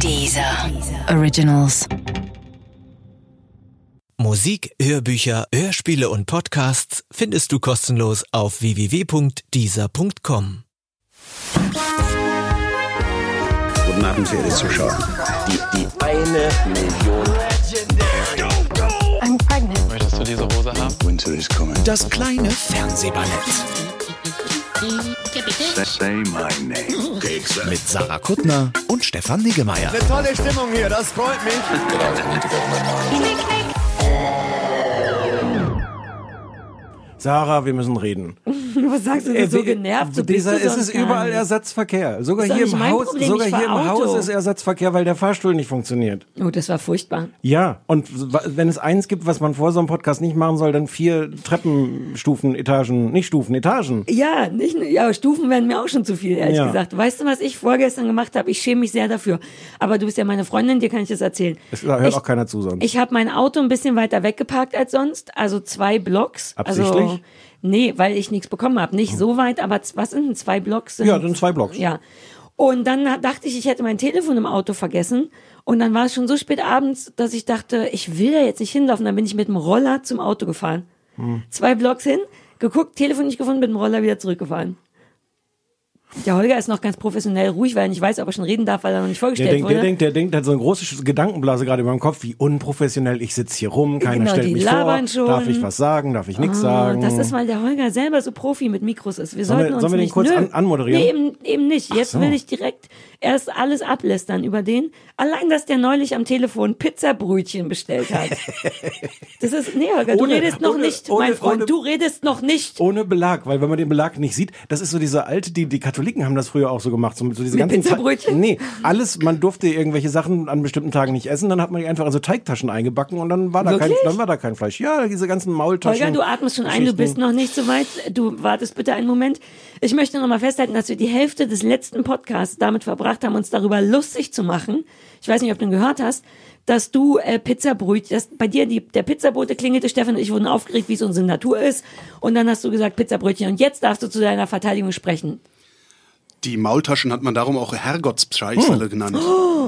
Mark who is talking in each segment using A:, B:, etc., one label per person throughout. A: Dieser Originals.
B: Musik, Hörbücher, Hörspiele und Podcasts findest du kostenlos auf www.dieser.com.
C: Guten Abend, verehrte Zuschauer.
D: Die, die eine Million.
E: I'm pregnant.
F: Möchtest du diese Hose haben?
C: Winter is coming.
B: Das kleine Fernsehballett
C: Say my name.
B: mit Sarah Kuttner und Stefan Niggemeier.
G: Tolle Stimmung hier, das freut mich. Sarah, wir müssen reden.
H: Was sagst du denn so
G: Äh, wie-
H: genervt? Du bist
G: Dieser,
H: du
G: es
H: sonst
G: ist
H: gar
G: überall
H: nicht.
G: Ersatzverkehr. Sogar
H: Ist doch
G: hier
H: nicht
G: im
H: mein
G: Haus,
H: Problem,
G: sogar
H: ich
G: hier im
H: fahr
G: Haus
H: Auto.
G: ist Ersatzverkehr, weil der Fahrstuhl nicht funktioniert.
H: Oh, das war furchtbar.
G: Ja, und w- wenn es eins gibt, was man vor so einem Podcast nicht machen soll, dann vier Treppenstufen, Etagen, nicht Stufen, Etagen.
H: Ja, nicht, nur- ja, Stufen werden mir auch schon zu viel, ehrlich
G: Ja.
H: gesagt. Weißt du, was ich vorgestern gemacht habe? Ich schäme mich sehr dafür. Aber du bist ja meine Freundin, dir kann ich das erzählen.
G: Es hört
H: ich,
G: auch keiner zu sonst.
H: Ich habe mein Auto ein bisschen weiter weggeparkt als sonst, also zwei Blocks. Also,
G: Absichtlich?
H: nee, weil ich nichts bekommen habe. Nicht so weit, aber z- was sind denn zwei Blocks? Sind
G: Ja, sind zwei Blocks.
H: Ja. Und dann ha- dachte ich, ich hätte mein Telefon im Auto vergessen. Und dann war es schon so spät abends, dass ich dachte, ich will da jetzt nicht hinlaufen. Dann bin ich mit dem Roller zum Auto gefahren.
G: Hm.
H: Zwei Blocks hin, geguckt, Telefon nicht gefunden, mit dem Roller wieder zurückgefahren. Der Holger ist noch ganz professionell ruhig, weil er nicht weiß, ob er schon reden darf, weil er noch nicht
G: Der
H: vorgestellt
G: denkt,
H: wurde.
G: der denkt, der denkt, hat so eine große Gedankenblase gerade über dem Kopf, wie unprofessionell, ich sitze hier rum, keiner
H: Genau,
G: stellt
H: die
G: mich vor,
H: labern schon. Ah,
G: darf ich was sagen, darf ich nichts sagen.
H: Das ist, weil der Holger selber so Profi mit Mikros ist. Wir
G: Sollen
H: sollten
G: wir-
H: uns
G: sollen wir den
H: nicht,
G: kurz
H: nö.
G: an- anmoderieren?
H: Nee, eben, eben nicht. Jetzt
G: so.
H: will ich direkt erst alles ablästern über den. Allein, dass der neulich am Telefon Pizzabrötchen bestellt hat. das ist, nee, Holger,
G: Ohne-
H: du redest noch
G: ohne-
H: nicht,
G: ohne-
H: mein Freund,
G: ohne-
H: du redest noch nicht.
G: Ohne Belag, weil wenn man den Belag nicht sieht, das ist so diese alte, die, die Katholiken haben das früher auch so gemacht. So, mit so diese
H: Mit
G: ganzen Te-
H: Pizzabrötchen?
G: Nee, alles, man durfte irgendwelche Sachen an bestimmten Tagen nicht essen, dann hat man die einfach in so Teigtaschen eingebacken und dann war da, kein,
H: Wirklich?
G: dann war da kein Fleisch. Ja, diese ganzen Maultaschen.
H: Holger, du atmest schon ein, du bist noch nicht so weit. Du wartest bitte einen Moment. Ich möchte noch mal festhalten, dass wir die Hälfte des letzten Podcasts damit verbracht haben, uns darüber lustig zu machen. Ich weiß nicht, ob du ihn gehört hast, dass du äh, Pizzabrötchen, dass bei dir die, der Pizzabote klingelte, Stefan und ich wurden aufgeregt, wie es unsere Natur ist. Und dann hast du gesagt, Pizzabrötchen. Und jetzt darfst du zu deiner Verteidigung sprechen.
I: Die Maultaschen hat man darum auch
G: Hm.
I: Herrgottsscheißerle genannt.
G: Oh.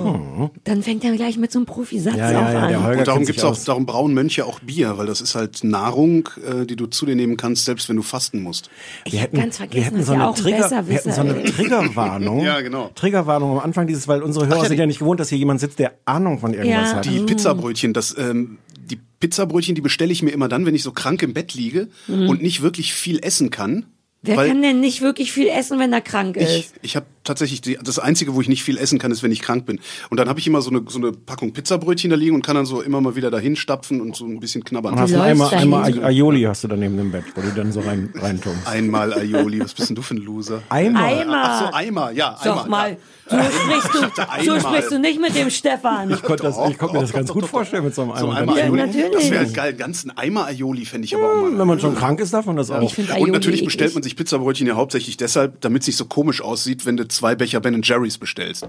H: Dann fängt er gleich mit so einem Profisatz
G: Ja, ja,
H: auch
G: ja,
H: an.
G: der Holger
I: Und darum
G: kennt sich
I: gibt's auch,
G: aus.
I: darum brauen Mönche auch Bier, weil das ist halt Nahrung, äh, die du zu dir nehmen kannst, selbst wenn du fasten musst.
G: Wir hätten,
H: ganz vergessen,
G: wir hätten
H: dass
G: so
H: ihr
G: eine,
H: auch ein
G: Trigger, wir hätten
H: Besserwisser,
G: so eine
H: ey.
G: Triggerwarnung.
I: Ja, genau.
G: Triggerwarnung am Anfang dieses, weil unsere Hörer
I: ja,
G: sind
I: die-
G: ja nicht gewohnt, dass hier jemand sitzt, der Ahnung von irgendwas
H: Ja.
G: hat.
I: Die Pizzabrötchen, das, ähm, die Pizzabrötchen, die bestelle ich mir immer dann, wenn ich so krank im Bett liege
G: Mhm.
I: und nicht wirklich viel essen kann.
H: Wer
I: weil
H: kann denn nicht wirklich viel essen, wenn er krank
I: ich,
H: ist?
I: ich habe tatsächlich die, das einzige, wo ich nicht viel essen kann, ist, wenn ich krank bin. Und dann habe ich immer so eine, so eine Packung Pizzabrötchen da liegen und kann dann so immer mal wieder dahin stapfen und so ein bisschen knabbern.
G: Und hast
H: Die
G: du
H: läuft
G: einmal,
H: dahin.
G: einmal Ai- Aioli hast du dann neben dem Bett, wo du dann so rein, reintummst.
I: Einmal Aioli, was bist denn du für ein Loser?
G: Einmal.
H: Eimer.
I: Ach so, Eimer, ja, Eimer.
H: Sag mal, so sprichst du, so
I: einmal.
H: sprichst du nicht mit dem Stefan.
G: Ich konnte, das,
I: Doch,
G: ich konnte mir
I: doch,
G: das ganz
I: doch,
G: gut
I: doch,
G: vorstellen mit so einem
I: So
G: Eimer.
I: ein Eimer
H: Ja,
I: Aioli.
H: natürlich.
I: Das wäre halt geil. Ganzen Eimer Aioli fände ich aber auch mal.
G: Wenn man schon krank ist, darf man das auch.
H: Ich finde
I: Und
H: Aioli
I: natürlich
H: eklig.
I: bestellt man sich Pizzabrötchen ja hauptsächlich deshalb, damit es nicht so komisch aussieht, wenn du zwei Becher Ben Jerry's bestellst.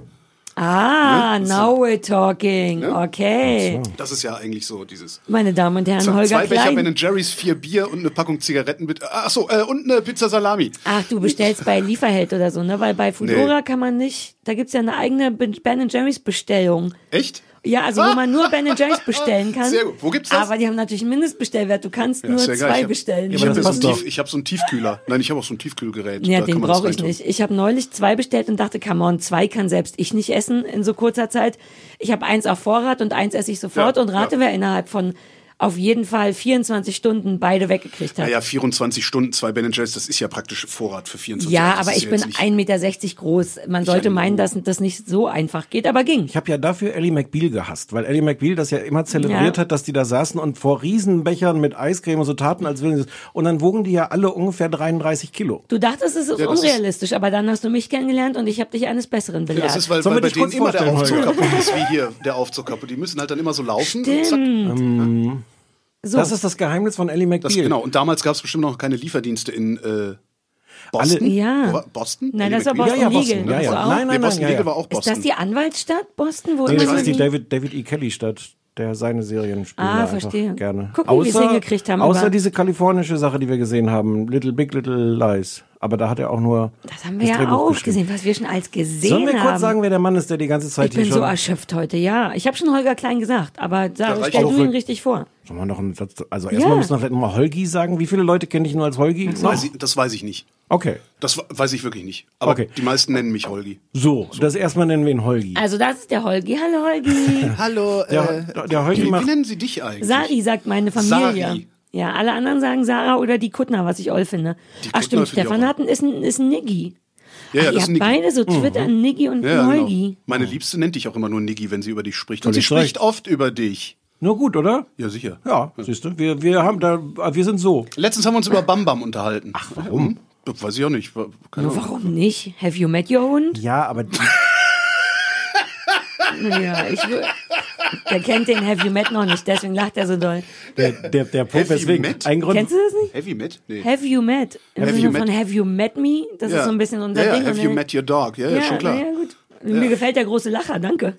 H: Ah,
I: Ne?
H: now we're talking. Okay.
I: Das ist ja eigentlich so dieses.
H: Meine Damen und Herren, Holger
I: zwei Becher Ben
H: Klein.
I: Jerry's, vier Bier und eine Packung Zigaretten mit. Ach so, äh, und eine Pizza Salami.
H: Ach, du bestellst bei Lieferheld oder so, ne? Weil bei Foodora kann man nicht, da gibt's ja eine eigene Ben Jerry's Bestellung.
I: Echt?
H: Ja, also wo man nur Ben Jerry's bestellen kann.
I: Sehr gut. Wo gibt's das?
H: Aber die haben natürlich einen Mindestbestellwert. Du kannst nur
I: ist ja
H: zwei
I: geil. Ich hab-
H: bestellen.
I: Ich habe
G: das
I: so, einen
G: passt doch.
I: Tief- ich hab so einen Tiefkühler. Nein, ich habe auch so ein Tiefkühlgerät.
H: Ja,
I: Da
H: den
I: kann man das
H: brauche ich
I: reintun.
H: nicht. Ich habe neulich zwei bestellt und dachte, come on, zwei kann selbst ich nicht essen in so kurzer Zeit. Ich habe eins auf Vorrat und eins esse ich sofort
I: Ja,
H: und rate,
I: ja.
H: wer innerhalb von auf jeden Fall 24 Stunden beide weggekriegt hat.
I: Naja, 24 Stunden, zwei Ben Jerry's, das ist ja praktisch Vorrat für 24
H: ja,
I: Das
H: aber
I: ist
H: ich bin
I: jetzt nicht-
H: 1,60 Meter groß. Man sollte meinen, dass das nicht so einfach geht, aber ging.
G: Ich habe ja dafür Ellie McBeal gehasst, weil Ellie McBeal das ja immer zelebriert
H: Ja.
G: hat, dass die da saßen und vor Riesenbechern mit Eiscreme und so taten, als würden sie Und dann wogen die ja alle ungefähr 33 Kilo.
H: Du dachtest, es ist
I: Ja, das ist-
H: unrealistisch, aber dann hast du mich kennengelernt und ich habe dich eines Besseren belehrt.
I: Das ist, weil,
G: Sollen wir
I: weil bei
G: dich
I: denen
G: kurz
I: immer der Aufzug
G: vorstellen, Holger?
I: kaputt ist, wie hier der Aufzug kaputt. Die müssen halt dann immer so laufen. Und zack.
H: so.
G: Das ist das Geheimnis von Ellie McBeal.
I: Das, genau. Und damals gab es bestimmt noch keine Lieferdienste in äh, Boston.
G: Alle-
H: Ja.
I: Wo war- Boston?
H: Nein, das
I: Ellie
H: war
G: ja,
I: McBeal?
G: ja,
H: Boston
G: Boston.
H: Legal,
G: Ja, ja.
H: ne? Das war auch-
G: Nein,
I: Nee,
G: nein, nein.
I: Boston
G: Ja,
I: Legal
G: ja.
I: war auch
H: ist
I: Boston.
H: das die Anwaltsstadt Boston? Wo
G: Nee,
H: immer
G: das ist
H: die-
G: die David, David E. Kelly-Stadt, der seine Serien spielt.
H: Ah,
G: da einfach
H: verstehe.
G: Gerne.
H: Gucken, wie wir es hingekriegt haben,
G: Außer
H: aber-
G: diese kalifornische Sache, die wir gesehen haben. Little Big Little Lies. Aber da hat er auch nur.
H: Das haben wir ja
G: Drehbuch
H: auch
G: geschrieben.
H: gesehen, was wir schon alles gesehen
G: Sollen wir
H: haben.
G: kurz sagen, wer der Mann ist, der die ganze Zeit
H: ich bin
G: hier
H: so
G: schon.
H: erschöpft heute, ja. Ich habe schon Holger Klein gesagt, aber sag,
I: reicht
H: stell
I: auch
H: du ihn
I: wirklich.
H: richtig vor.
G: Sollen wir noch einen Satz? Also erstmal
H: Ja.
G: müssen wir vielleicht nochmal Holgi sagen. Wie viele Leute kenne ich nur als Holgi?
I: Weiß ich, das weiß ich nicht.
G: Okay.
I: Das we- weiß ich wirklich nicht. Aber
G: Okay.
I: die meisten nennen mich Holgi.
G: So, das erstmal nennen wir ihn Holgi.
H: Also das ist der Holgi. Hallo Holgi.
I: Hallo,
G: Der- äh, der Holgi
I: wie,
G: macht-
I: wie nennen Sie dich eigentlich?
H: Sari sagt meine Familie.
I: Sari.
H: Ja, alle anderen sagen Sarah oder die Kuttner, was ich oll finde.
I: Die
H: Ach
I: Kuttner
H: stimmt,
I: finde ich
H: Stefan
I: auch.
H: hat ein, ist ein, ist ein Niggi.
I: Ja, ja,
H: Ach, ihr
I: das
H: habt
I: ist Niggi. Mhm.
H: beide so Twitter, Niggi und
I: Ja, ja, genau.
H: Holgi.
I: Meine Liebste nennt dich auch immer nur Niggi, wenn sie über dich spricht. Und sie
G: Völlig
I: spricht
G: recht.
I: oft über dich.
G: Nur gut, oder?
I: Ja, sicher.
G: Ja, siehst du, wir, wir haben da, wir sind so.
I: Letztens haben wir uns über Bam Bam unterhalten. Ach, warum? Weiß ich auch nicht. Wa- Keine Ahnung.
H: Warum nicht? Have you met your Hund?
G: Ja, aber die-
H: Ja, ich wür- Der kennt den Have you met noch nicht, deswegen lacht er so doll.
G: der, der, der Punkt,
I: Heavy
G: weswegen.
I: Met?
G: Ein Grund,
H: Kennst du das nicht?
I: Heavy Met? Nee.
H: Have you met? Im
I: Have
H: Sinne
I: you
H: von
I: met?
H: Have you met me? Das ist so ein bisschen unser
I: ja,
H: Ding.
I: Ja,
H: Und
I: have you
H: dann-
I: met your dog? Ja, ja,
H: ja,
I: schon klar.
H: na Ja, gut. Mir gefällt der große Lacher, danke.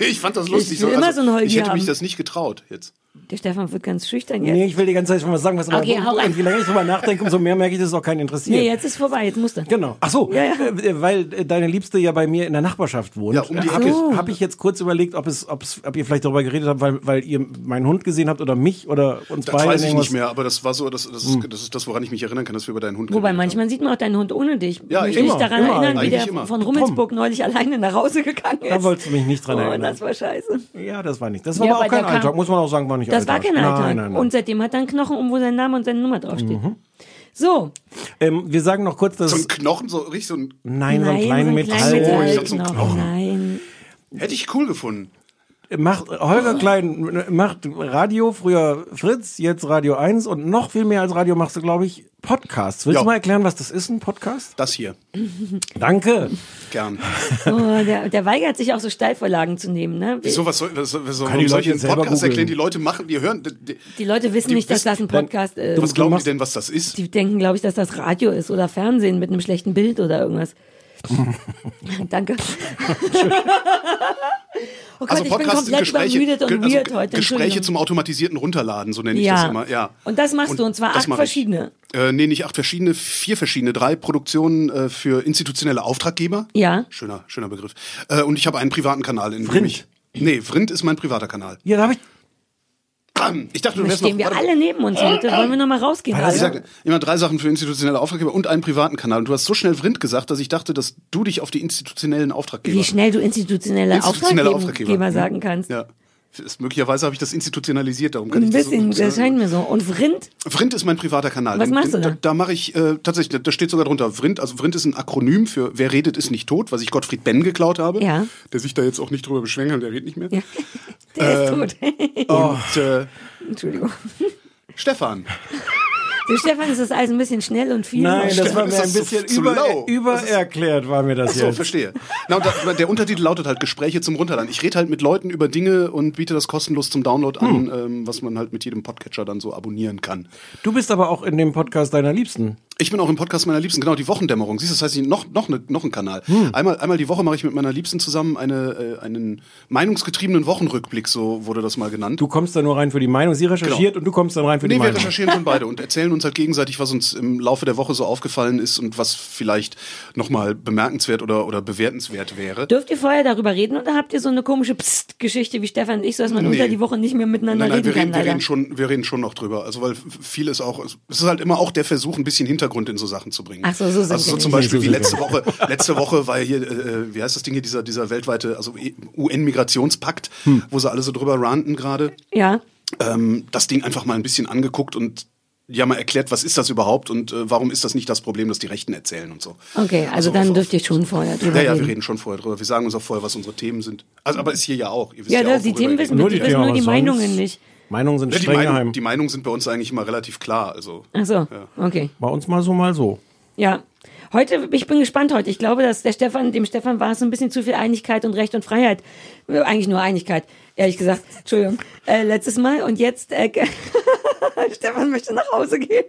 I: ich fand das lustig. also
H: Ich will immer so einen Holgi
I: ich hätte
H: haben.
I: mich das nicht getraut jetzt.
H: Der Stefan wird ganz schüchtern jetzt.
G: nee, ich will die ganze Zeit schon was sagen, was aber
H: Okay, hau rein.
G: und je länger ich drüber nachdenke, umso mehr merke ich, dass es auch keinen interessiert.
H: Nee, jetzt ist vorbei, jetzt musst du.
G: Genau. Ach so,
H: Ja, ja.
G: äh, weil äh, deine Liebste ja bei mir in der Nachbarschaft wohnt.
I: Ja, um die
G: hab
I: Ecke.
G: ich, hab ich jetzt kurz überlegt, ob es, ob's, ob ihr vielleicht darüber geredet habt, weil, weil ihr meinen Hund gesehen habt oder mich oder uns
I: Das
G: beide.
I: weiß ich
G: irgendwas. Hm.
I: nicht mehr, aber das war so, das, das, ist, das ist das, woran ich mich erinnern kann, dass wir über deinen Hund
H: Wobei
I: geredet
H: manchmal sieht man auch deinen Hund ohne dich.
I: Ja,
H: ich
I: immer,
H: mich daran
G: immer,
H: erinnern, wie der
I: eigentlich immer.
H: von Rummelsburg neulich alleine nach Hause gegangen ist.
G: Da wolltest du mich nicht dran
H: oh,
G: erinnern.
H: das war scheiße.
G: Ja, das war nicht. Das war
H: Ja,
G: aber
H: aber
G: auch kein
H: der kam-
G: Alltag, muss man auch sagen, war nicht
H: Das war
G: Alltag.
H: kein Alltag.
G: Nein, nein, nein.
H: Und seitdem hat er einen Knochen um, wo sein Name und seine Nummer draufsteht. So,
G: ähm, wir sagen noch kurz, dass.
I: haben. So ein Knochen, so richtig so ein.
G: nein, so
H: nein,
G: ein kleinen
H: so
G: Metall.
H: ein
I: Oh, ich
H: kleinen
I: dachte, so ein
H: Metallknochen.
I: Knochen.
H: Nein.
I: Hätte ich cool gefunden.
G: Macht, Holger Klein macht Radio, früher Fritz, jetzt Radio 1 und noch viel mehr als Radio machst du, glaube ich, Podcasts. Willst
I: Ja.
G: du mal erklären, was das ist, ein Podcast?
I: Das hier.
G: Danke.
I: Gern.
H: Oh, der, der weigert sich auch so Steilvorlagen zu nehmen. Ne?
I: Wieso, was soll, was soll, was soll
G: Können die
I: warum soll ich
G: Leute
I: einen
G: jetzt selber
I: Podcast
G: googeln?
I: erklären? Die Leute machen, die hören. Die, die,
H: Die Leute wissen
I: Die
H: nicht, dass
I: wissen-
H: das ein Podcast ist.
I: was glauben die
G: machst-
I: denn, was das ist?
H: Die denken, glaube ich, dass das Radio ist oder Fernsehen mit einem schlechten Bild oder irgendwas. Danke. oh Gott,
I: also Podcasts
H: ich bin komplett
I: sind Gespräche,
H: übermüdet und
I: Ge- also
H: weird
I: Ge-
H: heute.
I: Gespräche
H: Entschuldigung.
I: zum automatisierten Runterladen, so nenne ich
H: Ja.
I: das immer. Ja.
H: Und das machst du, und zwar
I: das
H: acht
I: mache
H: verschiedene.
I: Ich. Äh, nee, nicht acht verschiedene, vier verschiedene, drei Produktionen äh, für institutionelle Auftraggeber.
H: Ja.
I: Schöner, schöner Begriff. Äh, und ich habe einen privaten Kanal in
G: Vrind.
I: Ich, nee, Vrind ist mein privater Kanal.
G: Ja, da habe ich
I: Ich dachte, du
H: Da
I: wärst noch.
H: stehen wir
I: warte mal.
H: alle neben uns heute. Wollen wir nochmal rausgehen?
I: Ich
H: Alle?
I: sagte immer drei Sachen für institutionelle Auftraggeber und einen privaten Kanal. Und du hast so schnell Vrind gesagt, dass ich dachte, dass du dich auf die institutionellen Auftraggeber.
H: Wie schnell du institutionelle,
I: Institutionelle
H: Auftraggeber,
I: Auftraggeber.
H: sagen kannst.
I: Ja. Ist, möglicherweise habe ich das institutionalisiert, darum kann
H: Ein
I: ich
H: bisschen,
I: das so
H: das scheint mir so. Und Vrind,
I: Vrind ist mein privater Kanal.
H: Was
I: Den-
H: machst du
I: den-
H: da?
I: Da, da mache ich äh, tatsächlich, da steht sogar drunter Vrind. Also Vrind ist ein Akronym für Wer redet ist nicht tot, was ich Gottfried Benn geklaut habe.
H: Ja.
I: Der sich da jetzt auch nicht drüber beschweren kann, der redet nicht mehr.
H: ja, der
I: Ähm.
H: ist tot.
I: Und äh,
H: Entschuldigung.
I: Stefan.
H: Für Stefan ist das alles ein bisschen schnell und viel.
G: Nein, das
I: Stimmt,
G: war mir
I: ist das
G: ein
I: so-
G: bisschen
I: zu
G: über,
I: low?
G: übererklärt, war mir das
I: So,
G: jetzt.
I: verstehe. Na, und da, der Untertitel lautet halt Gespräche zum Runterladen. Ich rede halt mit Leuten über Dinge und biete das kostenlos zum Download an, ähm, was man halt mit jedem Podcatcher dann so abonnieren kann.
G: Du bist aber auch in dem Podcast deiner Liebsten.
I: Ich bin auch im Podcast meiner Liebsten, genau, die Wochendämmerung. Siehst du, das heißt, ich- noch, noch, ne, noch ein Kanal.
G: Hm.
I: Einmal, einmal die Woche mache ich mit meiner Liebsten zusammen eine, äh, einen meinungsgetriebenen Wochenrückblick, so wurde das mal genannt.
G: Du kommst da nur rein für die Meinung, sie recherchiert
I: Genau.
G: und du kommst dann rein für die
I: nee, wir
G: Meinung.
I: recherchieren schon beide und erzählen uns halt gegenseitig, was uns im Laufe der Woche so aufgefallen ist und was vielleicht nochmal bemerkenswert oder, oder bewertenswert wäre.
H: Dürft ihr vorher darüber reden oder habt ihr so eine komische Psst-Geschichte wie Stefan und ich, so dass man
I: Nee.
H: unter die Woche nicht mehr miteinander
I: Nein, nein, wir
H: reden
I: reden,
H: kann?
I: wir
H: leider?
I: reden schon, wir reden schon noch drüber. Also weil viel ist auch, es ist halt immer auch der Versuch, ein bisschen Hintergrund in so Sachen zu bringen.
H: Ach so, so sind
I: also so
H: wir
I: zum
H: nicht.
I: Beispiel
G: So
I: wie
G: sind
I: letzte Woche. Letzte Woche war hier, äh, wie heißt das Ding hier, dieser dieser weltweite, also UN-Migrationspakt,
H: Hm.
I: wo sie alle so drüber ranten gerade.
H: Ja.
I: Ähm, das Ding einfach mal ein bisschen angeguckt und ja mal erklärt, was ist das überhaupt und äh, warum ist das nicht das Problem, das die Rechten erzählen und so.
H: Okay, also, dann dürft ihr schon vorher drüber
I: Ja, ja, wir
H: reden.
I: reden schon vorher drüber. Wir sagen uns auch vorher, was unsere Themen sind. Also, aber ist hier ja auch. Ihr wisst
H: Ja,
I: ja,
H: das-
I: auch,
H: die
I: worüber
H: Themen
I: ihr
H: wissen
I: redet.
H: wir wissen nur die
G: aber
H: Meinungen
G: sonst- Ne,
H: nicht.
G: Meinungen sind
I: Ja, Ne, die,
G: streng
I: Meinung,
G: geheim.
I: die Meinungen sind bei uns eigentlich immer relativ klar. Also
H: Ach so, okay.
G: Bei uns mal so, mal so.
H: Ja. Heute, ich bin gespannt heute. Ich glaube, dass der Stefan, dem Stefan war es ein bisschen zu viel Einigkeit und Recht und Freiheit. Äh, Eigentlich nur Einigkeit, ehrlich gesagt. Entschuldigung. Äh, letztes Mal und jetzt, äh, Stefan möchte nach Hause gehen.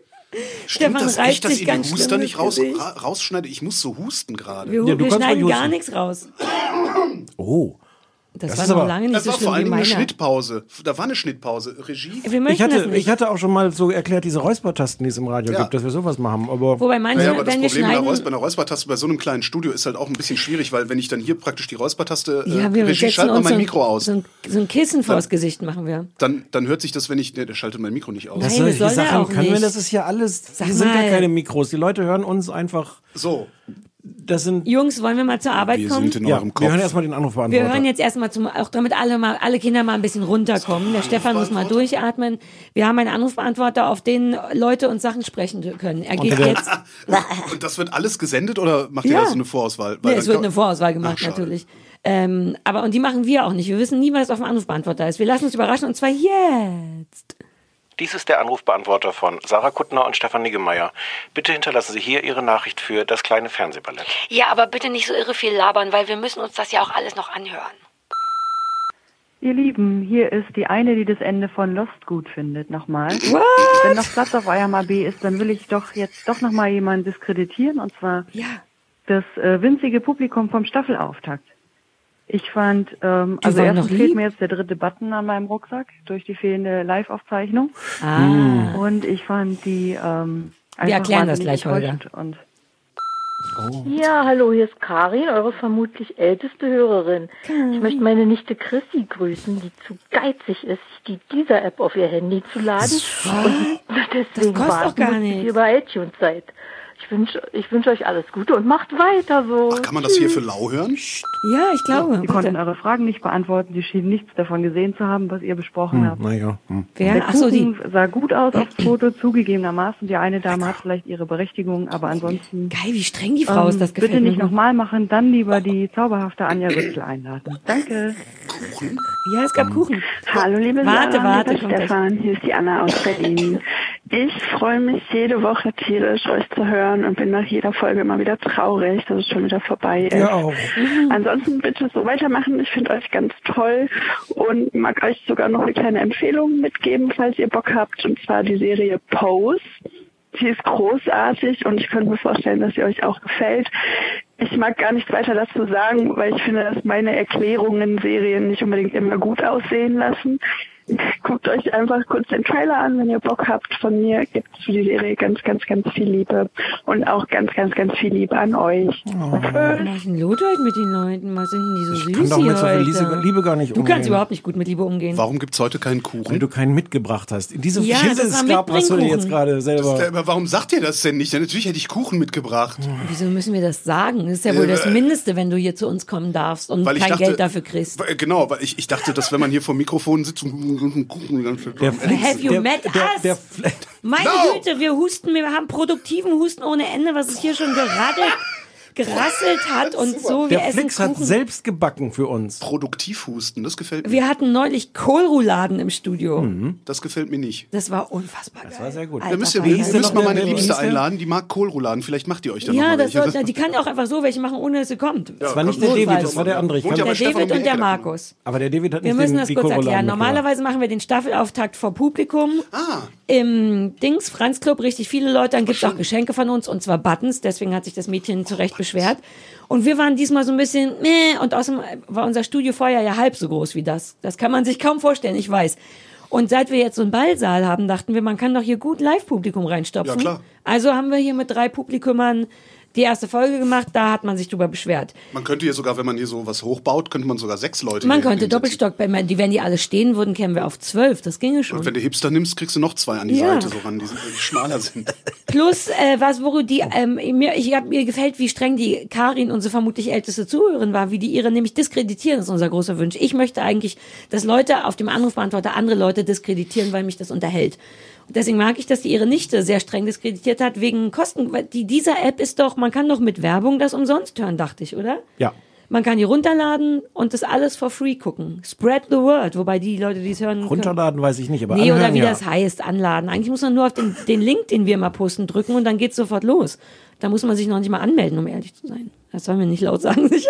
H: Stefan
I: das
H: reißt
I: echt, dass
H: sich
I: ihr
H: ganz
I: die Huster
H: schlimm
I: nicht
H: ins
I: raus,
H: Gesicht.
I: ra rausschneide? Ich muss so husten gerade.
H: Wir,
G: Ja, du
H: wir
G: kannst mal
H: schneiden gar
G: husten.
H: nichts raus.
G: Oh.
H: Das,
G: Das
H: war
G: ist
H: noch
G: aber-
H: lange nicht
I: Das
H: so
I: war
H: schlimm
I: vor
H: wie
I: allem eine
H: meiner.
I: Schnittpause. Da war eine Schnittpause. Regie.
H: Wir möchten
G: Ich hatte,
H: das nicht.
G: ich hatte auch schon mal so erklärt, diese Räuspertasten, die es im Radio
I: Ja.
G: gibt, dass wir sowas machen. Aber
H: Wobei manche,
I: Naja, aber das
H: wenn wir
I: Problem bei,
H: schneiden,
I: einer Räus- bei einer Räuspertaste bei so einem kleinen Studio ist halt auch ein bisschen schwierig, weil wenn ich dann hier praktisch die Räuspertaste äh,
H: ja, wir
I: Regie
H: setzen
I: schalte mal
H: uns
I: mein
H: so ein,
I: Mikro aus,
H: So ein, so ein Kissen vors Gesicht machen wir.
I: dann, dann hört sich das, wenn ich, ne, der schaltet mein Mikro nicht aus.
H: Nein, das soll er auch
G: können wir,
H: nicht.
G: das ist ja alles,
H: Sag
G: die sind
H: mal.
G: ja keine Mikros. Die Leute hören uns einfach,
I: So,
G: das sind,
H: Jungs, wollen wir mal zur Arbeit
I: wir
H: kommen?
I: sind in
G: ja,
I: eurem
G: wir hören
I: Kopf.
G: erstmal den Anrufbeantworter.
H: Wir hören jetzt erstmal zum, auch damit alle mal, alle Kinder mal ein bisschen runterkommen. Der Stefan muss mal durchatmen. Wir haben einen Anrufbeantworter, auf den Leute und Sachen sprechen können. Er geht
G: der-
H: jetzt.
I: Und das wird alles gesendet oder macht ihr
H: Ja.
I: da so eine Vorauswahl? Weil
H: Nee,
I: dann
H: es wird
I: kann-
H: eine Vorauswahl gemacht,
I: Ach, schade.
H: natürlich. Ähm, aber, und die machen wir auch nicht. Wir wissen nie, was auf dem Anrufbeantworter ist. Wir lassen uns überraschen, und zwar jetzt.
E: Dies ist der Anrufbeantworter von Sarah Kuttner und Stefan Niggemeier. Bitte hinterlassen Sie hier Ihre Nachricht für das kleine Fernsehballett.
A: Ja, aber bitte nicht so irre viel labern, weil wir müssen uns das ja auch alles noch anhören.
F: Ihr Lieben, hier ist die eine, die das Ende von Lost gut findet. Nochmal. Wenn noch Platz auf eurem AB ist, dann will ich doch jetzt doch nochmal jemanden diskreditieren und zwar
H: Ja.
F: das äh, winzige Publikum vom Staffelauftakt. Ich fand, ähm,
H: Die
F: also
H: waren
F: erstens
H: noch
F: fehlt
H: lieb.
F: mir jetzt der dritte Button an meinem Rucksack durch die fehlende Live-Aufzeichnung.
H: Ah.
F: Und ich fand die ähm, einfach
H: erklären das
F: wahnsinnig
H: gleich, Holger.
F: enttäuschend Und
J: Ja, hallo, hier ist Karin, eure vermutlich älteste Hörerin. Ich möchte meine Nichte Chrissy grüßen, die zu geizig ist, sich die dieser App auf ihr Handy zu laden. Und deswegen
H: kostet doch
J: warten
H: gar
J: muss, bis
H: nichts.
J: ihr bei iTunes seid. Ich wünsche ich wünsch euch alles Gute und macht weiter so.
I: Ach, kann man das hier für lau hören?
H: Ja, ich glaube.
F: sie
H: Warte.
F: konnten eure Fragen nicht beantworten. Sie schienen nichts davon gesehen zu haben, was ihr besprochen habt.
G: Naja, hm.
H: Wer?
F: Der
H: Achso, die.
F: Kuchen sah gut aus aufs Foto, zugegebenermaßen. Die eine Dame hat vielleicht ihre Berechtigung, aber ansonsten
H: Geil, wie streng die Frau ist. Das
F: ähm,
H: gefällt
F: bitte
H: mir.
F: nicht
H: gut.
F: nochmal machen, dann lieber die zauberhafte Anja Rützel einladen. Danke.
H: Ja, es gab Kuchen.
K: Hallo liebe
H: Warte,
K: Sarah,
H: warte,
K: hier ist
H: kommt gleich.
K: Stefan, hier ist die Anna aus Berlin. Ich freue mich jede Woche tierisch, euch zu hören und bin nach jeder Folge immer wieder traurig, dass es schon wieder vorbei ist.
G: Ja, auch.
K: Ansonsten bitte so weitermachen, ich finde euch ganz toll und mag euch sogar noch eine kleine Empfehlung mitgeben, falls ihr Bock habt, und zwar die Serie Pose. Sie ist großartig und ich könnte mir vorstellen, dass sie euch auch gefällt. Ich mag gar nichts weiter dazu sagen, weil ich finde, dass meine Erklärungen Serien nicht unbedingt immer gut aussehen lassen. Guckt euch einfach kurz den Trailer an, wenn ihr Bock habt. Von mir gibt es für die Serie ganz, ganz, ganz viel Liebe und auch ganz, ganz, ganz viel Liebe an euch. Tschüss.
H: Was ist denn los heute mit den Leuten? Was sind denn die so süß
G: kann doch
H: hier
G: mit so viel
H: heute?
G: Liebe- Liebe gar nicht
H: Du kannst
G: umgehen.
H: überhaupt nicht gut mit Liebe umgehen.
I: Mhm. Warum gibt's heute keinen
G: Weil
I: Kuchen?
G: du keinen mitgebracht hast. In diesem
H: Ja,
G: ja,
H: das war
G: Skap hast du dir
H: Mitbringkuchen.
G: jetzt gerade
I: Ja,
G: selber.
I: aber warum sagt ihr das denn nicht? Ja, natürlich hätte ich Kuchen mitgebracht.
G: Mhm.
H: Wieso müssen wir das sagen? Das ist ja wohl
G: Äh,
H: das Mindeste, wenn du hier zu uns kommen darfst und
I: Weil
H: kein
I: ich dachte,
H: Geld dafür kriegst.
I: Weil- Genau, weil ich, ich dachte, dass wenn man hier vor dem Mikrofon sitzt und Kuchen dann
H: Have you
G: der,
H: met
G: der,
H: us?
G: Der, der,
H: Meine
I: No!
H: Güte, wir husten, wir haben produktiven Husten ohne Ende, was es hier schon geraddelt, gerasselt hat und so. Wir
G: der
H: essen
G: Flix hat
H: Kuchen.
G: selbst gebacken für uns.
I: produktiv husten, das gefällt mir.
H: wir hatten neulich Kohlrouladen im Studio.
I: Das gefällt mir nicht.
H: Das war unfassbar geil. Das
G: Mhm. war sehr gut.
I: Da müsst ihr, ihr
G: der
I: müsst
G: noch?
I: mal meine
G: Wer- wer
I: Liebste
G: hieß der?
I: einladen, die mag Kohlrouladen, vielleicht macht ihr euch dann
H: ja,
I: noch mal
H: das
I: welche.
H: sollte, die kann ja auch einfach so welche machen, ohne dass sie kommt.
G: Das war nicht der
H: Notfall.
G: David, das war der andere. Ich
I: Wohnt ja
G: kann,
H: Der
I: bei Stefan
H: David
I: um die
H: und der
I: Ecke davon.
H: Markus.
G: aber der David hat
H: Wir
G: nicht
H: müssen
G: den,
H: das
G: die
H: kurz
G: Kohlrouladen
H: erklären.
G: mitgebracht.
H: Normalerweise machen wir den Staffelauftakt vor Publikum
I: Ah.
H: im Dings Franz Club richtig viele Leute. Dann gibt's auch Geschenke von uns und zwar Buttons. Deswegen hat sich das
I: Oh,
H: Mädchen zu Recht beschwert. Und wir waren diesmal so ein bisschen meh und außerdem war unser Studio vorher ja halb so groß wie das. Das kann man sich kaum vorstellen, ich weiß. Und seit wir jetzt so einen Ballsaal haben, dachten wir, man kann doch hier gut Live-Publikum reinstopfen.
I: Ja, klar.
H: Also haben wir hier mit drei Publikumern die erste Folge gemacht. Da hat man sich drüber beschwert.
I: Man könnte hier sogar, wenn man hier so was hochbaut, könnte man sogar sechs Leute
H: Man
I: hier
H: könnte
I: hinsetzen.
H: Doppelstock, wenn, man, die, wenn die alle stehen würden, kämen wir auf zwölf. Das ginge schon.
I: Und wenn du Hipster nimmst, kriegst du noch zwei an die
H: Ja.
I: Seite, so ran, die, sind, die schmaler sind.
H: Plus, äh, was, wo die, ähm, mir, ich hab, mir gefällt, wie streng die Karin, unsere vermutlich älteste Zuhörerin war, wie die ihre nämlich diskreditieren, ist unser großer Wunsch. Ich möchte eigentlich, dass Leute auf dem Anrufbeantworter andere Leute diskreditieren, weil mich das unterhält. Und deswegen mag ich, dass die ihre Nichte sehr streng diskreditiert hat, wegen Kosten. Weil Die, dieser App ist doch, man kann doch mit Werbung das umsonst hören, dachte ich, oder?
G: Ja.
H: Man kann die runterladen und das alles for free gucken. Spread the word, wobei die Leute, die es hören. können-
G: Runterladen weiß ich nicht, aber
H: Nee,
G: anhören,
H: oder wie
G: ja.
H: das heißt, anladen. Eigentlich muss man nur auf den, den Link, den wir immer posten, drücken und dann geht's sofort los. Da muss man sich noch nicht mal anmelden, um ehrlich zu sein. Das sollen wir nicht laut sagen, sicher?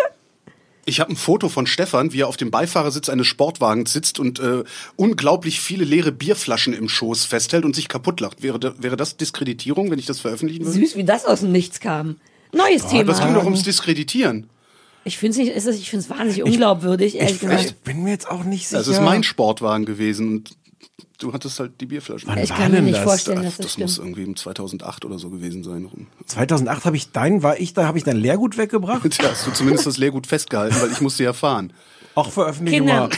I: Ich habe ein Foto von Stefan, wie er auf dem Beifahrersitz eines Sportwagens sitzt und äh, unglaublich viele leere Bierflaschen im Schoß festhält und sich kaputt lacht. Wäre, da, wäre das Diskreditierung, wenn ich das veröffentlichen würde?
H: Süß, wie das aus dem Nichts kam. Neues
I: Aber
H: Thema.
I: das ging doch ums Diskreditieren.
H: Ich finde es ich find's wahnsinnig unglaubwürdig, ehrlich gesagt.
G: bin mir jetzt auch nicht
I: Das ist mein Sportwagen gewesen und du hattest halt die Bierflaschen.
G: Wann Ich war kann mir denn nicht das? vorstellen, dass
I: das,
G: das
I: das muss
G: stimmt.
I: irgendwie im 2008 oder so gewesen sein. Rum.
G: 2008 habe ich dein, war ich da, habe ich dein Lehrgut weggebracht?
I: Tja, hast du zumindest das Lehrgut festgehalten, weil ich musste ja fahren.
G: Auch veröffentlichen
H: Kinder,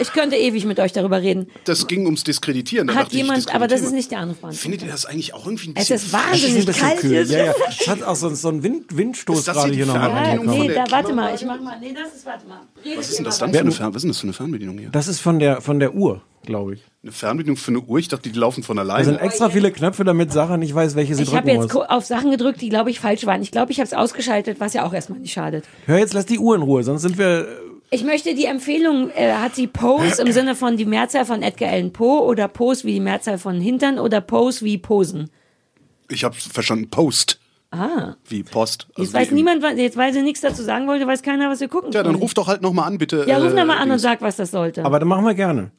H: ich könnte ewig mit euch darüber reden.
I: Das ging ums Diskreditieren. da
H: Hat
I: dachte ich, ich
H: jemand, aber das ist
I: diskreditiere.
H: nicht der Anruf.
I: Findet ihr das eigentlich auch irgendwie ein
H: Es
I: bisschen
H: ist wahnsinnig
I: frech?
H: kalt hier.
G: Ja, ja. Es hat auch so, so einen Wind, Windstoß
I: Ist das
G: gerade
I: hier die
G: hier nochmal
I: Fernbedienung
H: Ja,
G: reingekommen.
H: nee, da, warte mal, ich mach mal. Nee, das ist, warte mal. Redet
I: Was ist
H: ihr
I: denn das
H: mal
I: dann für eine, Fern was ist denn das für eine Fernbedienung hier?
G: Das ist von der, von der Uhr, glaube ich.
I: Eine Fernbedienung für eine Uhr? Ich dachte, die laufen von
H: Also
G: Da sind
I: alleine.
G: extra viele Knöpfe, damit Sarah nicht weiß, welche sie
H: Ich habe
G: drücken
H: jetzt
G: muss.
H: ko- auf Sachen gedrückt, die, glaube ich, falsch waren. Ich glaube, ich habe es ausgeschaltet, was ja auch erstmal nicht schadet.
G: Hör jetzt, lass die Uhr in Ruhe, sonst sind wir.
H: Ich möchte die Empfehlung, äh, hat sie Pose im Sinne von die Mehrzahl von Edgar Allan Poe oder Pose wie die Mehrzahl von Hintern oder Pose wie Posen?
I: Ich habe verstanden, Post.
H: Ah.
I: Wie Post. Also
H: Jetzt weiß
I: wie im-
H: niemand, was- jetzt weil sie nichts dazu sagen wollte, weiß keiner, was wir gucken
I: Ja, dann
H: können.
I: ruf doch halt nochmal an, bitte.
H: Ja, ruf
I: äh,
H: nochmal an und
I: Dings.
H: sag, was das sollte.
G: Aber dann machen wir gerne.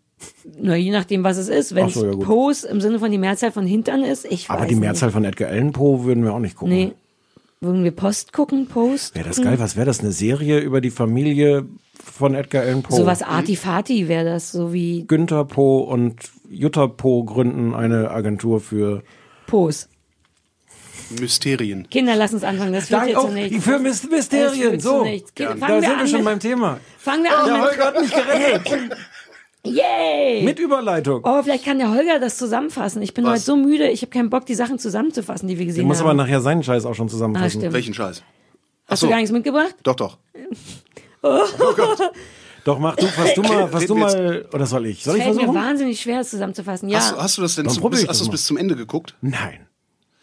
H: Nur je nachdem, was es ist. Wenn
G: Ach
H: es
G: so, ja, gut.
H: Pose im Sinne von die Mehrzahl von Hintern ist, ich weiß
G: Aber die Mehrzahl von Edgar Allan Poe würden wir auch nicht gucken.
H: Nicht. Nee. Mhm. Würden wir Post gucken, Post?
G: Wäre das geil? Was wäre das? Eine Serie über die Familie von Edgar Allan Poe?
H: Sowas Artifati wäre das, so wie
G: Günther Poe und Jutta Poe gründen eine Agentur für.
H: Pose.
I: Mysterien.
H: Kinder, lass uns anfangen. Das führt
G: Danke
H: jetzt zu
G: auch
H: nichts.
G: für Mys- Mysterien,
H: Es führt
G: so.
H: Zu nichts. Kinder,
G: Da
H: fangen wir
G: sind
H: an.
G: wir schon
H: mit-
G: beim Thema.
H: Fangen wir an.
G: Der
H: mit-
G: Holger hat mich gerettet.
H: Yay!
G: Mit Überleitung.
H: Oh, vielleicht kann der Holger das zusammenfassen. Ich bin heute so müde, ich habe keinen Bock, die Sachen zusammenzufassen, die wir
G: Ich
H: gesehen
G: muss aber
H: haben.
G: nachher seinen Scheiß auch schon
H: ah,
G: zusammenfassen.
H: stimmt.
I: Welchen Scheiß?
H: Hast du
I: so.
H: gar nichts mitgebracht?
I: Doch, doch.
G: Doch, mach du, fass
I: Äh,
G: du mal, fass du mal. Oder soll ich? Soll ich
H: Fällt mir
G: versuchen?
H: wahnsinnig schwer, es zusammenzufassen.
I: Hast, du-
H: Ja.
I: hast du das denn
G: Dann
I: zu,
G: probier
I: bis,
G: ich
I: hast
G: doch
I: du's
G: mal.
I: bis zum Ende geguckt?
G: Nein.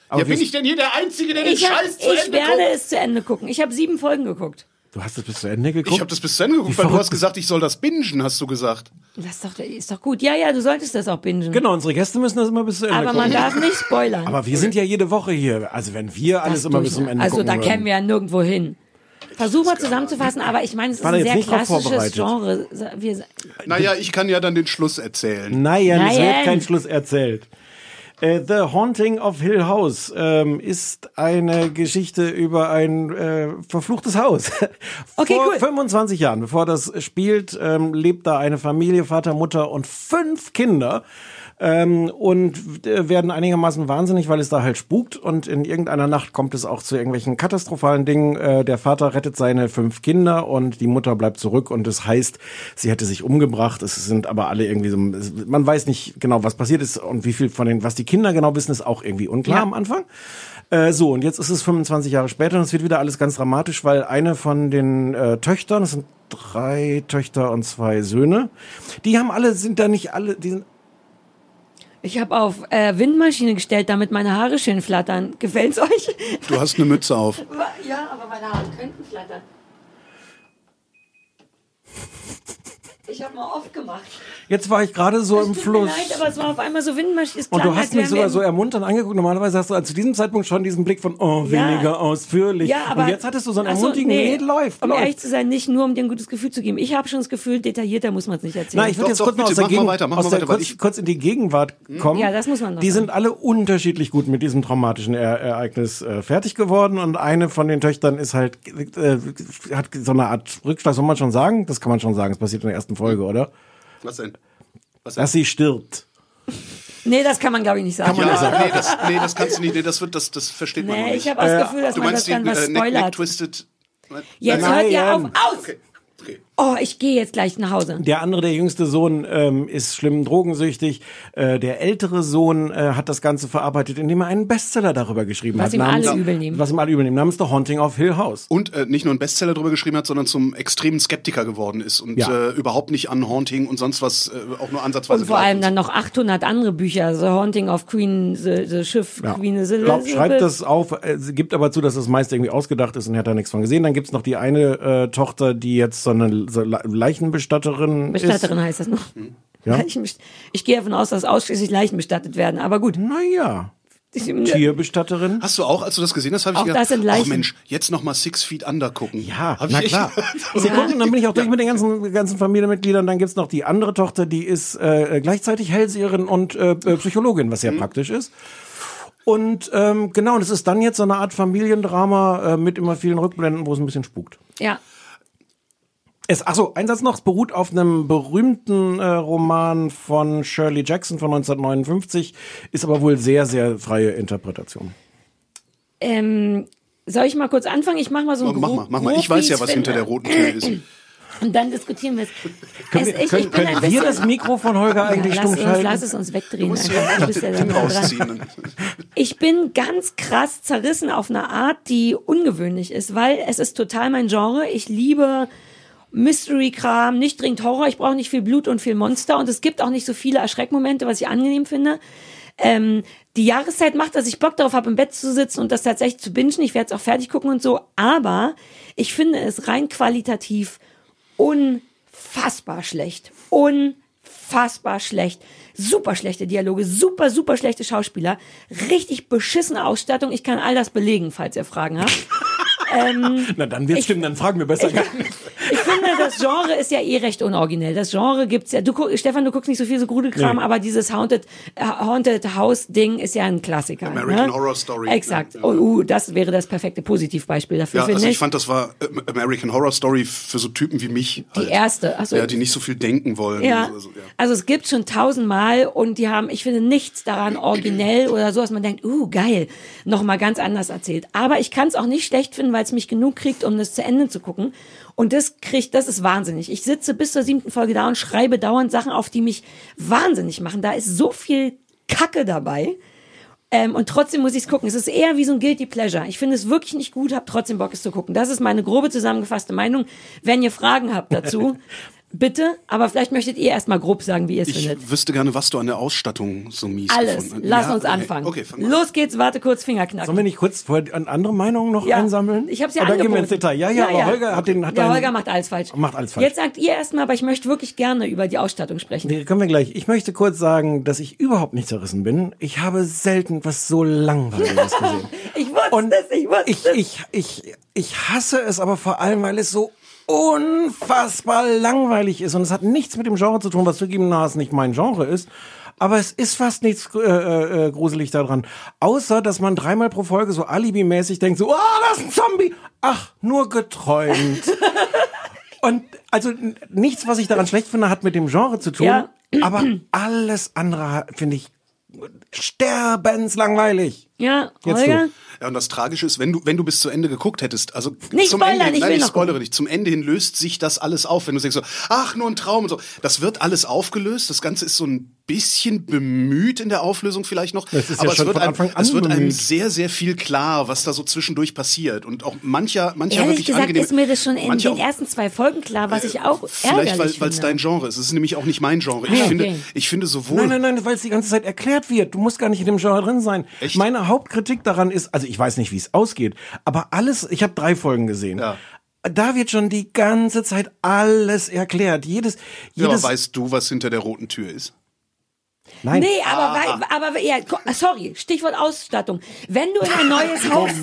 G: Aber
I: Ja,
G: wir-
I: bin ich denn hier der Einzige, der den
H: Ich, hab,
I: Scheiß zu
H: ich
I: Ende
H: werde
I: guckt?
H: es zu Ende gucken. Ich habe sieben Folgen geguckt.
G: Du hast es bis zu Ende geguckt?
I: Ich habe das bis zu Ende geguckt,
G: Wie
I: weil du
G: verrückt.
I: hast gesagt, ich soll das bingen, hast du gesagt.
H: Das ist doch, ist doch gut. Ja, ja, du solltest das auch bingen.
G: Genau, unsere Gäste müssen das immer bis zu Ende
H: Aber
G: gucken.
H: man darf nicht spoilern.
G: Aber wir sind ja jede Woche hier. Also wenn wir alles immer bis zum Ende
H: Also
G: gucken
H: da
G: würden.
H: kämen wir ja nirgendwo hin. Versuch mal zusammenzufassen, aber ich meine, es ist
G: war da
H: ein
G: jetzt
H: sehr
G: nicht drauf
H: klassisches
G: vorbereitet.
H: Genre. Wir,
I: Naja, ich kann ja dann den Schluss erzählen.
G: Nein, es
H: Nein.
G: wird kein Schluss erzählt. Äh, The Haunting of Hill House ähm, ist eine Geschichte über ein äh, verfluchtes Haus.
H: Okay,
G: Vor
H: cool.
G: 25 Jahren, bevor das spielt, ähm, lebt da eine Familie, Vater, Mutter und fünf Kinder ähm, und äh, werden einigermaßen wahnsinnig, weil es da halt spukt und in irgendeiner Nacht kommt es auch zu irgendwelchen katastrophalen Dingen. Äh, der Vater rettet seine fünf Kinder und die Mutter bleibt zurück und es heißt, sie hätte sich umgebracht. Es sind aber alle irgendwie so, es- man weiß nicht genau, was passiert ist und wie viel von den, was die Kinder genau wissen, ist auch irgendwie unklar am Anfang. Äh, so, und jetzt ist es 25 Jahre später und es wird wieder alles ganz dramatisch, weil eine von den äh, Töchtern, es sind drei Töchter und zwei Söhne, die haben alle, sind da nicht alle, die sind
H: ich habe auf äh, Windmaschine gestellt, damit meine Haare schön flattern. Gefällt's euch?
I: Du hast eine Mütze auf.
H: Ja, aber meine Haare könnten flattern. Ich habe mal aufgemacht.
G: Jetzt war ich gerade so im
H: Tut
G: Fluss.
H: mir leid, aber es war auf einmal so Windmaschine. Es halt
G: Und
H: klang,
G: du
H: als
G: hast mich
H: wären
G: sogar
H: wir
G: so
H: im-
G: ermunternd angeguckt. Normalerweise hast du zu diesem Zeitpunkt schon diesen Blick von, oh,
H: Ja.
G: weniger ausführlich.
H: ja, aber
G: und jetzt hattest du so einen
H: Ach so,
G: ermutigen,
H: nee,
G: nee, läuft,
H: Um ehrlich
G: läuft.
H: zu sein, nicht nur um dir ein gutes Gefühl zu geben. Ich habe schon das Gefühl, detaillierter muss man es nicht erzählen.
G: Nein, ich würde
I: Doch,
G: jetzt
I: doch,
G: kurz mal
I: bitte,
G: aus der
I: mach mal
G: Gegend,
I: weiter, mach
G: aus
I: mal
G: der
I: weiter, weil
G: kurz,
I: ich- Hm?
G: kurz in die Gegenwart kommen.
H: Ja, das muss man noch
G: Die
H: sagen.
G: sind alle unterschiedlich gut mit diesem traumatischen er Ereignis äh, fertig geworden und eine von den Töchtern ist halt, äh, hat so eine Art Rückschlag, soll man schon sagen? Das kann man schon sagen, das passiert in der ersten Folge, oder?
I: Was denn? Was denn?
G: Dass sie stirbt.
H: Nee, das kann man, glaube ich, nicht sagen.
I: Ja, nee, das, nee, das kannst du nicht. Nee, das, wird, das, das versteht man noch
H: Nee,
I: nicht.
H: ich habe auch das Gefühl, dass
I: Äh, du
H: man
I: meinst
H: das dann
I: den
H: was
I: äh, Neck, Neck
H: spoilert.
I: Twisted.
H: Jetzt
G: Nein.
H: hört ihr auf. Aus!
I: Okay. okay.
H: Oh, ich gehe jetzt gleich nach Hause.
G: Der andere, der jüngste Sohn, ähm, ist schlimm drogensüchtig. Äh, der ältere Sohn äh, hat das Ganze verarbeitet, indem er einen Bestseller darüber geschrieben
H: Was
G: hat.
H: ihm alle
G: namens-
H: übel nehmen.
G: Was ihm alle übel nehmen, namens The Haunting of Hill House.
I: Und äh, nicht nur ein Bestseller darüber geschrieben hat, sondern zum extremen Skeptiker geworden ist und
G: Ja.
I: äh, überhaupt nicht an Haunting und sonst was äh, auch nur ansatzweise
H: Und vor allem
I: glaubt.
H: dann noch 800 andere Bücher. The Haunting of Queen, The, the Schiff,
G: Ja.
H: Queen
G: Ich
H: Elizabeth.
G: Glaub, schreibt das auf, äh, sie gibt aber zu, dass das meiste irgendwie ausgedacht ist und er hat da nichts von gesehen. Dann gibt's noch die eine äh, Tochter, die jetzt so eine so Le- Leichenbestatterin
H: Bestatterin heißt das noch.
G: Hm? Ja.
H: Leichenbest- Ich gehe davon aus, dass ausschließlich Leichen bestattet werden. Aber gut.
G: ist. Naja, Tierbestatterin.
I: Hast du auch, als du das gesehen hast, habe ich
H: Auch
I: gedacht,
H: das sind Leichen.
I: ach Mensch, jetzt nochmal Six Feet Under gucken.
G: Ja,
I: Hab
G: na
I: ich
G: klar.
I: echt-
G: Sekunden, dann bin ich auch durch mit den ganzen, ganzen Familienmitgliedern. Dann gibt's noch die andere Tochter, die ist äh, gleichzeitig Hellseherin und äh, äh, Psychologin, was sehr praktisch ist. Und ähm, genau, das ist dann jetzt so eine Art Familiendrama äh, mit immer vielen Rückblenden, wo es ein bisschen spukt.
H: Ja.
G: Es, achso, ein Satz noch, es beruht auf einem berühmten äh, Roman von Shirley Jackson von 1959, ist aber wohl sehr, sehr freie Interpretation.
H: Ähm, soll ich mal kurz anfangen? Ich mach mal so ein
I: Mach mal, mach mal. Ich weiß ja, was hinter der roten Tür ist.
H: Und dann diskutieren wir es.
G: Können
H: es
G: wir- können- können wir das Mikro von Holger eigentlich
H: lass
G: stumm
H: uns,
G: schalten?
H: Lass es uns wegdrehen.
I: musst ja
H: einfach. Du bist ja
I: den
H: da dran.
I: rausziehen.
H: Ich bin ganz krass zerrissen auf eine Art, die ungewöhnlich ist, weil es ist total mein Genre. Ich liebe Mystery-Kram, nicht dringend Horror. Ich brauche nicht viel Blut und viel Monster und es gibt auch nicht so viele Erschreckmomente, was ich angenehm finde. Ähm, die Jahreszeit macht, dass ich Bock darauf habe, im Bett zu sitzen und das tatsächlich zu bingen. Ich werde es auch fertig gucken und so. Aber ich finde es rein qualitativ unfassbar schlecht. Unfassbar schlecht. Super schlechte Dialoge, super, super schlechte Schauspieler, richtig beschissene Ausstattung. Ich kann all das belegen, falls ihr Fragen habt. ähm,
G: Na, dann wird's stimmen, dann fragen wir besser.
H: ich finde, das Genre ist ja eh recht unoriginell. Das Genre gibt's ja. Du guck, Stefan, du guckst nicht so viel so Grudelkram,
G: Nee.
H: aber dieses Haunted, äh, Haunted House Ding ist ja ein Klassiker.
I: American
H: ne?
I: Horror Story.
H: Exakt.
I: Ja, ja.
H: Oh, uh, das wäre das perfekte Positivbeispiel dafür,
I: Ja,
H: finde
I: also ich
H: ich.
I: fand, das war ähm, American Horror Story für so Typen wie mich. Halt.
H: Die erste. Achso,
I: Ja, die nicht so viel denken wollen.
H: Ja.
I: Also, ja.
H: Also es gibt schon tausendmal und die haben, ich finde nichts daran originell oder so, dass man denkt, uh, geil, nochmal ganz anders erzählt. Aber ich kann es auch nicht schlecht finden, weil es mich genug kriegt, um das zu Ende zu gucken. Und das kriegt, das ist wahnsinnig. Ich sitze bis zur siebten Folge da und schreibe dauernd Sachen auf, die mich wahnsinnig machen. Da ist so viel Kacke dabei. Ähm, und trotzdem muss ich es gucken. Es ist eher wie so ein Guilty Pleasure. Ich finde es wirklich nicht gut, habe trotzdem Bock, es zu gucken. Das ist meine grobe zusammengefasste Meinung. Wenn ihr Fragen habt dazu, bitte. Aber vielleicht möchtet ihr erstmal grob sagen, wie ihr es
I: Ich
H: findet.
I: wüsste gerne, was du an der Ausstattung so mies
H: Alles.
I: gefunden hast.
H: Lass
I: Ja,
H: uns
I: okay.
H: anfangen.
I: Okay, fang mal an.
H: Los geht's, warte kurz,
G: Sollen
H: Fingerknacken.
G: wir nicht kurz vorher an andere Meinungen noch
H: Ja,
G: einsammeln?
H: ich hab's ja
G: Oder gehen wir
H: angeboten.
G: ins Detail. Ja, ja,
H: Ja,
G: aber
H: ja.
G: Holger hat den... Hat
H: Der
G: deinen-
H: Holger macht alles falsch.
G: Macht alles falsch.
H: Jetzt sagt ihr erstmal, aber ich möchte wirklich gerne über die Ausstattung sprechen.
G: Nee, können wir gleich. Ich möchte kurz sagen, dass ich überhaupt nicht zerrissen bin. Ich habe selten was so langweiliges gesehen.
H: Ich wusste es, ich wusste
G: ich,
H: es.
G: ich, ich, ich hasse es aber vor allem, weil es so unfassbar langweilig ist. Und es hat nichts mit dem Genre zu tun, was zugegebenermaßen nicht mein Genre ist. Aber es ist fast nichts äh, äh, äh, gruselig daran. Außer, dass man dreimal pro Folge so alibimäßig denkt, so, ah, das ist ein Zombie. Ach, nur geträumt. Und also n- nichts, was ich daran schlecht finde, hat mit dem Genre zu tun.
H: Ja.
G: Aber alles andere ha- finde ich sterbenslangweilig.
H: Ja,
G: Jetzt
H: Holger?
G: du.
I: Ja, und das Tragische ist, wenn du, wenn du bis zu Ende geguckt hättest, also
H: Nicht
I: zum
H: spoilern,
I: Ende,
H: ich
I: nein,
H: will
I: ich
H: noch
I: spoilere
H: gucken.
I: nicht, zum Ende hin löst sich das alles auf, wenn du sagst so, ach, nur ein Traum und so. Das wird alles aufgelöst, das Ganze ist so ein bisschen bemüht in der Auflösung vielleicht noch,
G: Das ist ja
I: aber es,
G: schon
I: wird
G: von
I: einem,
G: Anfang an
I: es wird einem
G: bemüht.
I: sehr, sehr viel klar, was da so zwischendurch passiert und auch mancher, mancher
H: Ehrlich
I: wirklich
H: gesagt
I: angenehm.
H: ist mir das schon in
I: mancher
H: den
I: auch- Äh,
H: ersten zwei Folgen klar, was ich auch
I: Vielleicht,
H: ärgerlich
I: weil es dein
H: finde.
I: Genre ist. Es ist nämlich auch nicht mein Genre. Ich,
H: Ah, okay.
I: finde, ich finde sowohl
G: Nein, nein, nein, weil es die ganze Zeit erklärt wird. Du musst gar nicht in dem Genre drin sein.
I: Echt?
G: Meine Hauptkritik daran ist, also ich weiß nicht, wie es ausgeht, aber alles, ich habe drei Folgen gesehen.
I: Ja.
G: Da wird schon die ganze Zeit alles erklärt. Jedes,
I: Ja, aber
G: jedes.
I: weißt du, was hinter der roten Tür ist?
G: nein,
H: Nee,
I: Ah.
H: aber, weil, aber ja, ko- sorry, Stichwort Ausstattung. Wenn du in ein neues Haus ziehst,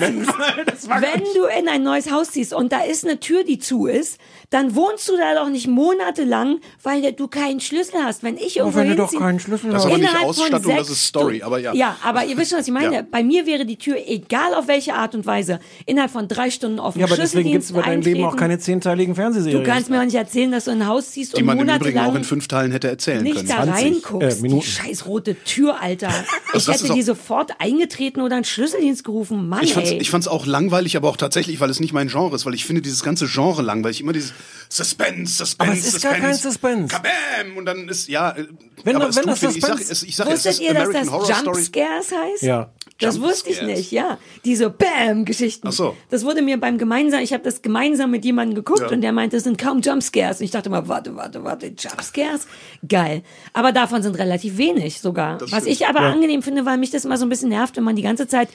H: wenn du in ein neues Haus ziehst und da ist eine Tür, die zu ist, dann wohnst du da doch nicht monatelang, weil du keinen Schlüssel hast. Wenn ich
G: Aber
H: irgendwo
G: wenn du doch
H: hinziehe-
G: keinen Schlüssel
I: Das
G: hast.
I: ist aber nicht
H: Innerhalb von
I: Ausstattung, das
H: sechs
I: ist Story,
H: Stunden-
I: aber ja.
H: Ja, aber ihr wisst schon, was ich meine.
I: Ja.
H: Bei mir wäre die Tür, egal auf welche Art und Weise, innerhalb von drei Stunden offen.
G: Ja, aber deswegen gibt's
H: Schlüsseldienst
G: über dein Leben auch
H: eintreten.
G: keine zehnteiligen Fernsehserien.
H: Du kannst mir auch nicht erzählen, dass du in ein Haus ziehst
I: Die
H: und
I: man im Übrigen auch
H: monatelang
I: in fünf Teilen hätte erzählen
H: nicht
I: können.
H: da
G: 20, äh,
H: reinguckst. die
G: Minuten.
H: scheiß rote Tür, Alter. Ich
I: das ist
H: hätte die
I: auch-
H: sofort eingetreten oder einen Schlüsseldienst gerufen. Mann,
I: Ich fand's,
H: ey.
I: ich fand's auch langweilig, aber auch tatsächlich, weil es nicht mein Genre ist, weil ich finde dieses ganze Genre langweilig. Immer dieses Suspense,
G: Aber
I: Suspense,
G: es ist gar
I: Suspense.
G: kein Suspense.
I: Kabam! Und dann ist, ja, äh,
G: Wenn
I: aber
G: du-
I: es
G: wenn
I: tut
G: das
I: weh. ich sag,
G: Suspense-
I: es, ich sag, es
H: Wusstet
I: ist
H: ihr, dass
I: American
H: das
I: Horror Story.
H: Jumpscares heißt?
G: Ja.
H: Das wusste ich
I: Jumpscares.
H: nicht, ja. Diese Bam-Geschichten.
I: Ach so.
H: Das wurde mir beim gemeinsam, ich habe das gemeinsam mit jemandem geguckt
I: Ja.
H: und der meinte, es sind kaum Jumpscares. Und ich dachte mal, warte, warte, warte, Jumpscares? Geil. Aber davon sind relativ wenig sogar.
I: Das
H: Was
I: stimmt.
H: ich aber angenehm finde, weil mich das immer so ein bisschen nervt, wenn man die ganze Zeit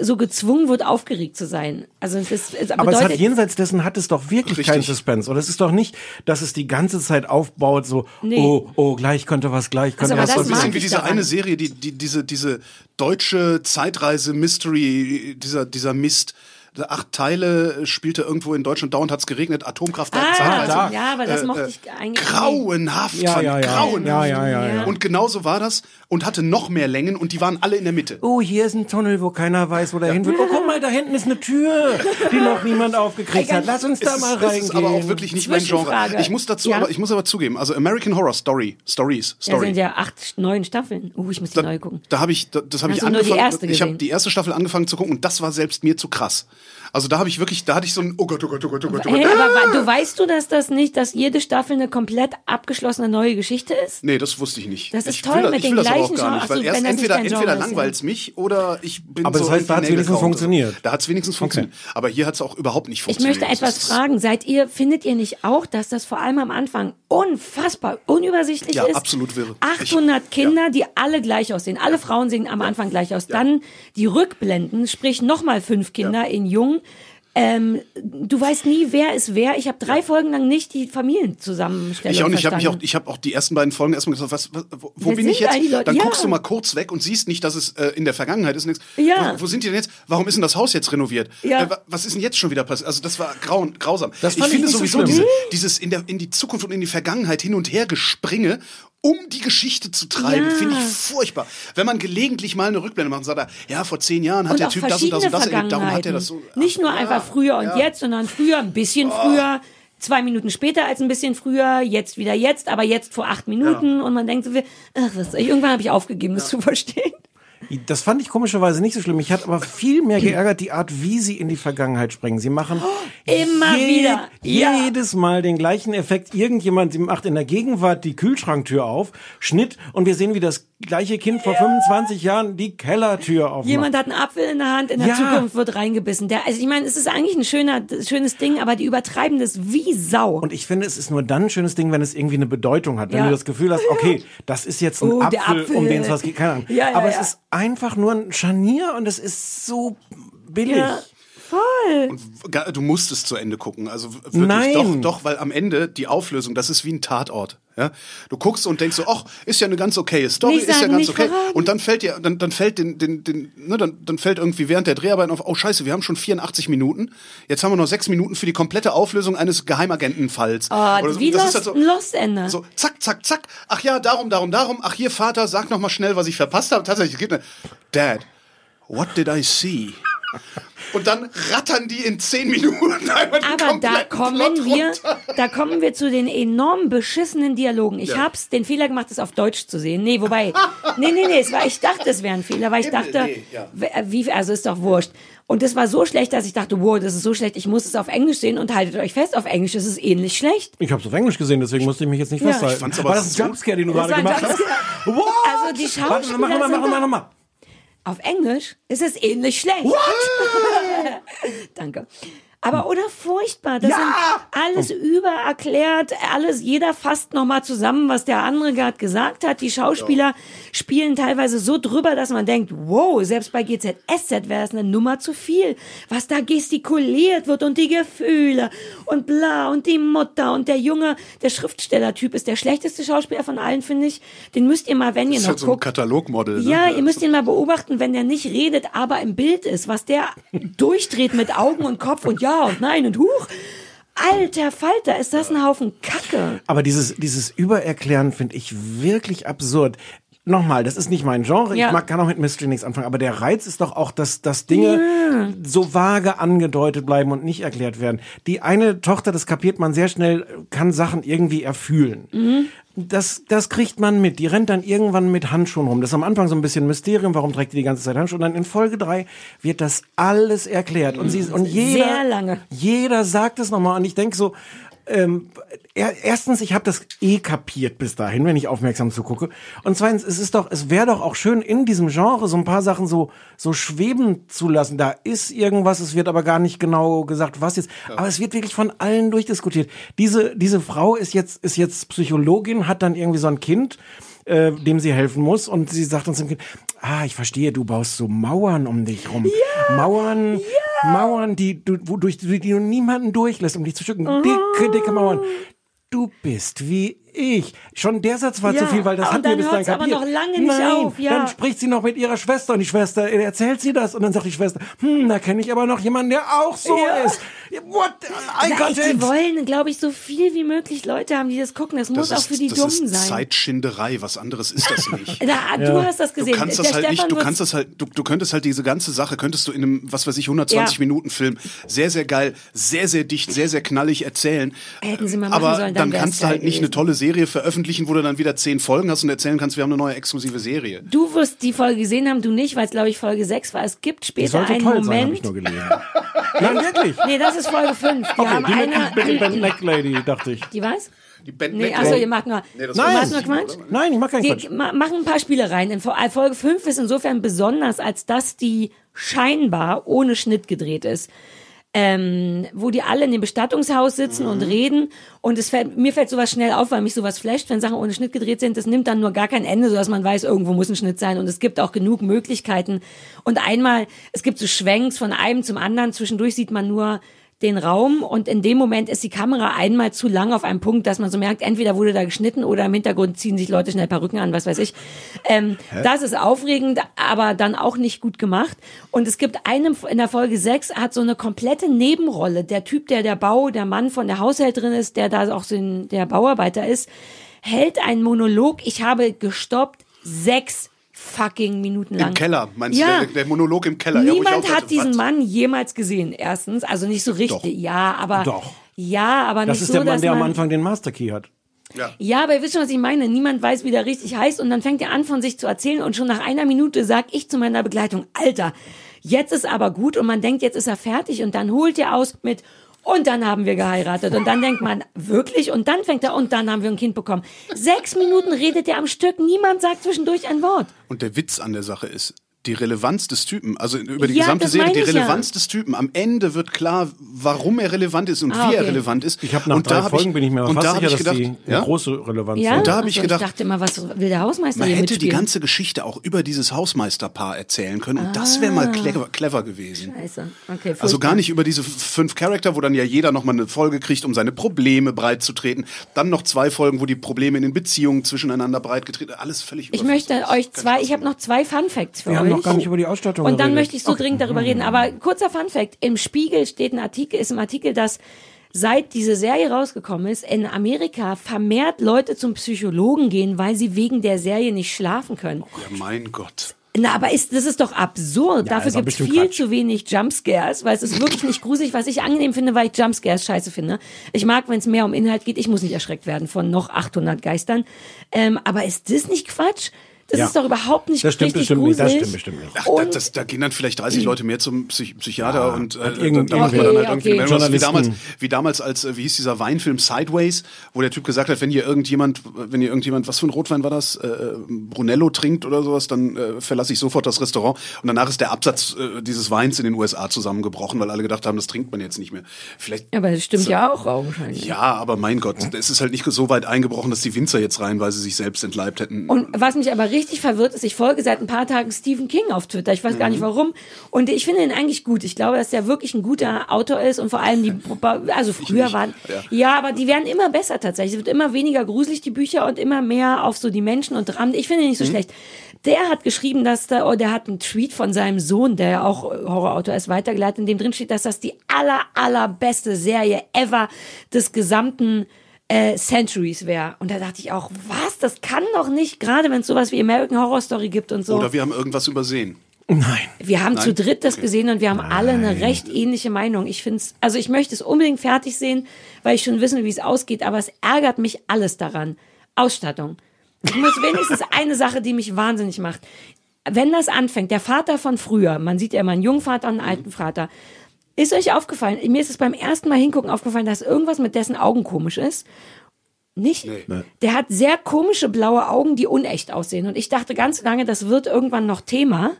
H: so gezwungen wird, aufgeregt zu sein. Also es ist, es
G: Aber es hat
H: bedeutet,
G: jenseits dessen hat es doch wirklich
I: Richtig.
G: keinen Suspense. Und es ist doch nicht, dass es die ganze Zeit aufbaut, so,
H: Nee. Also,
G: oh, oh, gleich könnte was, gleich könnte
H: aber
G: was.
H: das
I: So ein
G: Und
H: mag
I: bisschen wie
H: ich
I: diese
H: daran.
I: eine Serie, die, die, diese, diese deutsche Zeitreise-Mystery, dieser, dieser Mist. acht Teile, äh, spielte irgendwo in Deutschland, dauernd hat es geregnet, Atomkraftwerk
H: Ah,
I: zeitweise.
H: da. Ja, aber
I: Äh,
H: das mochte ich eigentlich
I: Grauenhaft,
G: Ja,
I: fand,
G: ja, ja.
I: grauenhaft.
G: Ja, ja, ja, ja.
I: Und genauso war das und hatte noch mehr Längen und die waren alle in der Mitte.
G: Oh, hier ist ein Tunnel, wo keiner weiß, wo der hin will. Oh, guck mal, da hinten ist eine Tür, die noch niemand aufgekriegt hat. Lass uns da
I: Es
G: mal
I: ist, es
G: reingehen.
I: ist aber auch wirklich nicht mein Genre.
H: Zwischenfrage.
I: Ich muss dazu,
H: Ja.
I: aber ich muss aber zugeben, also American Horror Story, Stories,
H: Da
I: Story.
H: sind ja acht, neun Staffeln. Oh, ich muss die neu gucken.
I: Da habe ich, da, das habe
H: Hast
I: ich
H: du nur die
I: angefangen.
H: erste
I: ich habe
H: gesehen?
I: die erste Staffel angefangen zu gucken und das war selbst mir zu krass. Also da habe ich wirklich, da hatte ich so ein Oh Gott, oh Gott, oh Gott, oh Gott, oh Gott.
H: Hey, aber wa- du weißt du, dass das nicht, dass jede Staffel eine komplett abgeschlossene neue Geschichte ist?
I: Nee, das wusste ich nicht.
H: Das ist
I: ich
H: toll
I: will,
H: mit
I: ich
H: den
I: will das aber auch
H: gleichen
I: gar
H: Genre.
I: nicht,
H: Ach
I: weil
H: so,
I: erst
H: wenn das nicht
I: entweder,
H: dein Genre
I: entweder
H: ist, ja.
I: langweilt es mich oder ich bin
G: Aber
I: so
G: das heißt, da
I: in die
G: hat's wenigstens
I: Nägel gehauen.
G: funktioniert.
I: Da hat es wenigstens funktioniert. Aber hier hat es auch überhaupt nicht
H: Ich
I: funktioniert.
H: möchte
I: Das
H: etwas
I: ist-
H: fragen. Seid ihr, findet ihr nicht auch, dass das vor allem am Anfang unfassbar unübersichtlich
I: Ja,
H: ist?
I: absolut wirre.
H: 800 Kinder, die alle gleich aussehen. Alle Frauen sehen am Anfang gleich aus. Dann die Rückblenden, sprich nochmal fünf Kinder in Jung. Ähm, du weißt nie, wer ist wer. Ich habe drei Folgen lang nicht die Familienzusammenstellung
I: Ich auch nicht. Ich habe mich auch,
H: verstanden.
I: ich habe auch die ersten beiden Folgen erstmal gesagt, was, was, wo wo
H: Wer
I: bin ich
H: sind
I: jetzt?
H: all die Leute?
I: Dann
H: Ja.
I: guckst du mal kurz weg und siehst nicht, dass es äh, in der Vergangenheit ist. Nix.
H: Ja.
I: Wo, wo sind die denn jetzt? Warum ist denn das Haus jetzt renoviert?
H: Ja.
I: Äh, wa- was ist denn jetzt schon wieder passiert? Also das war grauen, grausam.
G: Das fand ich
I: finde
G: nicht so
I: sowieso
G: schlimm.
I: diese, dieses in der in die Zukunft und in die Vergangenheit hin und her gespringe. Um die Geschichte zu treiben,
H: Ja.
I: finde ich furchtbar. Wenn man gelegentlich mal eine Rückblende macht und sagt, ja, vor zehn Jahren hat
H: und
I: der
H: auch
I: Typ das und
H: verschiedene
I: das und das erlebt, darum
H: Vergangenheiten.
I: hat er das so.
H: Nicht nur
I: Ja,
H: einfach früher und
I: ja. Ah.
H: jetzt, sondern früher, ein bisschen früher, zwei Minuten später als ein bisschen früher, jetzt wieder jetzt, aber jetzt vor acht Minuten und man denkt so, wie, ach, was, irgendwann habe ich aufgegeben, das zu verstehen.
G: Das fand ich komischerweise nicht so schlimm. Ich hatte aber viel mehr geärgert, die Art, wie sie in die Vergangenheit springen. Sie machen
I: Oh,
H: Immer wieder. Ja.
G: jedes Mal den gleichen Effekt. Irgendjemand sie macht in der Gegenwart die Kühlschranktür auf, Schnitt, und wir sehen, wie das gleiche Kind vor 25 Jahren die Kellertür aufmacht.
H: Jemand hat einen Apfel in der Hand, in der
G: Ja.
H: Zukunft wird reingebissen. Der, also ich meine, es ist eigentlich ein schöner, schönes Ding, aber die übertreiben das wie Sau.
G: Und ich finde, es ist nur dann ein schönes Ding, wenn es irgendwie eine Bedeutung hat. Wenn
H: Ja.
G: du das Gefühl hast, okay, das ist jetzt ein
H: Oh,
G: Apfel,
H: der Apfel.
G: um den es was geht. Keine Ahnung.
H: Ja, ja,
G: Aber es
H: ja.
G: ist einfach nur ein Scharnier und es ist so billig.
H: Ja.
I: Ga- Du musst es zu Ende gucken. Also w- wirklich
G: Nein.
I: doch, doch, weil am Ende die Auflösung, das ist wie ein Tatort. Ja? Du guckst und denkst so, ach, ist ja eine ganz okaye Story,
H: Nicht
I: ist ja
H: sagen,
I: ganz
H: nicht
I: okay.
H: verraten.
I: Und dann fällt dir, dann, dann fällt den, den, den, ne, dann, dann fällt irgendwie während der Dreharbeiten auf, oh scheiße, wir haben schon 84 Minuten, jetzt haben wir noch sechs Minuten für die komplette Auflösung eines Geheimagentenfalls.
H: Oh,
I: Oder so.
H: wie
I: Das
H: Lost,
I: ist halt so-
H: ein Lost-Ender.
I: so, zack, zack, zack. Ach ja, darum, darum, darum. Ach hier, Vater, sag noch mal schnell, was ich verpasst habe. Tatsächlich, es gibt eine Dad, what did I see? Und dann rattern die in zehn Minuten einmal den
H: Aber da
I: kompletten
H: kommen
I: Plot
H: wir,
I: runter.
H: da kommen wir zu den enorm beschissenen Dialogen. Ich
I: Ja.
H: hab's den Fehler gemacht, es auf Deutsch zu sehen. Nee, wobei, nee, nee, nee, es war, ich dachte, es wäre ein Fehler, weil ich
I: Himmel,
H: dachte,
I: nee, ja.
H: w- äh, wie, also ist doch wurscht. Und das war so schlecht, dass ich dachte, wow, das ist so schlecht, ich muss es auf Englisch sehen und haltet euch fest, auf Englisch ist es ähnlich schlecht.
G: Ich habe es auf Englisch gesehen, deswegen musste ich mich jetzt nicht
H: Ja.
G: festhalten.
H: Ich
I: fand's aber
G: War das
I: so-
G: ein Jumpscare, den du
H: Das
G: gerade
H: war ein
G: gemacht hast?
H: Jumpscare.
G: What?
H: Also die Schauspieler
G: Warte, mach nochmal, mach
H: sind
G: nochmal,
H: da-
G: mach nochmal.
H: Auf Englisch ist es ähnlich schlecht. Danke. Aber oder furchtbar, das sind
I: Oh.
H: alles übererklärt, alles jeder fasst noch mal zusammen, was der andere gerade gesagt hat. Die Schauspieler spielen teilweise so drüber, dass man denkt, wow, selbst bei GZSZ wäre es eine Nummer zu viel, was da gestikuliert wird und die Gefühle und bla und die Mutter und der Junge, der Schriftstellertyp ist der schlechteste Schauspieler von allen, finde ich. Den müsst ihr mal, wenn ihr
I: Das ist
H: noch
I: halt so ein
H: guckt,
I: Katalogmodel. Ne?
H: ja, ihr müsst ihn mal beobachten, wenn der nicht redet, aber im Bild ist, was der durchdreht mit Augen und Kopf und ja und nein und huch. Alter Falter, ist das ein Haufen Kacke.
G: Aber dieses, dieses Übererklären finde ich wirklich absurd. Nochmal, das ist nicht mein Genre.
H: Ja.
G: Ich mag, kann auch mit Mystery nichts anfangen. Aber der Reiz ist doch auch, dass, dass Dinge so vage angedeutet bleiben und nicht erklärt werden. Die eine Tochter, das kapiert man sehr schnell, kann Sachen irgendwie erfühlen. Das, das kriegt man mit. Die rennt dann irgendwann mit Handschuhen rum. Das ist am Anfang so ein bisschen Mysterium. Warum trägt die die ganze Zeit Handschuhe? Und dann in Folge drei wird das alles erklärt. Und sie, und jeder,
H: Sehr lange.
G: jeder sagt es nochmal. Und ich denke so, ähm, er, erstens, ich habe das eh kapiert bis dahin, wenn ich aufmerksam zugucke. Und zweitens, es ist doch, es wäre doch auch schön, in diesem Genre so ein paar Sachen so, so schweben zu lassen. Da ist irgendwas, es wird aber gar nicht genau gesagt, was jetzt. Aber es wird wirklich von allen durchdiskutiert. Diese, diese Frau ist jetzt, ist jetzt Psychologin, hat dann irgendwie so ein Kind äh, dem sie helfen muss und sie sagt uns im Kind, ah, ich verstehe, du baust so Mauern um dich rum. Mauern, Mauern, die du, wo,
H: Oh.
G: durch, die du niemanden durchlässt, um dich zu schücken. Dicke, dicke Mauern. Du bist wie ich. Schon der Satz war
H: Ja,
G: zu viel, weil das
H: und
G: hat mir
H: dann
G: bis dahin
H: hört's aber
G: kapiert.
H: noch lange nicht
G: Nein,
H: auf, ja.
G: Dann spricht sie noch mit ihrer Schwester und die Schwester äh, erzählt sie das und dann sagt die Schwester, hm, da kenne ich aber noch jemanden, der auch so
H: Ja.
G: ist. What? I
H: Na, ey,
G: got
H: die
G: it.
H: wollen, glaube ich, so viel wie möglich Leute haben, die das gucken. Das, muss auch für die
I: das
H: Dummen
I: ist
H: sein.
I: Zeitschinderei, was anderes ist das nicht.
H: Na, ah, du Ja. hast das gesehen.
I: Du kannst
H: Der
I: das halt
H: Stefan
I: nicht, du
H: wird's-
I: kannst das halt, du, du könntest halt diese ganze Sache, könntest du in einem, was weiß ich, 120
H: Ja.
I: Minuten Film sehr, sehr geil, sehr, sehr dicht, sehr, sehr knallig erzählen.
H: Hätten sie mal machen
I: Aber
H: sollen, dann
I: dann
H: wär's
I: kannst du halt
H: geil
I: nicht eine
H: gewesen.
I: tolle Serie veröffentlichen, wo du dann wieder zehn Folgen hast und erzählen kannst, wir haben eine neue exklusive Serie.
H: Du wirst die Folge gesehen haben, du nicht, weil es, glaube ich, Folge 6 war. Es gibt
G: Die
H: später
G: sollte
H: einen
G: toll sein, habe
H: Moment.
G: ich nur gelesen. Nein, wirklich.
H: nee, das ist Folge 5. Die
G: Okay,
H: haben
G: die mit
H: eine.
G: Ben- Ben Neck Lady, dachte ich.
H: Die was?
I: Die Ben
H: Nee, achso, ihr macht nur.
G: Nee, das
H: du
G: war-
H: machst nur Quatsch?
G: Nein, ich mach keinen
H: Die
G: Quatsch.
H: ma- machen ein paar Spiele rein. In Fo- äh, Folge 5 ist insofern besonders, als dass die scheinbar ohne Schnitt gedreht ist. Ähm, wo die alle in dem Bestattungshaus sitzen
G: Mhm.
H: und reden. Und es fällt, mir fällt sowas schnell auf, weil mich sowas flasht, wenn Sachen ohne Schnitt gedreht sind. Das nimmt dann nur gar kein Ende, sodass man weiß, irgendwo muss ein Schnitt sein. Und es gibt auch genug Möglichkeiten. Und einmal, es gibt so Schwenks von einem zum anderen. Zwischendurch sieht man nur den Raum und in dem Moment ist die Kamera einmal zu lang auf einem Punkt, dass man so merkt, entweder wurde da geschnitten oder im Hintergrund ziehen sich Leute schnell Perücken an, was weiß ich. Ähm,
J: Hä?
H: das ist aufregend, aber dann auch nicht gut gemacht. Und es gibt einen in der Folge 6 hat so eine komplette Nebenrolle. Der Typ, der der Bau, der Mann von der Haushälterin ist, der da auch so ein, der Bauarbeiter ist, hält einen Monolog. Ich habe gestoppt sechs fucking Minuten lang.
I: Im Keller, meinst
H: ja.
I: du, der, der Monolog im Keller. Ja, wo ich
H: Niemand
I: auch
H: hat
I: dachte,
H: diesen
I: was?
H: Mann jemals gesehen, erstens. Also nicht so richtig. Ja, aber.
G: Doch.
H: Ja, aber
G: Das ist
H: nicht so,
G: der Mann,
H: dass
G: der am
H: man,
G: Anfang den Master Key hat.
H: Ja, aber ihr wisst schon, was ich meine. Niemand weiß, wie der richtig heißt. Und dann fängt er an, von sich zu erzählen. Und schon nach einer Minute sag ich zu meiner Begleitung, Alter, jetzt ist aber gut. Und man denkt, jetzt ist er fertig. Und dann holt er aus mit, und dann haben wir geheiratet. Und dann denkt man, wirklich? Und dann fängt er, und dann haben wir ein Kind bekommen. Sechs Minuten redet er am Stück. Niemand sagt zwischendurch ein Wort.
I: Und der Witz an der Sache ist, die Relevanz des Typen, also über die
H: Ja,
I: gesamte
H: das
I: Serie,
H: meine
I: die
H: ich ja.
I: Relevanz des Typen. Am Ende wird klar, warum er relevant ist und
H: Ah,
I: wie er
H: okay.
I: relevant ist.
G: Ich habe nach
I: und
G: drei
I: da hab
G: Folgen bin ich mir aber
I: und
G: fast
I: da hab
G: sicher,
I: ich
G: dass
I: gedacht,
G: die eine
I: ja?
G: große Relevanz
H: Ja?
G: haben.
I: Und da habe ich
H: Also
I: gedacht,
H: Ich dachte immer, was will der Hausmeister
I: man
H: hier
I: hätte die
H: mitspielen?
I: ganze Geschichte auch über dieses Hausmeisterpaar erzählen können. Und das wäre
H: Ah.
I: mal clever, clever gewesen.
H: Scheiße. Okay,
I: Also gar
H: furchtbar.
I: nicht über diese fünf Charakter, wo dann ja jeder nochmal eine Folge kriegt, um seine Probleme breitzutreten. Dann noch zwei Folgen, wo die Probleme in den Beziehungen zwischeneinander breitgetreten Alles völlig
H: Ich möchte euch zwei, ich habe noch zwei Fun Facts für
G: Wir
H: euch.
G: haben noch gar nicht über die Ausstattung
H: Und dann
G: geredet.
H: möchte ich so dringend darüber reden. Aber kurzer Fun Fact: Im Spiegel steht ein Artikel, ist im Artikel, dass seit diese Serie rausgekommen ist, in Amerika vermehrt Leute zum Psychologen gehen, weil sie wegen der Serie nicht schlafen können.
I: Ja, mein Gott.
H: Na, aber ist, das ist doch absurd. Dafür
I: ist doch
H: gibt es
I: bestimmt
H: viel
I: Quatsch.
H: zu wenig Jumpscares, weil es ist wirklich nicht gruselig, was ich angenehm finde, weil ich Jumpscares scheiße finde. Ich mag, wenn es mehr um Inhalt geht, ich muss nicht erschreckt werden von noch 800 Geistern. Ähm, aber ist das nicht Quatsch? Das
I: Ja.
H: ist doch überhaupt nicht
I: Das stimmt
H: richtig
I: bestimmt nicht,
H: gruselig.
I: das stimmt bestimmt
G: nicht.
I: Ach, da, das, da gehen dann vielleicht 30 Leute mehr zum Psych Psychiater und äh, da,
G: irgend-
I: da macht man dann halt
G: Okay,
I: irgendwie
G: okay.
I: eine Meldung. Das ist wie damals,
G: Journalisten.
I: wie damals als, äh, wie hieß dieser Weinfilm Sideways, wo der Typ gesagt hat, wenn hier irgendjemand, wenn hier irgendjemand, was für ein Rotwein war das, äh, Brunello trinkt oder sowas, dann äh, verlasse ich sofort das Restaurant. Und danach ist der Absatz äh, dieses Weins in den USA zusammengebrochen, weil alle gedacht haben, das trinkt man jetzt nicht mehr. Vielleicht.
H: Aber das stimmt ja auch augenscheinlich.
I: Ja, aber mein Gott, es ist halt nicht so weit eingebrochen, dass die Winzer jetzt reihenweise sich selbst entleibt hätten.
H: Und was mich aber richtig verwirrt ist, ich folge seit ein paar Tagen Stephen King auf Twitter. Ich weiß gar
I: Mhm.
H: nicht warum. Und ich finde ihn eigentlich gut. Ich glaube, dass er wirklich ein guter Autor ist und vor allem die, also früher waren, ja.
J: ja.
H: aber die werden immer besser tatsächlich. Es wird immer weniger gruselig, die Bücher und immer mehr auf so die Menschen und Dramen. Ich finde ihn nicht so schlecht. Der hat geschrieben, dass da, oh, der hat einen Tweet von seinem Sohn, der ja auch äh, Horrorautor ist, weitergeleitet, in dem drin steht, dass das die aller, allerbeste Serie ever des gesamten äh, Centuries wäre. Und da dachte ich auch, was? Das kann doch nicht, gerade wenn es sowas wie American Horror Story gibt und so.
I: Oder wir haben irgendwas übersehen.
H: wir haben
I: Nein?
H: zu dritt das gesehen und wir haben alle eine recht ähnliche Meinung. Ich finde es, also ich möchte es unbedingt fertig sehen, weil ich schon wissen, will, wie es ausgeht, aber es ärgert mich alles daran. Ausstattung. Ich muss wenigstens eine Sache, die mich wahnsinnig macht. Wenn das anfängt, der Vater von früher, man sieht ja immer einen jungen Vater und einen alten Vater, ist euch aufgefallen, mir ist es beim ersten Mal hingucken aufgefallen, dass irgendwas mit dessen Augen komisch ist. Nicht? Der hat sehr komische blaue Augen, die unecht aussehen. Und ich dachte ganz lange, das wird irgendwann noch Thema.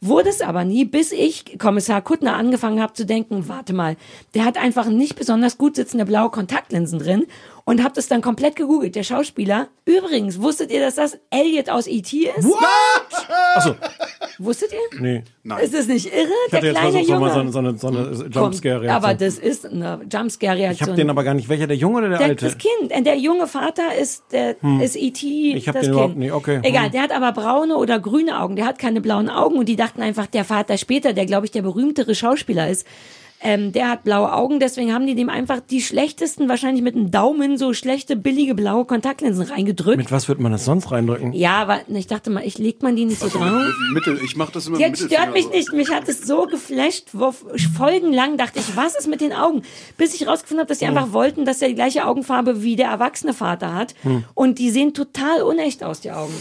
H: Wurde es aber nie, bis ich, Kommissar Kuttner, angefangen habe zu denken, warte mal, der hat einfach nicht besonders gut sitzende blaue Kontaktlinsen drin und habe das dann komplett gegoogelt. Der Schauspieler, übrigens, wusstet ihr, dass das Elliot aus E.T. ist?
G: Achso,
H: E Wusstet ihr?
G: Nee.
H: Ist das nicht irre?
G: Ich hatte
H: Der
G: jetzt
H: kleine
G: versucht, so
H: Junge.
G: mal so eine, so eine, so eine Jumpscare-Reaktion.
H: Aber das ist eine
G: ich habe
H: Jumpscare-Reaktion.
G: den aber gar nicht. Welcher, der Junge oder der,
H: Der-
G: alte?
H: Das Kind, Äh, der junge Vater ist der
G: Hm.
H: ist ET.
G: Ich hab den
H: das kind.
G: überhaupt nicht, okay.
H: Egal,
G: Hm.
H: der hat aber braune oder grüne Augen. Der hat keine blauen Augen und die dachten einfach, der Vater später, der glaube ich der berühmtere Schauspieler ist, ähm, der hat blaue Augen. Deswegen haben die dem einfach die schlechtesten, wahrscheinlich mit dem Daumen so schlechte billige blaue Kontaktlinsen reingedrückt.
G: Mit was wird man das sonst reindrücken?
H: ja, aber ich dachte mal, ich legt man die nicht so drauf.
I: Mittel, ich mach das immer
H: Ah. Jetzt
I: mit dem
H: stört mich
I: Mittelfinger
H: nicht. Mich hat es so geflasht, wo ich folgenlang dachte ich, was ist mit den Augen? Bis ich rausgefunden habe, dass sie
G: Hm.
H: einfach wollten, dass er die gleiche Augenfarbe wie der erwachsene Vater hat. Hm. Und die sehen total unecht aus, die Augen.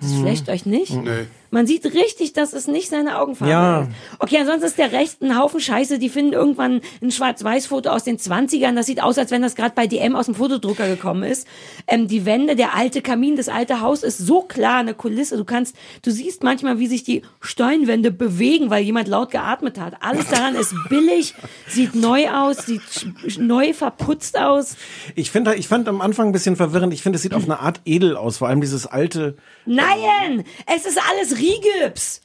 H: Das
G: Hm.
H: flasht euch nicht?
G: Nee.
H: Man sieht richtig, dass es nicht seine Augenfarbe
G: Ja.
H: ist. Okay, ansonsten ist der Recht ein Haufen Scheiße. Die finden irgendwann ein Schwarz-Weiß-Foto aus den 20ern. Das sieht aus, als wenn das gerade bei DM aus dem Fotodrucker gekommen ist. Ähm, die Wände, der alte Kamin, das alte Haus ist so klar eine Kulisse. Du kannst, du siehst manchmal, wie sich die Steinwände bewegen, weil jemand laut geatmet hat. Alles daran ist billig, sieht neu aus, sieht sch- sch- neu verputzt aus.
G: Ich, find, ich fand am Anfang ein bisschen verwirrend. Ich finde, es sieht auf eine Art edel aus. Vor allem dieses alte,
H: Nein! Es ist alles Rigips!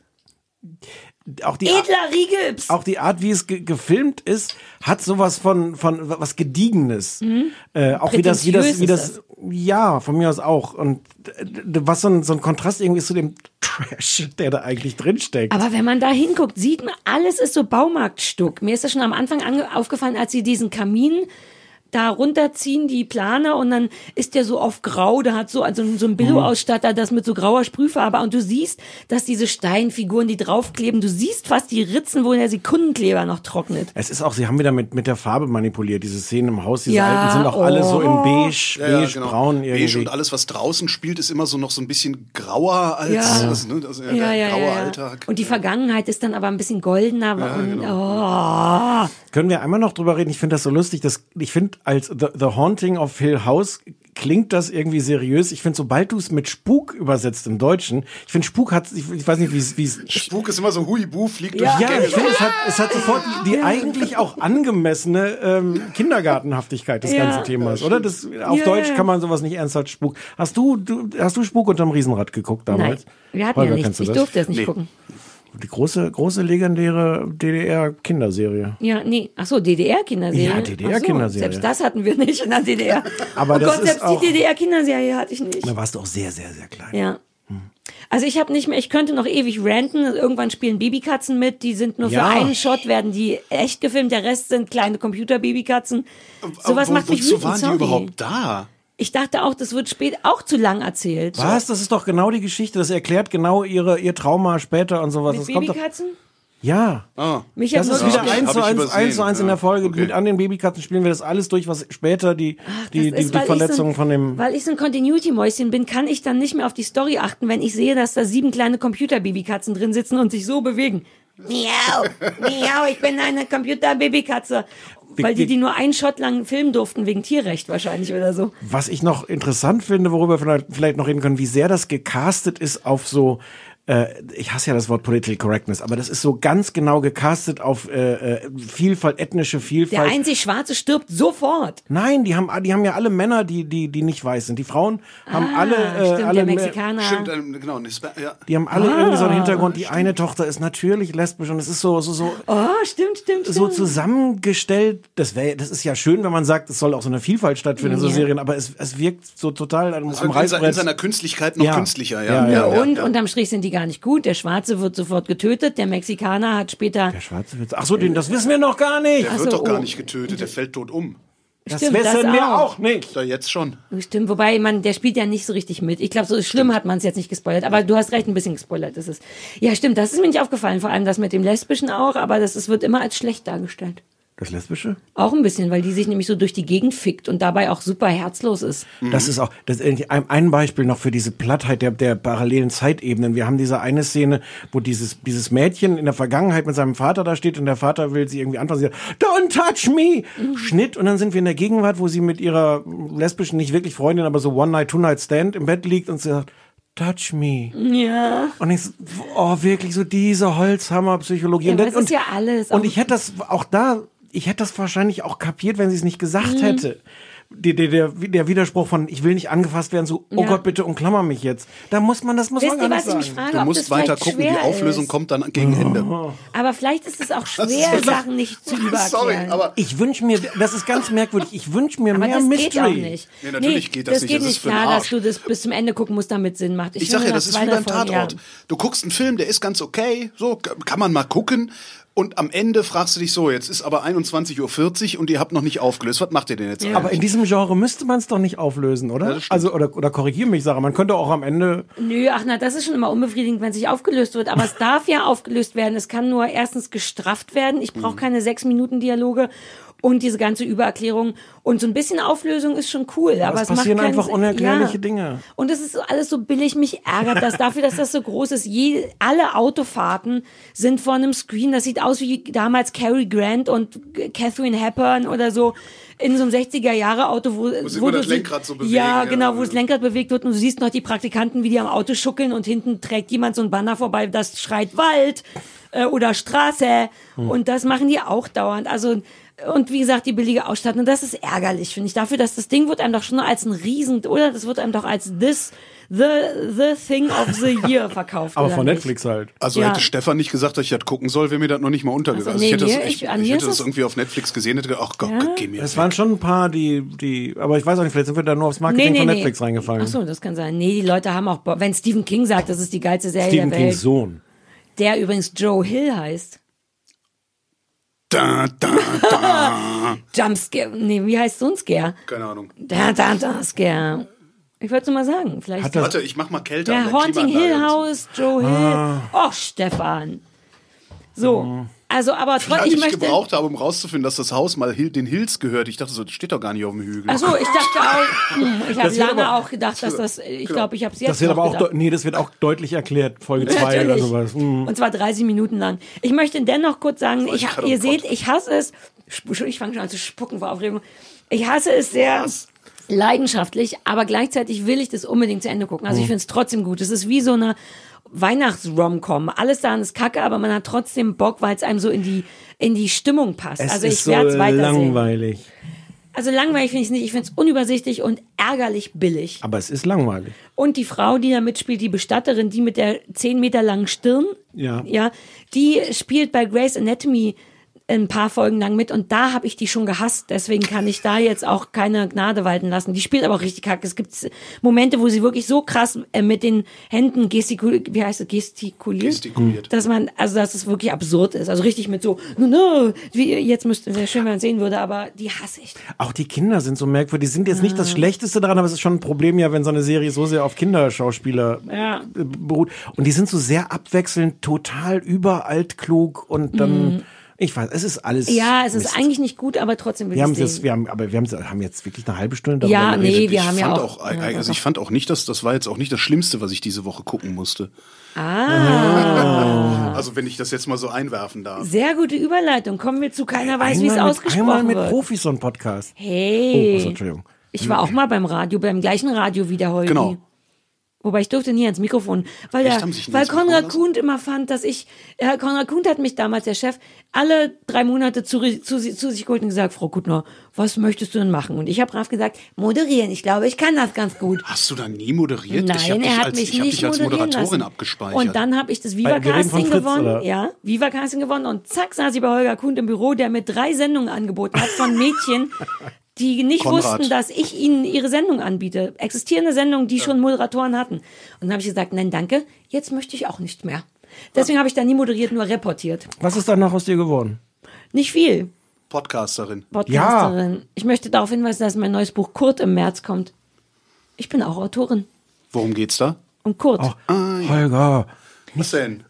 G: auch die,
H: Edler Rigips!
G: auch die Art, wie es ge gefilmt ist, hat sowas von, von was Gediegenes.
H: Mhm.
G: Äh, auch wie das, wie das, wie
H: Prätentiös
G: das,
H: ist
G: ja, von mir aus auch. Und d- d- was so ein, so ein Kontrast irgendwie ist zu dem Trash, der da eigentlich drinsteckt.
H: Aber wenn man da hinguckt, sieht man, alles ist so Baumarktstuck. Mir ist das schon am Anfang ange aufgefallen, als sie diesen Kamin da runterziehen, die Plane, und dann ist der so auf grau, da hat so, also so ein Billo-Ausstatter das mit so grauer Sprühfarbe, und du siehst, dass diese Steinfiguren, die draufkleben, du siehst fast die Ritzen, wo der Sekundenkleber noch trocknet.
G: es ist auch, sie haben wieder mit, mit der Farbe manipuliert. Diese Szenen im Haus, diese
H: Ja,
G: alten sind auch
H: oh.
G: alle so in beige,
I: Ja, ja,
G: beige,
I: genau.
G: braun irgendwie.
I: Beige und alles, was draußen spielt, ist immer so noch so ein bisschen grauer als
H: Ja.
I: das, ne? das, ja,
H: Ja,
I: der
H: ja, ja,
I: graue
H: ja.
I: Alltag.
H: Und die Vergangenheit ist dann aber ein bisschen goldener. und,
I: genau.
H: oh.
G: Können wir einmal noch drüber reden? Ich finde das so lustig. Dass, ich finde, als The, The Haunting of Hill House klingt das irgendwie seriös. Ich finde, sobald du es mit Spuk übersetzt im Deutschen, ich finde, Spuk hat, ich, ich weiß nicht, wie es, wie es
I: Spuk ist immer so Huibu, fliegt
G: ja,
I: durch die Gänge.
G: ich finde, es hat, es hat sofort die, die eigentlich auch angemessene ähm, Kindergartenhaftigkeit des
I: Ja.
G: ganzen Themas, oder? Das, auf
H: Ja,
G: Deutsch
H: ja.
G: kann man sowas nicht ernsthaft Spuk. Hast du, du hast du Spuk unterm Riesenrad geguckt damals?
H: Nein, wir hatten
G: Holger,
H: ja
G: kennst
H: nichts.
G: du
H: Ich durfte es nicht
G: Nee.
H: gucken.
G: Die große, große legendäre DDR-Kinderserie.
H: Ja, nee. Ach so, DDR-Kinderserie.
G: Ja,
H: Ach so,
G: DDR-Kinderserie.
H: Selbst das hatten wir nicht in der DDR.
G: Aber
H: oh
G: das
H: Gott,
G: ist
H: selbst
G: auch-
H: die DDR-Kinderserie hatte ich nicht.
G: Da warst du auch sehr, sehr, sehr klein.
H: Ja. Also ich habe nicht mehr, ich könnte noch ewig ranten. Irgendwann spielen Babykatzen mit, die sind nur
G: Ja.
H: für einen Shot, werden die echt gefilmt, der Rest sind kleine Computer-Babykatzen. Sowas
I: Wo-
H: macht mich
I: wozu
H: wütend.
I: waren die
H: sorry.
I: überhaupt da?
H: Ich dachte auch, das wird spät auch zu lang erzählt.
G: Was? Das ist doch genau die Geschichte. Das erklärt genau ihre, ihr Trauma später und sowas.
H: Mit
G: das kommt doch,
H: Babykatzen?
G: ja.
I: Ah.
H: Mich
G: das
H: hat's
G: ist
H: wirklich
G: wieder
H: gestört.
G: eins zu
H: Hab ich
G: eins,
H: übersehen,
G: eins zu eins in
H: ja.
G: der Folge.
H: Okay.
G: Mit an den Babykatzen spielen wir das alles durch, was später die, die,
H: Das
G: die,
H: ist,
G: die
H: weil ich
G: Verletzungen
H: so, ein-
G: von dem.
H: Weil ich so ein Continuity-Mäuschen bin, kann ich dann nicht mehr auf die Story achten, wenn ich sehe, dass da sieben kleine Computerbabykatzen drin sitzen und sich so bewegen. Miau, miau, ich bin eine Computerbabykatze.
G: Wir-
H: Weil die
G: wir-
H: die nur einen Shot lang filmen durften, wegen Tierrecht wahrscheinlich oder so.
G: Was ich noch interessant finde, worüber wir vielleicht- vielleicht noch reden können, wie sehr das gecastet ist auf so, äh, ich hasse ja das Wort Political Correctness, aber das ist so ganz genau gecastet auf äh, äh, Vielfalt, ethnische
H: Der
G: Vielfalt.
H: einzig Schwarze stirbt sofort.
G: Nein, die haben, die haben ja alle Männer, die, die, die nicht weiß sind. Die Frauen haben
H: Ah,
G: alle, äh,
H: stimmt,
G: alle
H: der
G: Me-
H: Mexikaner.
I: Stimmt, ähm, genau. ein Hispa- Ja.
G: Die haben alle irgendwie so einen
I: Ah,
G: Hintergrund. Die eine Tochter ist natürlich lesbisch und es ist so, so, so,
H: Oh, stimmt, stimmt, stimmt.
G: so zusammengestellt. Das wäre, das ist ja schön, wenn man sagt, es soll auch so eine Vielfalt stattfinden in so
H: Ja.
G: Serien, aber es, es wirkt so total am,
I: Also
G: am
I: in, se- in
G: Reißbrett.
I: seiner Künstlichkeit noch
G: Ja.
I: künstlicher,
G: Ja,
I: ja.
G: ja, ja.
H: Und unterm Strich sind die gar nicht gut. Der Schwarze wird sofort getötet, der Mexikaner hat später. Der
G: Schwarze wird. Ach so, den, das wissen wir noch gar nicht.
I: Der
H: also
I: wird doch
H: oh,
I: gar nicht getötet, der fällt tot um.
G: Das
H: Stimmt, wissen das wir auch. auch
G: nicht.
I: Da jetzt schon.
H: Stimmt, wobei man, der spielt ja nicht so richtig mit. Ich glaube, so schlimm hat man es jetzt nicht gespoilert, aber du hast recht, ein bisschen gespoilert ist es. Ja, stimmt, das ist mir nicht aufgefallen, vor allem das mit dem Lesbischen auch, aber das ist, wird immer als schlecht dargestellt.
G: Das Lesbische?
H: Auch ein bisschen, weil die sich nämlich so durch die Gegend fickt und dabei auch super herzlos ist.
G: Das ist auch das ist ein, ein Beispiel noch für diese Plattheit der, der parallelen Zeitebenen. Wir haben diese eine Szene, wo dieses, dieses Mädchen in der Vergangenheit mit seinem Vater da steht und der Vater will sie irgendwie anfassen. Sie sagt, Don't touch me! Schnitt. Und dann sind wir in der Gegenwart, wo sie mit ihrer lesbischen, nicht wirklich Freundin, aber so One-Night, Two-Night-Stand im Bett liegt und sie sagt, Touch me.
H: Ja.
G: Und ich so, oh, wirklich so diese Holzhammer-Psychologie.
H: Ja,
G: und
H: aber es
G: und,
H: ist ja alles. Mhm.
G: und ich hätte das auch da, ich hätte das wahrscheinlich auch kapiert, wenn sie es nicht gesagt hätte. die, die, der, der Widerspruch von, ich will nicht angefasst werden, zu, oh
H: Ja.
G: Gott, bitte umklammer mich jetzt. Da muss man, das muss
H: Wisst
G: man gar
H: ihr,
G: nicht
H: was ich
G: sagen.
H: mich frage?
I: Du
H: ob
I: musst
H: das vielleicht
I: weiter gucken, die
H: schwer
I: Auflösung
H: ist.
I: kommt dann gegen Ende.
H: Aber vielleicht ist es auch schwer,
I: ist-
H: Sachen nicht zu überklären.
I: Sorry, aber
G: ich wünsche mir, das ist ganz merkwürdig, ich wünsche mir
H: Aber
G: mehr
H: das
G: Mystery.
H: geht auch nicht.
I: Nee, natürlich geht das nicht.
H: Geht
I: Das ist
H: nicht
I: für den
H: klar,
I: Arsch.
H: dass du das bis zum Ende gucken musst, damit Sinn macht. Ich,
I: Ich sag
H: finde,
I: ja,
H: nach
I: das ist
H: zwei
I: wie beim
H: davon,
I: Tatort.
H: Ja.
I: Du guckst einen Film, der ist ganz okay, so k- kann man mal gucken. Und am Ende fragst du dich so, jetzt ist aber 21.40 Uhr und ihr habt noch nicht aufgelöst. Was macht ihr denn jetzt
G: Aber in diesem Genre müsste man es doch nicht auflösen, oder? also, oder, oder korrigiere mich, Sarah, man könnte auch am Ende,
H: Nö, ach na, das ist schon immer unbefriedigend, wenn es nicht aufgelöst wird. Aber es darf ja aufgelöst werden. Es kann nur erstens gestrafft werden. Ich brauche keine sechs Minuten Dialoge und diese ganze Übererklärung. Und so ein bisschen Auflösung ist schon cool. aber es
G: es passieren
H: macht keinen
G: einfach
H: Sinn.
G: unerklärliche
H: ja.
G: Dinge.
H: Und es ist so alles so billig, mich ärgert das dafür, dass das so groß ist. Je, alle Autofahrten sind vor einem Screen, das sieht aus wie damals Cary Grant und Catherine Hepburn oder so in so einem 60er-Jahre-Auto, wo,
I: sie
H: wo
I: immer
H: du
I: das
H: sie-
I: Lenkrad so bewegen,
H: Ja,
I: ja.
H: genau, wo das Lenkrad bewegt wird und du siehst noch die Praktikanten, wie die am Auto schuckeln und hinten trägt jemand so ein Banner vorbei, das schreit Wald äh, oder Straße
G: Hm.
H: und das machen die auch dauernd. Also und wie gesagt, die billige Ausstattung, das ist ärgerlich, finde ich. Dafür, dass das Ding wird einem doch schon als ein Riesen, oder? Das wird einem doch als this, the, the thing of the year verkauft.
G: aber
H: oder
G: von
H: nicht?
G: Netflix halt.
I: Also
H: Ja.
I: hätte Stefan nicht gesagt, dass ich das gucken soll, wäre mir das noch nicht mal untergegangen.
H: Also, nee,
I: ich hätte,
H: mir-
I: das, ich,
H: ich- an
I: ich
H: mir
I: hätte
H: ist
I: das
H: es-
I: irgendwie auf Netflix gesehen, hätte gedacht, ach Gott, geh mir.
G: Es waren schon ein paar, die, die, aber ich weiß auch nicht, vielleicht sind wir da nur aufs Marketing von Netflix reingefallen.
H: Ach so, das kann sein. Nee, die Leute haben auch, Bock. wenn Stephen King sagt, das ist die geilste Serie
G: Stephen
H: der Welt,
G: Kings Sohn.
H: der übrigens Joe Hill heißt.
I: Da, da, da.
H: Jumpscare, nee, wie heißt so ein Scare?
I: Keine Ahnung.
H: Da, da, da, Scare. Ich wollte es nur mal sagen, vielleicht.
G: Hat das-
I: Warte, ich mach mal Kälte an
H: ja,
I: der
H: Haunting
I: Klimaanlage.
H: Hill House, Joe Hill.
G: Ah.
H: Och, Stefan. So, also, aber
I: Lange
H: trotzdem, ich
I: ich
H: möchte.
I: gebraucht habe, um rauszufinden, dass das Haus mal Hill- den Hills gehört. Ich dachte so, das steht doch gar nicht auf dem Hügel.
H: Ach so, ich dachte auch, hm, ich habe
G: Das wird
H: lange
G: aber- Genau.
H: auch gedacht, dass das, ich glaube, ich habe es jetzt
G: Das wird
H: noch
G: aber auch,
H: gedacht.
G: deut- nee, das wird auch deutlich erklärt, Folge 2 oder
H: Natürlich.
G: sowas. Hm.
H: Und zwar 30 Minuten lang. Ich möchte dennoch kurz sagen, ich,
I: gerade
H: ihr
I: um
H: seht, ich hasse es. Sp- Entschuldigung, Ich fange schon an zu spucken vor Aufregung. Ich hasse es sehr leidenschaftlich, aber gleichzeitig will ich das unbedingt zu Ende gucken. Also
G: Mhm.
H: ich finde es trotzdem gut. Es ist wie so eine Weihnachts-Rom-Com. Alles daran ist kacke, aber man hat trotzdem Bock, weil es einem so in die, in die Stimmung passt.
G: Es
H: also
G: ist
H: ich
G: so
H: werde es weitersehen.
G: langweilig.
H: Also langweilig finde ich es nicht. Ich finde es unübersichtlich und ärgerlich billig.
G: Aber es ist langweilig.
H: Und die Frau, die da mitspielt, die Bestatterin, die mit der 10 Meter langen Stirn,
G: Ja.
H: ja die spielt bei Grey's Anatomy ein paar Folgen lang mit und da habe ich die schon gehasst. Deswegen kann ich da jetzt auch keine Gnade walten lassen. Die spielt aber auch richtig kacke. Es gibt Momente, wo sie wirklich so krass äh, mit den Händen gestikuliert, wie heißt es, gestikuliert,
I: Gestikuliert.
H: dass man, also dass es wirklich absurd ist. Also richtig mit so, no, no, wie jetzt müsste, wäre schön, wenn man sehen würde, aber die hasse ich.
G: Auch die Kinder sind so merkwürdig. Die sind jetzt nicht das
H: Ah.
G: Schlechteste daran, aber es ist schon ein Problem, ja, wenn so eine Serie so sehr auf Kinderschauspieler
H: Ja.
G: äh, beruht. Und die sind so sehr abwechselnd, total überalt klug und dann, ich weiß, es ist alles.
H: Mhm. Ja, es ist
G: Mist.
H: eigentlich nicht gut, aber trotzdem will
G: Wir haben
H: ich
G: jetzt,
H: sehen.
G: wir haben, aber wir haben, haben jetzt wirklich eine halbe Stunde darüber
H: Ja,
G: geredet.
H: nee,
I: Ich
H: wir haben ja
I: fand
H: auch. ja,
I: Also ich fand auch nicht, dass das war jetzt auch nicht das Schlimmste, was ich diese Woche gucken musste. Ah. Also wenn ich das jetzt mal so einwerfen darf.
H: Sehr gute Überleitung. Kommen wir zu keiner weiß, wie
G: Einmal
H: es
G: mit, einmal
H: ausgesprochen
G: mit
H: wird.
G: Profis so ein Podcast. Oh, also,
H: Hey,
G: Entschuldigung.
H: ich war auch mal beim Radio, beim gleichen Radio wie der Holgi.
I: Genau.
H: Wobei ich durfte nie ans Mikrofon, weil,
I: Echt?
H: der,
I: Haben Sie sich nie
H: weil
I: ans Mikrofon
H: Konrad
I: lassen?
H: Kuhn immer fand, dass ich, Herr Konrad Kuhn hat mich damals, der Chef, alle drei Monate zu, zu, zu sich geholt und gesagt, Frau Kuttner, was möchtest du denn machen? Und ich habe brav gesagt, moderieren, ich glaube, ich kann das ganz gut.
I: Hast du da nie moderiert? ich hab
H: Nein,
I: dich
H: er hat
I: als,
H: mich
I: ich hab
H: nicht
I: dich als
H: moderieren
I: Moderatorin
H: lassen.
I: abgespeichert.
H: Und dann habe ich das Viva
G: Weil wir reden von
H: Casting
G: Fritz,
H: gewonnen.
G: oder?
H: Ja, Viva Casting gewonnen und zack saß ich bei Holger Kuhn im Büro, der mit drei Sendungen angeboten hat von Mädchen, die nicht
I: Konrad.
H: wussten, dass ich ihnen ihre Sendung anbiete. Existierende Sendungen, die schon Moderatoren hatten. Und dann habe ich gesagt, nein, danke, jetzt möchte ich auch nicht mehr. Deswegen habe ich da nie moderiert, nur reportiert.
G: Was ist danach aus dir geworden?
H: Nicht viel,
I: Podcasterin.
H: Podcasterin. Ich möchte darauf hinweisen, dass mein neues Buch Kurt im März kommt. Ich bin auch Autorin.
I: Worum geht's da?
H: Und Kurt. Ah,
G: Holger.
I: Was denn?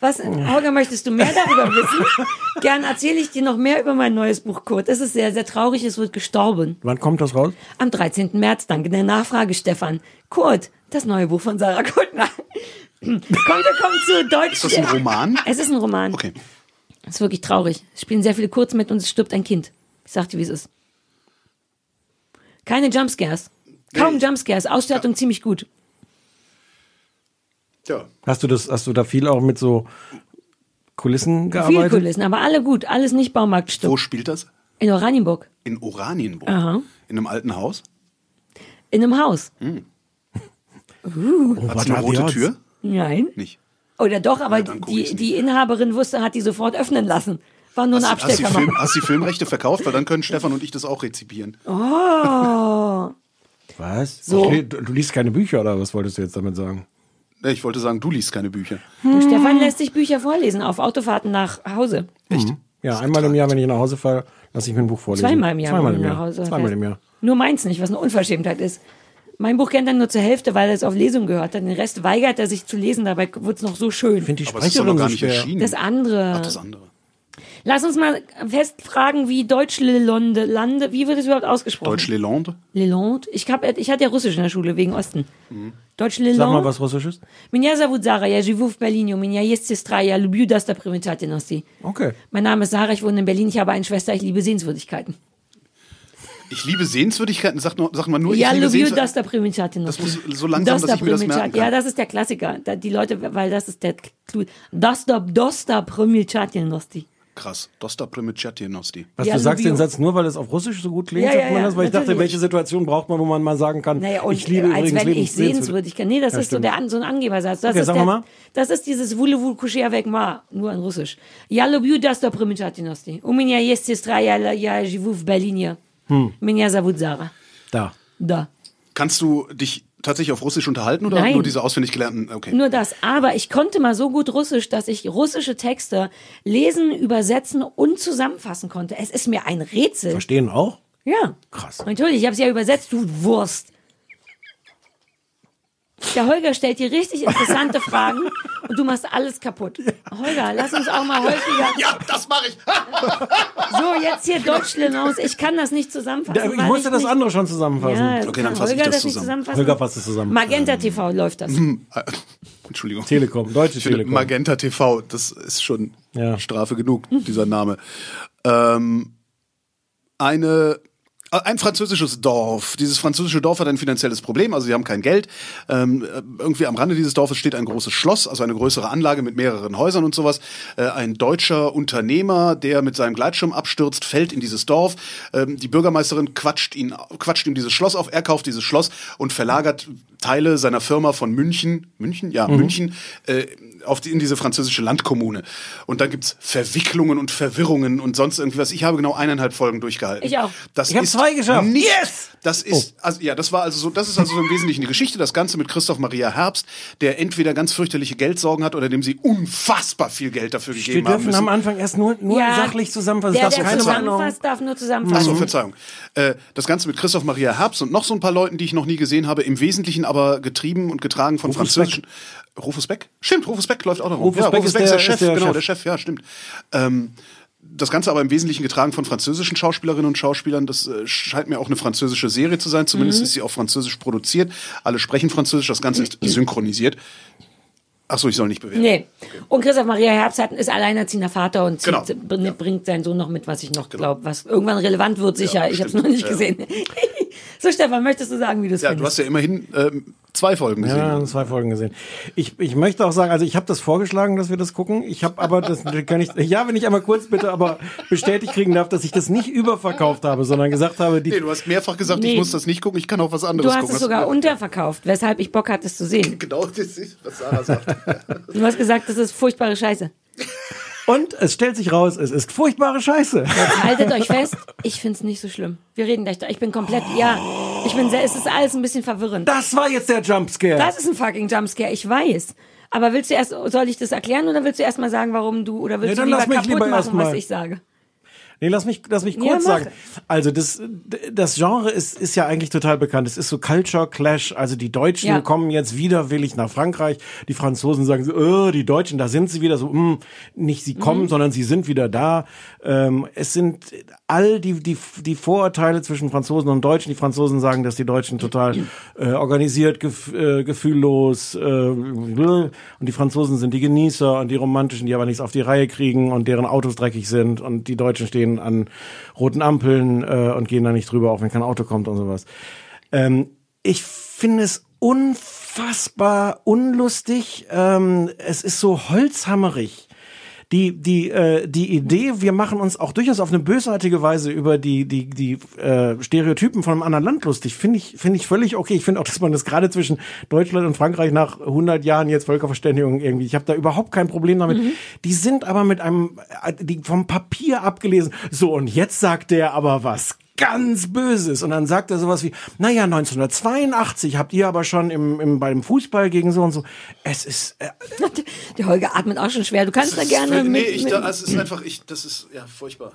H: Was, Holger, möchtest du mehr darüber wissen? Gern erzähle ich dir noch mehr über mein neues Buch, Kurt. Es ist sehr, sehr traurig, es wird gestorben.
G: Wann kommt das raus?
H: Am 13. März, danke der Nachfrage, Stefan. Kurt, das neue Buch von Sarah Kuttner. Kommt, kommt zu Deutsch. Ist
I: das ein Roman?
H: Es ist ein Roman.
I: Okay.
H: Es ist wirklich traurig. Es spielen sehr viele Kurz mit und es stirbt ein Kind. Ich sag dir, wie es ist. Keine Jumpscares. Kaum Jumpscares. Ausstattung ziemlich gut.
I: Ja.
G: Hast du das, hast du da viel auch mit so Kulissen
H: Viele
G: gearbeitet?
H: Kulissen, aber alle gut. Alles nicht Baumarktstück.
I: Wo spielt das?
H: In Oranienburg.
I: In Oranienburg.
H: Aha.
I: In einem alten Haus.
H: In einem Haus.
I: Hm.
H: Uh.
G: Oh,
I: Hat's eine rote Tür?
H: Nein.
I: Nicht.
H: Oder doch, aber
I: guck ich's
H: die, die Inhaberin wusste, hat die sofort öffnen lassen. War nur eine
I: Hast, hast, die
H: Abstecker.
I: Film, hast die Filmrechte verkauft? Weil dann können Stefan und ich das auch rezipieren.
H: Oh.
G: Was?
H: So.
G: Okay, Du, du liest keine Bücher oder was wolltest du jetzt damit sagen?
I: Ne, Ich wollte sagen, du liest keine Bücher.
H: Du, Stefan lässt sich Bücher vorlesen auf Autofahrten nach Hause.
I: Echt?
G: Ja, einmal im Jahr, wenn ich nach Hause fahre, lasse ich mir ein Buch vorlesen.
H: Zweimal im Jahr.
G: Zweimal
H: wenn
G: im
H: du
G: Jahr.
H: nach Hause
G: Zweimal
H: fährst.
G: im Jahr.
H: Nur meins nicht, was eine Unverschämtheit ist. Mein Buch kennt er nur zur Hälfte, weil er es auf Lesung gehört hat. Den Rest weigert er sich zu lesen, dabei wurde es noch so schön.
G: Ich finde die
I: Aber es ist doch noch
G: Sprecherin
I: gar
G: so
I: nicht
G: schwer.
I: erschienen.
H: Das andere.
I: Ach, das andere.
H: Lass uns mal festfragen, wie Deutsch Lelonde, Lande, wie wird es überhaupt ausgesprochen?
I: Deutsch Lelande?
H: Lelonde? Ich, hab, ich hatte ja Russisch in der Schule wegen Osten. Deutsch Lelonde.
G: Mhm. Sag mal was Russisches.
H: Меня зовут Zara, я живу в Berlin, у меня есть сестра, я люблю достопримечательности.
G: Okay.
H: Mein Name ist Sarah, ich wohne in Berlin, ich habe eine Schwester, ich liebe Sehenswürdigkeiten.
I: Ich liebe Sehenswürdigkeiten, sag, nur, sag mal nur,
H: ja,
I: ich liebe
H: люблю
I: Sehenswürdigkeiten.
H: достопримечательности.
I: Das muss so langsam, dass ich mir das merken
H: Достопримечат-
I: kann.
H: Ja, das ist der Klassiker. Da, die Leute, weil das ist der Clou. Достоп- Достопримечательности.
I: Krass. Dosta Primicatinosti.
G: Was
H: Ja,
G: du sagst,
H: Lubio.
G: den Satz nur, weil es auf Russisch so gut klingt,
H: Ja,
G: sagt
H: ja,
G: man
H: ja,
G: das, weil ich dachte,
H: natürlich.
G: welche Situation braucht man, wo man mal sagen kann,
H: Naja, und
G: ich liebe
H: äh, als
G: übrigens
H: wenn ich
G: Lebens-
H: Sehenswürdigkeit. Nee, das
G: Ja,
H: ist so,
G: stimmt.
H: der, An- so ein Angebersatz. Das,
G: Okay,
H: ist
G: sag
H: der,
G: mal mal.
H: das ist dieses Vulevu Kuschewek Ma, nur in Russisch. Ja, люблю достопримечательности. У меня есть сестра, я, я живу в Berlin.
G: Hm.
H: Меня зовут Zara.
G: Da.
H: Da.
I: Kannst du dich tatsächlich auf Russisch unterhalten oder
H: Nein.
I: nur diese auswendig gelernten? Okay.
H: Nur das. Aber ich konnte mal so gut Russisch, dass ich russische Texte lesen, übersetzen und zusammenfassen konnte. Es ist mir ein Rätsel.
G: Verstehen auch?
H: Ja.
G: Krass.
H: Natürlich, ich habe sie ja übersetzt, du Wurst. Der Holger stellt dir richtig interessante Fragen und du machst alles kaputt. Holger, lass uns auch mal häufiger.
I: Ja, das mache ich.
H: So, jetzt hier Deutschland Ich kann das nicht zusammenfassen.
G: Da- Ich
H: weil
G: musste das
H: Also nicht-
G: andere schon zusammenfassen.
H: Ja,
I: Okay,
H: kann
I: dann fasse ich
H: Holger
I: das
H: das nicht
I: zusammen.
H: zusammenfassen.
G: Holger fasst es zusammen.
H: Magenta TV läuft das.
I: äh, Entschuldigung.
G: Telekom, Deutsche
I: Ich finde
G: Telekom.
I: Magenta TV, das ist schon
G: Ja.
I: Strafe genug, dieser Name. Ähm, eine, äh, ein französisches Dorf. Dieses französische Dorf hat ein finanzielles Problem, also sie haben kein Geld. Ähm, äh, irgendwie am Rande dieses Dorfes steht ein großes Schloss, also eine größere Anlage mit mehreren Häusern und sowas. Äh, ein deutscher Unternehmer, der mit seinem Gleitschirm abstürzt, fällt in dieses Dorf. Ähm, die Bürgermeisterin quatscht, ihn, quatscht ihm dieses Schloss auf, er kauft dieses Schloss und verlagert Teile seiner Firma von München, München, ja,
G: Mhm.
I: München, äh, auf die, in diese französische Landkommune. Und dann gibt's Verwicklungen und Verwirrungen und sonst irgendwas. Ich habe genau eineinhalb Folgen durchgehalten.
H: Ich auch.
I: Das
G: Ich hab
I: ist
G: zwei geschafft. Oh.
I: Nicht, Das ist, also, ja, das war also so, das ist also so im Wesentlichen die Geschichte. Das Ganze mit Christoph Maria Herbst, der entweder ganz fürchterliche Geldsorgen hat oder dem sie unfassbar viel Geld dafür
G: Wir
I: gegeben haben.
G: dürfen
I: Müssen.
G: am Anfang erst nur, nur
H: Ja,
G: sachlich zusammenfassen.
H: Der,
G: Das
H: der
G: darf keine Meinung.
H: zusammenfasst, darf nur zusammenfassen.
G: Mhm.
I: Achso, Verzeihung. Äh, das Ganze mit Christoph Maria Herbst und noch so ein paar Leuten, die ich noch nie gesehen habe, im Wesentlichen aber getrieben und getragen von
G: Rufus
I: französischen. Rufus Beck? Stimmt, Rufus Beck läuft auch noch rum.
G: Rufus
I: ja,
G: Beck
I: Rufus
G: ist
I: Beck ist der,
G: der-
I: Chef,
G: ist der
I: genau,
G: Chef.
I: der Chef, ja, stimmt. Ähm, das Ganze aber im Wesentlichen getragen von französischen Schauspielerinnen und Schauspielern. Das äh, scheint mir auch eine französische Serie zu sein. Zumindest
G: Mhm.
I: ist sie auf Französisch produziert. Alle sprechen Französisch. Das Ganze ist synchronisiert. Achso, ich soll nicht bewerten.
H: Nee. Und Christoph Maria Herbst hat, ist alleinerziehender Vater und zieht,
I: Genau.
H: bring- bringt seinen Sohn noch mit, was ich noch
G: Genau.
H: glaube, was irgendwann relevant wird, sicher. ich habe es noch nicht gesehen. so, Stefan, möchtest du sagen, wie du es
I: Ja, du
H: findest?
I: hast ja immerhin ähm, zwei Folgen gesehen.
G: Ja, zwei Folgen gesehen. Ich, ich möchte auch sagen, also ich habe das vorgeschlagen, dass wir das gucken. Ich habe aber, das kann ich, ja, wenn ich einmal kurz bitte, aber bestätigt kriegen darf, dass ich das nicht überverkauft habe, sondern gesagt habe, die,
I: Nee, du hast mehrfach gesagt,
H: Nee.
I: ich muss das nicht gucken, ich kann auch was
H: Du
I: anderes
H: hast
I: gucken.
H: es sogar unterverkauft, weshalb ich Bock hatte, es zu sehen.
I: Genau, das ist, was Sarah sagt.
G: Genau.
H: Du hast gesagt, das ist furchtbare Scheiße.
G: und es stellt sich raus, es ist furchtbare Scheiße.
H: Haltet euch fest, ich find's nicht so schlimm. Wir reden gleich. da- Ich bin komplett, ja, ich bin sehr, es ist alles ein bisschen verwirrend.
G: Das war jetzt der Jumpscare.
H: Das ist ein fucking Jumpscare, ich weiß. Aber willst du erst, soll ich das erklären oder willst du erst mal sagen, warum du, oder willst
G: Nee, dann
H: du lieber
G: lass mich
H: kaputt
G: lieber erst
H: machen, was
G: mal.
H: ich sage?
G: Nee, lass mich, lass mich kurz
H: mach.
G: sagen. Also das, d- das Genre ist, ist ja eigentlich total bekannt. Es ist so Culture Clash. Also die Deutschen
H: Ja.
G: kommen jetzt widerwillig nach Frankreich. Die Franzosen sagen so, oh, die Deutschen, da sind sie wieder so, mm, nicht sie kommen, sondern sie sind wieder da. Ähm, es sind all die, die, die Vorurteile zwischen Franzosen und Deutschen. Die Franzosen sagen, dass die Deutschen total äh, organisiert, gef äh, gefühllos äh, und die Franzosen sind die Genießer und die Romantischen, die aber nichts auf die Reihe kriegen und deren Autos dreckig sind und die Deutschen stehen an roten Ampeln äh, und gehen da nicht drüber, auch wenn kein Auto kommt und sowas. Ähm, ich finde es unfassbar unlustig. Ähm, es ist so holzhammerig die, die, äh, die Idee, wir machen uns auch durchaus auf eine bösartige Weise über die, die, die äh, Stereotypen von einem anderen Land lustig, finde ich, finde ich völlig okay. Ich finde auch, dass man das gerade zwischen Deutschland und Frankreich nach 100 Jahren jetzt Völkerverständigung irgendwie, ich habe da überhaupt kein Problem damit.
L: Mhm.
G: Die sind aber mit einem, äh, die vom Papier abgelesen. So, und jetzt sagt der aber was ganz Böses. Und dann sagt er sowas wie, naja, 1982 habt ihr aber schon im, im, beim Fußball gegen so und so. Es ist, äh,
H: Der Holger atmet auch schon schwer. Du kannst da
I: Das ist
H: gerne.
I: völlig- Nee,
H: mit,
I: ich,
H: mit,
I: da, also es ist einfach, ich, das ist, ja, furchtbar.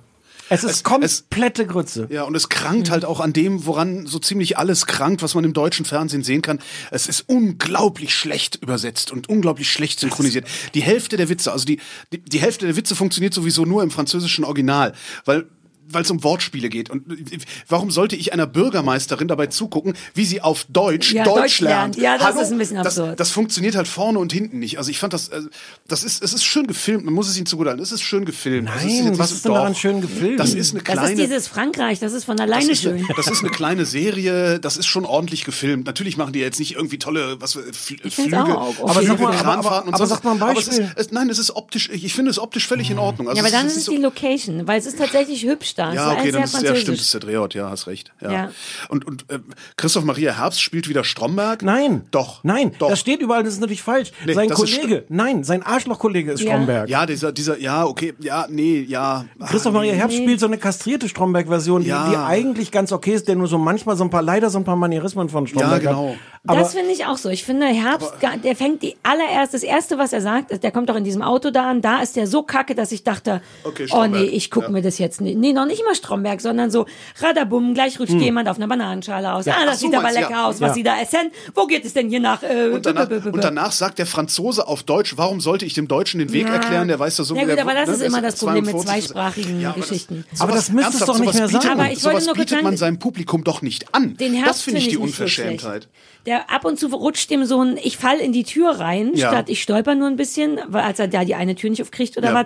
G: es ist komplette Grütze.
I: Ja, und es krankt halt auch an dem, woran so ziemlich alles krankt, was man im deutschen Fernsehen sehen kann. Es ist unglaublich schlecht übersetzt und unglaublich schlecht synchronisiert. Die Hälfte der Witze, also die, die, die Hälfte der Witze funktioniert sowieso nur im französischen Original, weil weil es um Wortspiele geht. Und äh, warum sollte ich einer Bürgermeisterin dabei zugucken, wie sie auf Deutsch
H: Ja,
I: Deutsch,
H: Deutsch
I: lernt?
H: lernt. Ja, das
I: Hallo?
H: ist ein bisschen
I: Das-
H: absurd.
I: das funktioniert halt vorne und hinten nicht. Also ich fand das, äh, das ist, es ist schön gefilmt. Man muss es ihnen zugutehalten. Es ist schön gefilmt. Es jetzt
G: Nein,
I: nicht
G: was
I: so-
G: ist denn daran
I: Doch.
G: schön gefilmt?
I: Das ist eine kleine.
H: das ist dieses Frankreich, das ist von alleine
I: das ist,
H: schön.
I: eine, das ist eine kleine Serie, das ist schon ordentlich gefilmt. Natürlich machen die jetzt nicht irgendwie tolle was, äh, Fl
H: find's
I: Flüge,
H: auch okay.
G: Aber sag mal, aber-
I: Kranfahrten
G: aber-
I: und
G: aber
I: sonst-
G: sag mal ein
I: aber es
G: Beispiel. Mhm.
I: Ist, es, nein, es ist optisch, ich finde es optisch völlig in Ordnung. Also
H: ja, aber
I: es
H: dann
I: es
H: ist, die Location, weil es ist tatsächlich hübsch da.
I: ja,
H: es
I: okay,
H: ist
I: dann
H: alles
I: ist
H: sehr
I: ja,
H: französisch.
I: stimmt, ist der Drehort, ja, hast recht. Ja.
H: Ja.
I: Und, und äh, Christoph Maria Herbst spielt wieder Stromberg?
G: Nein.
I: Doch.
G: Nein,
I: Doch.
G: das steht überall, das ist natürlich falsch.
I: Nee,
G: sein
I: das ist
G: Kollege, nein, sein Arschlochkollege ist
H: Ja.
G: Stromberg.
I: Ja, dieser, dieser, ja, okay, ja, nee, ja. Ah,
G: Christoph Maria
I: nee.
G: Herbst spielt so eine kastrierte Stromberg-Version,
I: Ja.
G: die, die eigentlich ganz okay ist, der nur so manchmal so ein paar, leider so ein paar Manierismen von Stromberg
I: Ja, genau.
G: hat. Um Aber
H: das finde ich auch so. Ich finde, Herbst, gar- der fängt die allererst, das erste, was er sagt, ist, der kommt doch in diesem Auto da an, da ist der so kacke, dass ich dachte,
I: Okay,
H: oh
I: Stromberg.
H: nee, ich gucke
I: Ja.
H: mir das jetzt nicht. Nee, noch nicht mal Stromberg, sondern so, Radabum, gleich rutscht jemand auf einer Bananenschale aus. Ah,
I: Ach
H: das
I: so,
H: sieht aber
I: meinst du,
H: lecker
I: ja.
H: aus, was
G: Ja.
H: sie da essen. Wo geht es denn hier nach? Äh,
I: Und danach,
H: b- b- b-
I: und danach sagt der Franzose auf Deutsch, warum sollte ich dem Deutschen den Weg
H: Ja.
I: erklären? Der weiß doch so,
H: Ja
I: wie
H: gut,
I: der-
H: aber das
I: ne,
H: ist immer das Problem mit
I: 42.
H: zweisprachigen
I: Ja, aber das-
H: Geschichten.
G: Aber das müsste es
I: ernsthaft,
G: doch nicht
I: sowas
G: mehr
I: bietet
G: sein.
I: man-
H: Aber ich
I: sowas
H: wollte nur kurz
I: bietet
H: sagen,
I: man seinem Publikum doch nicht an.
H: den Herbst
I: das finde ich die
H: nicht so
I: Unverschämtheit.
H: schlecht. der ab und zu rutscht dem so ein, ich fall in die Tür rein,
I: Ja.
H: statt ich stolper nur ein bisschen, weil als er da die eine Tür nicht aufkriegt oder
I: Ja.
H: was.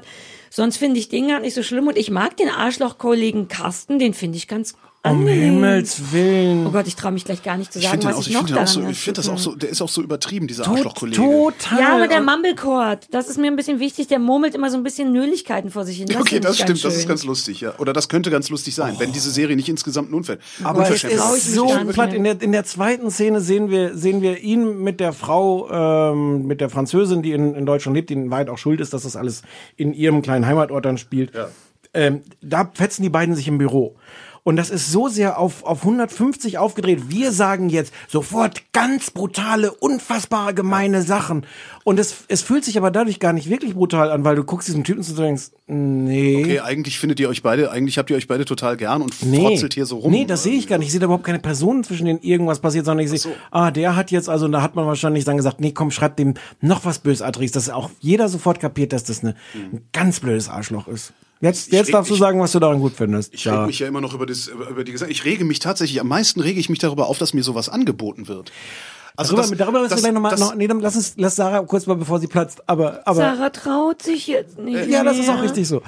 H: Sonst finde ich den gar nicht so schlimm und ich mag den Arschlochkollegen Carsten, den finde ich ganz
G: um
H: angenehm.
G: Himmels Willen.
H: Ah, Oh Gott, ich traue mich gleich gar nicht zu
I: Ich
H: sagen,
I: finde den
H: was
I: auch, ich
H: ich noch
I: find den auch
H: daran
I: so, ich
H: ganz
I: finde das
H: gut
I: auch so, der ist auch so übertrieben, dieser
G: Tot-
I: Arschlochkollege.
G: Total.
H: Ja, aber der
G: Und-
H: Mumblecord, das ist mir ein bisschen wichtig, der murmelt immer so ein bisschen Nöligkeiten vor sich hin.
I: okay,
H: finde
I: das
H: ich ganz
I: stimmt, das ist
H: schön.
I: ganz lustig, ja. Oder das könnte ganz lustig sein, wenn diese Serie nicht insgesamt einen Unfall.
G: Aber es
I: Unverschämtheit.
H: Trau ich
G: ist
H: mich
G: so
H: gar nicht
G: platt.
H: mehr.
G: In der, in der zweiten Szene sehen wir, sehen wir ihn mit der Frau, ähm, mit der Französin, die in, in Deutschland lebt, die in Wahrheit auch schuld ist, dass das alles in ihrem kleinen Heimatort dann spielt. Ähm, da fetzen die beiden sich im Büro. Und das ist so sehr auf, auf 150 aufgedreht. Wir sagen jetzt sofort ganz brutale, unfassbare, gemeine Sachen. Und es, es fühlt sich aber dadurch gar nicht wirklich brutal an, weil du guckst diesem Typen zu und denkst, nee.
I: Okay, eigentlich findet ihr euch beide, eigentlich habt ihr euch beide total gern und frotzelt hier so rum.
G: Nee, das sehe ich gar nicht. Ich sehe da überhaupt keine Personen, zwischen denen irgendwas passiert, sondern ich sehe, ah, der hat jetzt, also und da hat man wahrscheinlich dann gesagt, nee, komm, schreib dem noch was Bösartiges, dass auch jeder sofort kapiert, dass das eine, ein ganz blödes Arschloch ist. Jetzt,
I: Hm. Ich-
G: jetzt darfst du
I: ich-
G: sagen, was du daran gut findest.
I: Ich
G: ja.
I: reg mich ja immer noch über, das, über, über die Gesellschaft. Ich rege mich tatsächlich, am meisten rege ich mich darüber auf, dass mir sowas angeboten wird. Also
G: darüber, darüber müssen wir gleich nochmal,
I: das-
G: noch, nee, dann lass, uns, lass Sarah kurz mal, bevor sie platzt, aber, aber,
H: Sarah traut sich jetzt nicht.
G: ja, das ist auch
H: mehr.
G: richtig so.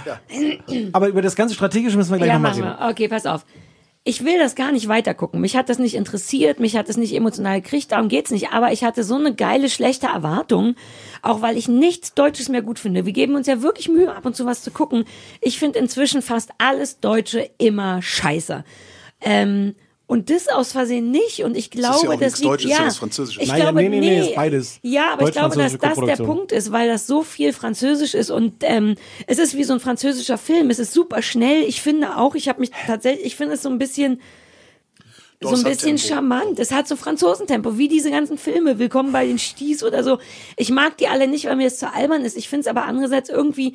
G: Aber über das ganze Strategische müssen wir gleich
H: Ja,
G: nochmal
H: machen
G: reden.
H: wir. Okay, pass auf. Ich will das gar nicht weitergucken. Mich hat das nicht interessiert, mich hat das nicht emotional gekriegt, darum geht's nicht. Aber ich hatte so eine geile, schlechte Erwartung, auch weil ich nichts Deutsches mehr gut finde. Wir geben uns ja wirklich Mühe, ab und zu was zu gucken. Ich finde inzwischen fast alles Deutsche immer scheiße. Ähm, und das aus Versehen nicht. Und ich
I: ist ja
H: glaube,
I: auch
H: das
I: nichts
H: liegt
I: Deutsches,
H: ja.
I: das ist Französisch.
H: Ich
G: Nein,
H: glaube,
G: nee, nee, nee, ist beides.
H: Ja, aber ich glaube, dass
G: Deutsch-französische
H: das der
G: Koproduktion.
H: Punkt ist, weil das so viel Französisch ist und ähm, es ist wie so ein französischer Film. Es ist super schnell. Ich finde auch, ich habe mich tatsächlich, ich finde es so ein bisschen
I: Doch,
H: so ein
I: es hat
H: bisschen
I: Tempo.
H: charmant. Es hat so Franzosentempo, wie diese ganzen Filme, Willkommen bei den Sties oder so. Ich mag die alle nicht, weil mir das zu albern ist. Ich finde es aber andererseits irgendwie,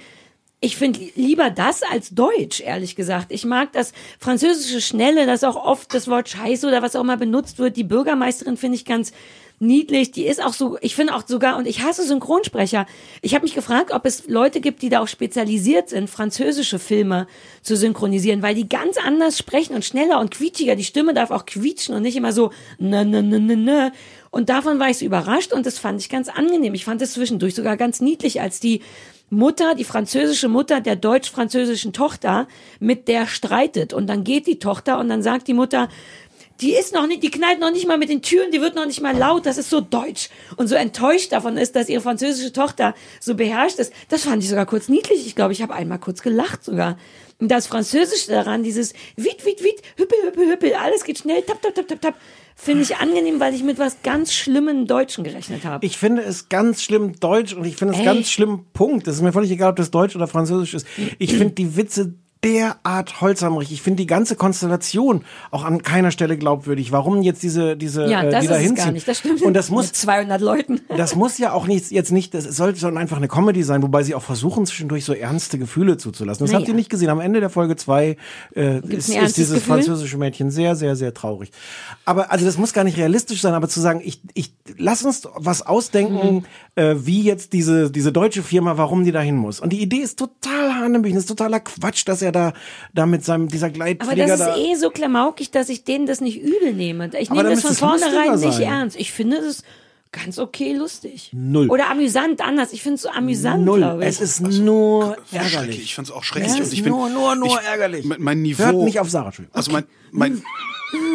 H: ich finde li- lieber das als Deutsch, ehrlich gesagt. Ich mag das französische Schnelle, das auch oft das Wort Scheiße oder was auch immer benutzt wird. Die Bürgermeisterin finde ich ganz niedlich. Die ist auch so, ich finde auch sogar, und ich hasse Synchronsprecher. Ich habe mich gefragt, ob es Leute gibt, die da auch spezialisiert sind, französische Filme zu synchronisieren, weil die ganz anders sprechen und schneller und quietschiger. Die Stimme darf auch quietschen und nicht immer so, ne, ne, ne, ne, ne. Und davon war ich so überrascht und das fand ich ganz angenehm. Ich fand es zwischendurch sogar ganz niedlich, als die Mutter, die französische Mutter der deutsch-französischen Tochter, mit der streitet. Und dann geht die Tochter und dann sagt die Mutter, Die ist noch nicht, die knallt noch nicht mal mit den Türen, die wird noch nicht mal laut. Das ist so deutsch und so enttäuscht davon ist, dass ihre französische Tochter so beherrscht ist. Das fand ich sogar kurz niedlich. Ich glaube, ich habe einmal kurz gelacht sogar. Und das Französische daran, dieses wit, wit, wit, hüppel, hüppel, hüppel, alles geht schnell, tap, tap, tap, tap, tap, finde ich angenehm, weil ich mit was ganz Schlimmem Deutschen gerechnet habe.
G: Ich finde es ganz schlimm Deutsch und ich finde es
H: Echt?
G: ganz schlimm Punkt. Es ist mir völlig egal, ob das Deutsch oder Französisch ist. Ich finde die Witze derart holzhammerig. Ich finde die ganze Konstellation auch an keiner Stelle glaubwürdig. Warum jetzt diese, diese,
H: ja,
G: äh,
H: das
G: die
H: ist
G: da
H: es
G: hinziehen?
H: gar nicht. Das stimmt.
G: Und das muss,
H: mit 200 Leuten.
G: das muss ja auch nichts, jetzt nicht, das soll, soll einfach eine Comedy sein, wobei sie auch versuchen, zwischendurch so ernste Gefühle zuzulassen. Das
H: Naja.
G: habt ihr nicht gesehen. Am Ende der Folge zwei äh, ist,
H: ernstes
G: ist dieses
H: Gefühl?
G: französische Mädchen sehr, sehr, sehr traurig. Aber, also das muss gar nicht realistisch sein, aber zu sagen, ich, ich, lass uns was
H: Mhm.
G: ausdenken, äh, wie jetzt diese, diese deutsche Firma, warum die dahin muss. Und die Idee ist total hanebüchen, ist totaler Quatsch, dass er da, da mit seinem, dieser
H: Aber
G: Gleitflieger
H: das ist
G: da.
H: eh so klamaukig, dass ich denen das nicht übel nehme. Ich
G: Aber
H: nehme
G: dann
H: das von
G: müsste es
H: vornherein
G: lustiger
H: nicht
G: sein.
H: ernst. Ich finde das ganz okay lustig.
G: Null.
H: Oder amüsant, anders. Ich finde es so amüsant,
G: Null.
H: glaube ich.
G: Es ist nur
I: Schrecklich.
G: ärgerlich.
I: Also, Ich fand's auch
G: Es
I: schrecklich.
G: ist
I: und ich bin,
G: nur, nur, nur
I: ich,
G: ärgerlich.
I: Mein, mein Niveau.
G: Hört nicht auf Sarah, Entschuldigung.
I: Also mein, mein,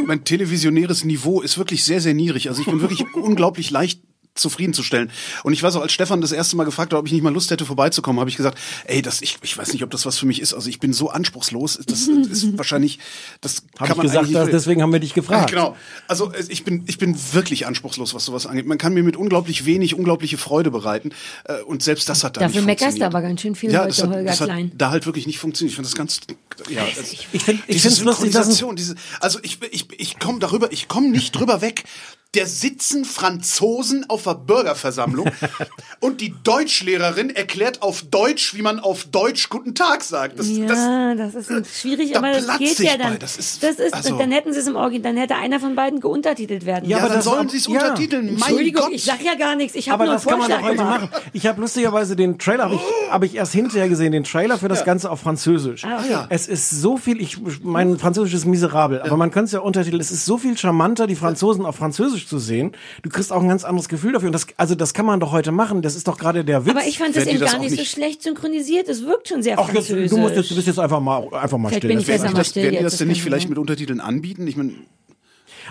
I: mein televisionäres Niveau ist wirklich sehr, sehr niedrig. Also ich bin wirklich unglaublich leicht zufriedenzustellen. Und ich weiß auch, als Stefan das erste Mal gefragt hat, ob ich nicht mal Lust hätte, vorbeizukommen, habe ich gesagt, ey, das, ich, ich weiß nicht, ob das was für mich ist. Also ich bin so anspruchslos, das ist wahrscheinlich, das
G: Hab
I: kann
G: ich
I: man
G: gesagt,
I: eigentlich
G: dass,
I: nicht-
G: deswegen haben wir dich gefragt.
I: ja, Genau. Also äh, ich bin, ich bin wirklich anspruchslos, was sowas angeht. Man kann mir mit unglaublich wenig unglaubliche Freude bereiten. Äh, Und selbst das hat da
H: Dafür
I: nicht
H: meckerst du
I: funktioniert.
H: aber ganz schön viel
I: ja,
H: heute,
I: das hat,
H: Holger
I: das hat
H: Klein.
I: da halt wirklich nicht funktioniert. Ich finde das ganz... Ja, das,
G: Ich finde ich
I: diese
G: find's lustig, dass
I: Synchronisation, diese, also ich, ich, ich komme darüber, ich komme nicht drüber weg. Der sitzen Franzosen auf der Bürgerversammlung und die Deutschlehrerin erklärt auf Deutsch, wie man auf Deutsch Guten Tag sagt. Das, das,
H: ja, das, ist schwierig,
I: da
H: aber das
I: platz ich
H: geht ja
I: bei.
H: dann.
I: Das ist- also-
H: dann hätten sie es im Original, dann hätte einer von beiden geuntertitelt werden.
I: ja,
G: aber
I: aber dann
G: das-
I: sollen sie es
G: ja.
I: untertiteln. Mein
H: Entschuldigung,
I: Gott.
H: ich sag ja gar nichts. Ich habe
G: aber
H: nur einen
G: das kann man
H: Vorschlag
G: doch heute
H: gemacht.
G: machen. Ich habe lustigerweise den Trailer, habe ich, hab ich erst hinterher gesehen, den Trailer für das Ganze auf Französisch.
H: Ah,
I: ja.
G: Es ist so viel, ich, mein Französisch ist miserabel, aber man kann es ja untertiteln. Es ist so viel charmanter, die Franzosen auf Französisch zu sehen. Du kriegst auch ein ganz anderes Gefühl dafür. Und das, also das kann man doch heute machen. Das ist doch gerade der Witz.
H: Aber ich fand das
I: Wenn die
H: eben
I: das
H: gar
I: auch
H: nicht, so
I: nicht-
H: schlecht synchronisiert. Es wirkt schon sehr
G: Ach, jetzt,
H: französisch.
G: du, musst jetzt, du bist jetzt einfach mal, einfach mal
H: Vielleicht
G: still.
H: bin ich
G: Das wär-
H: besser.
I: Werden
H: mal
I: die das,
H: still
I: werden die
H: jetzt,
I: das
H: das
I: denn nicht
H: kann
I: vielleicht
H: sein.
I: mit Untertiteln anbieten? Ich meine,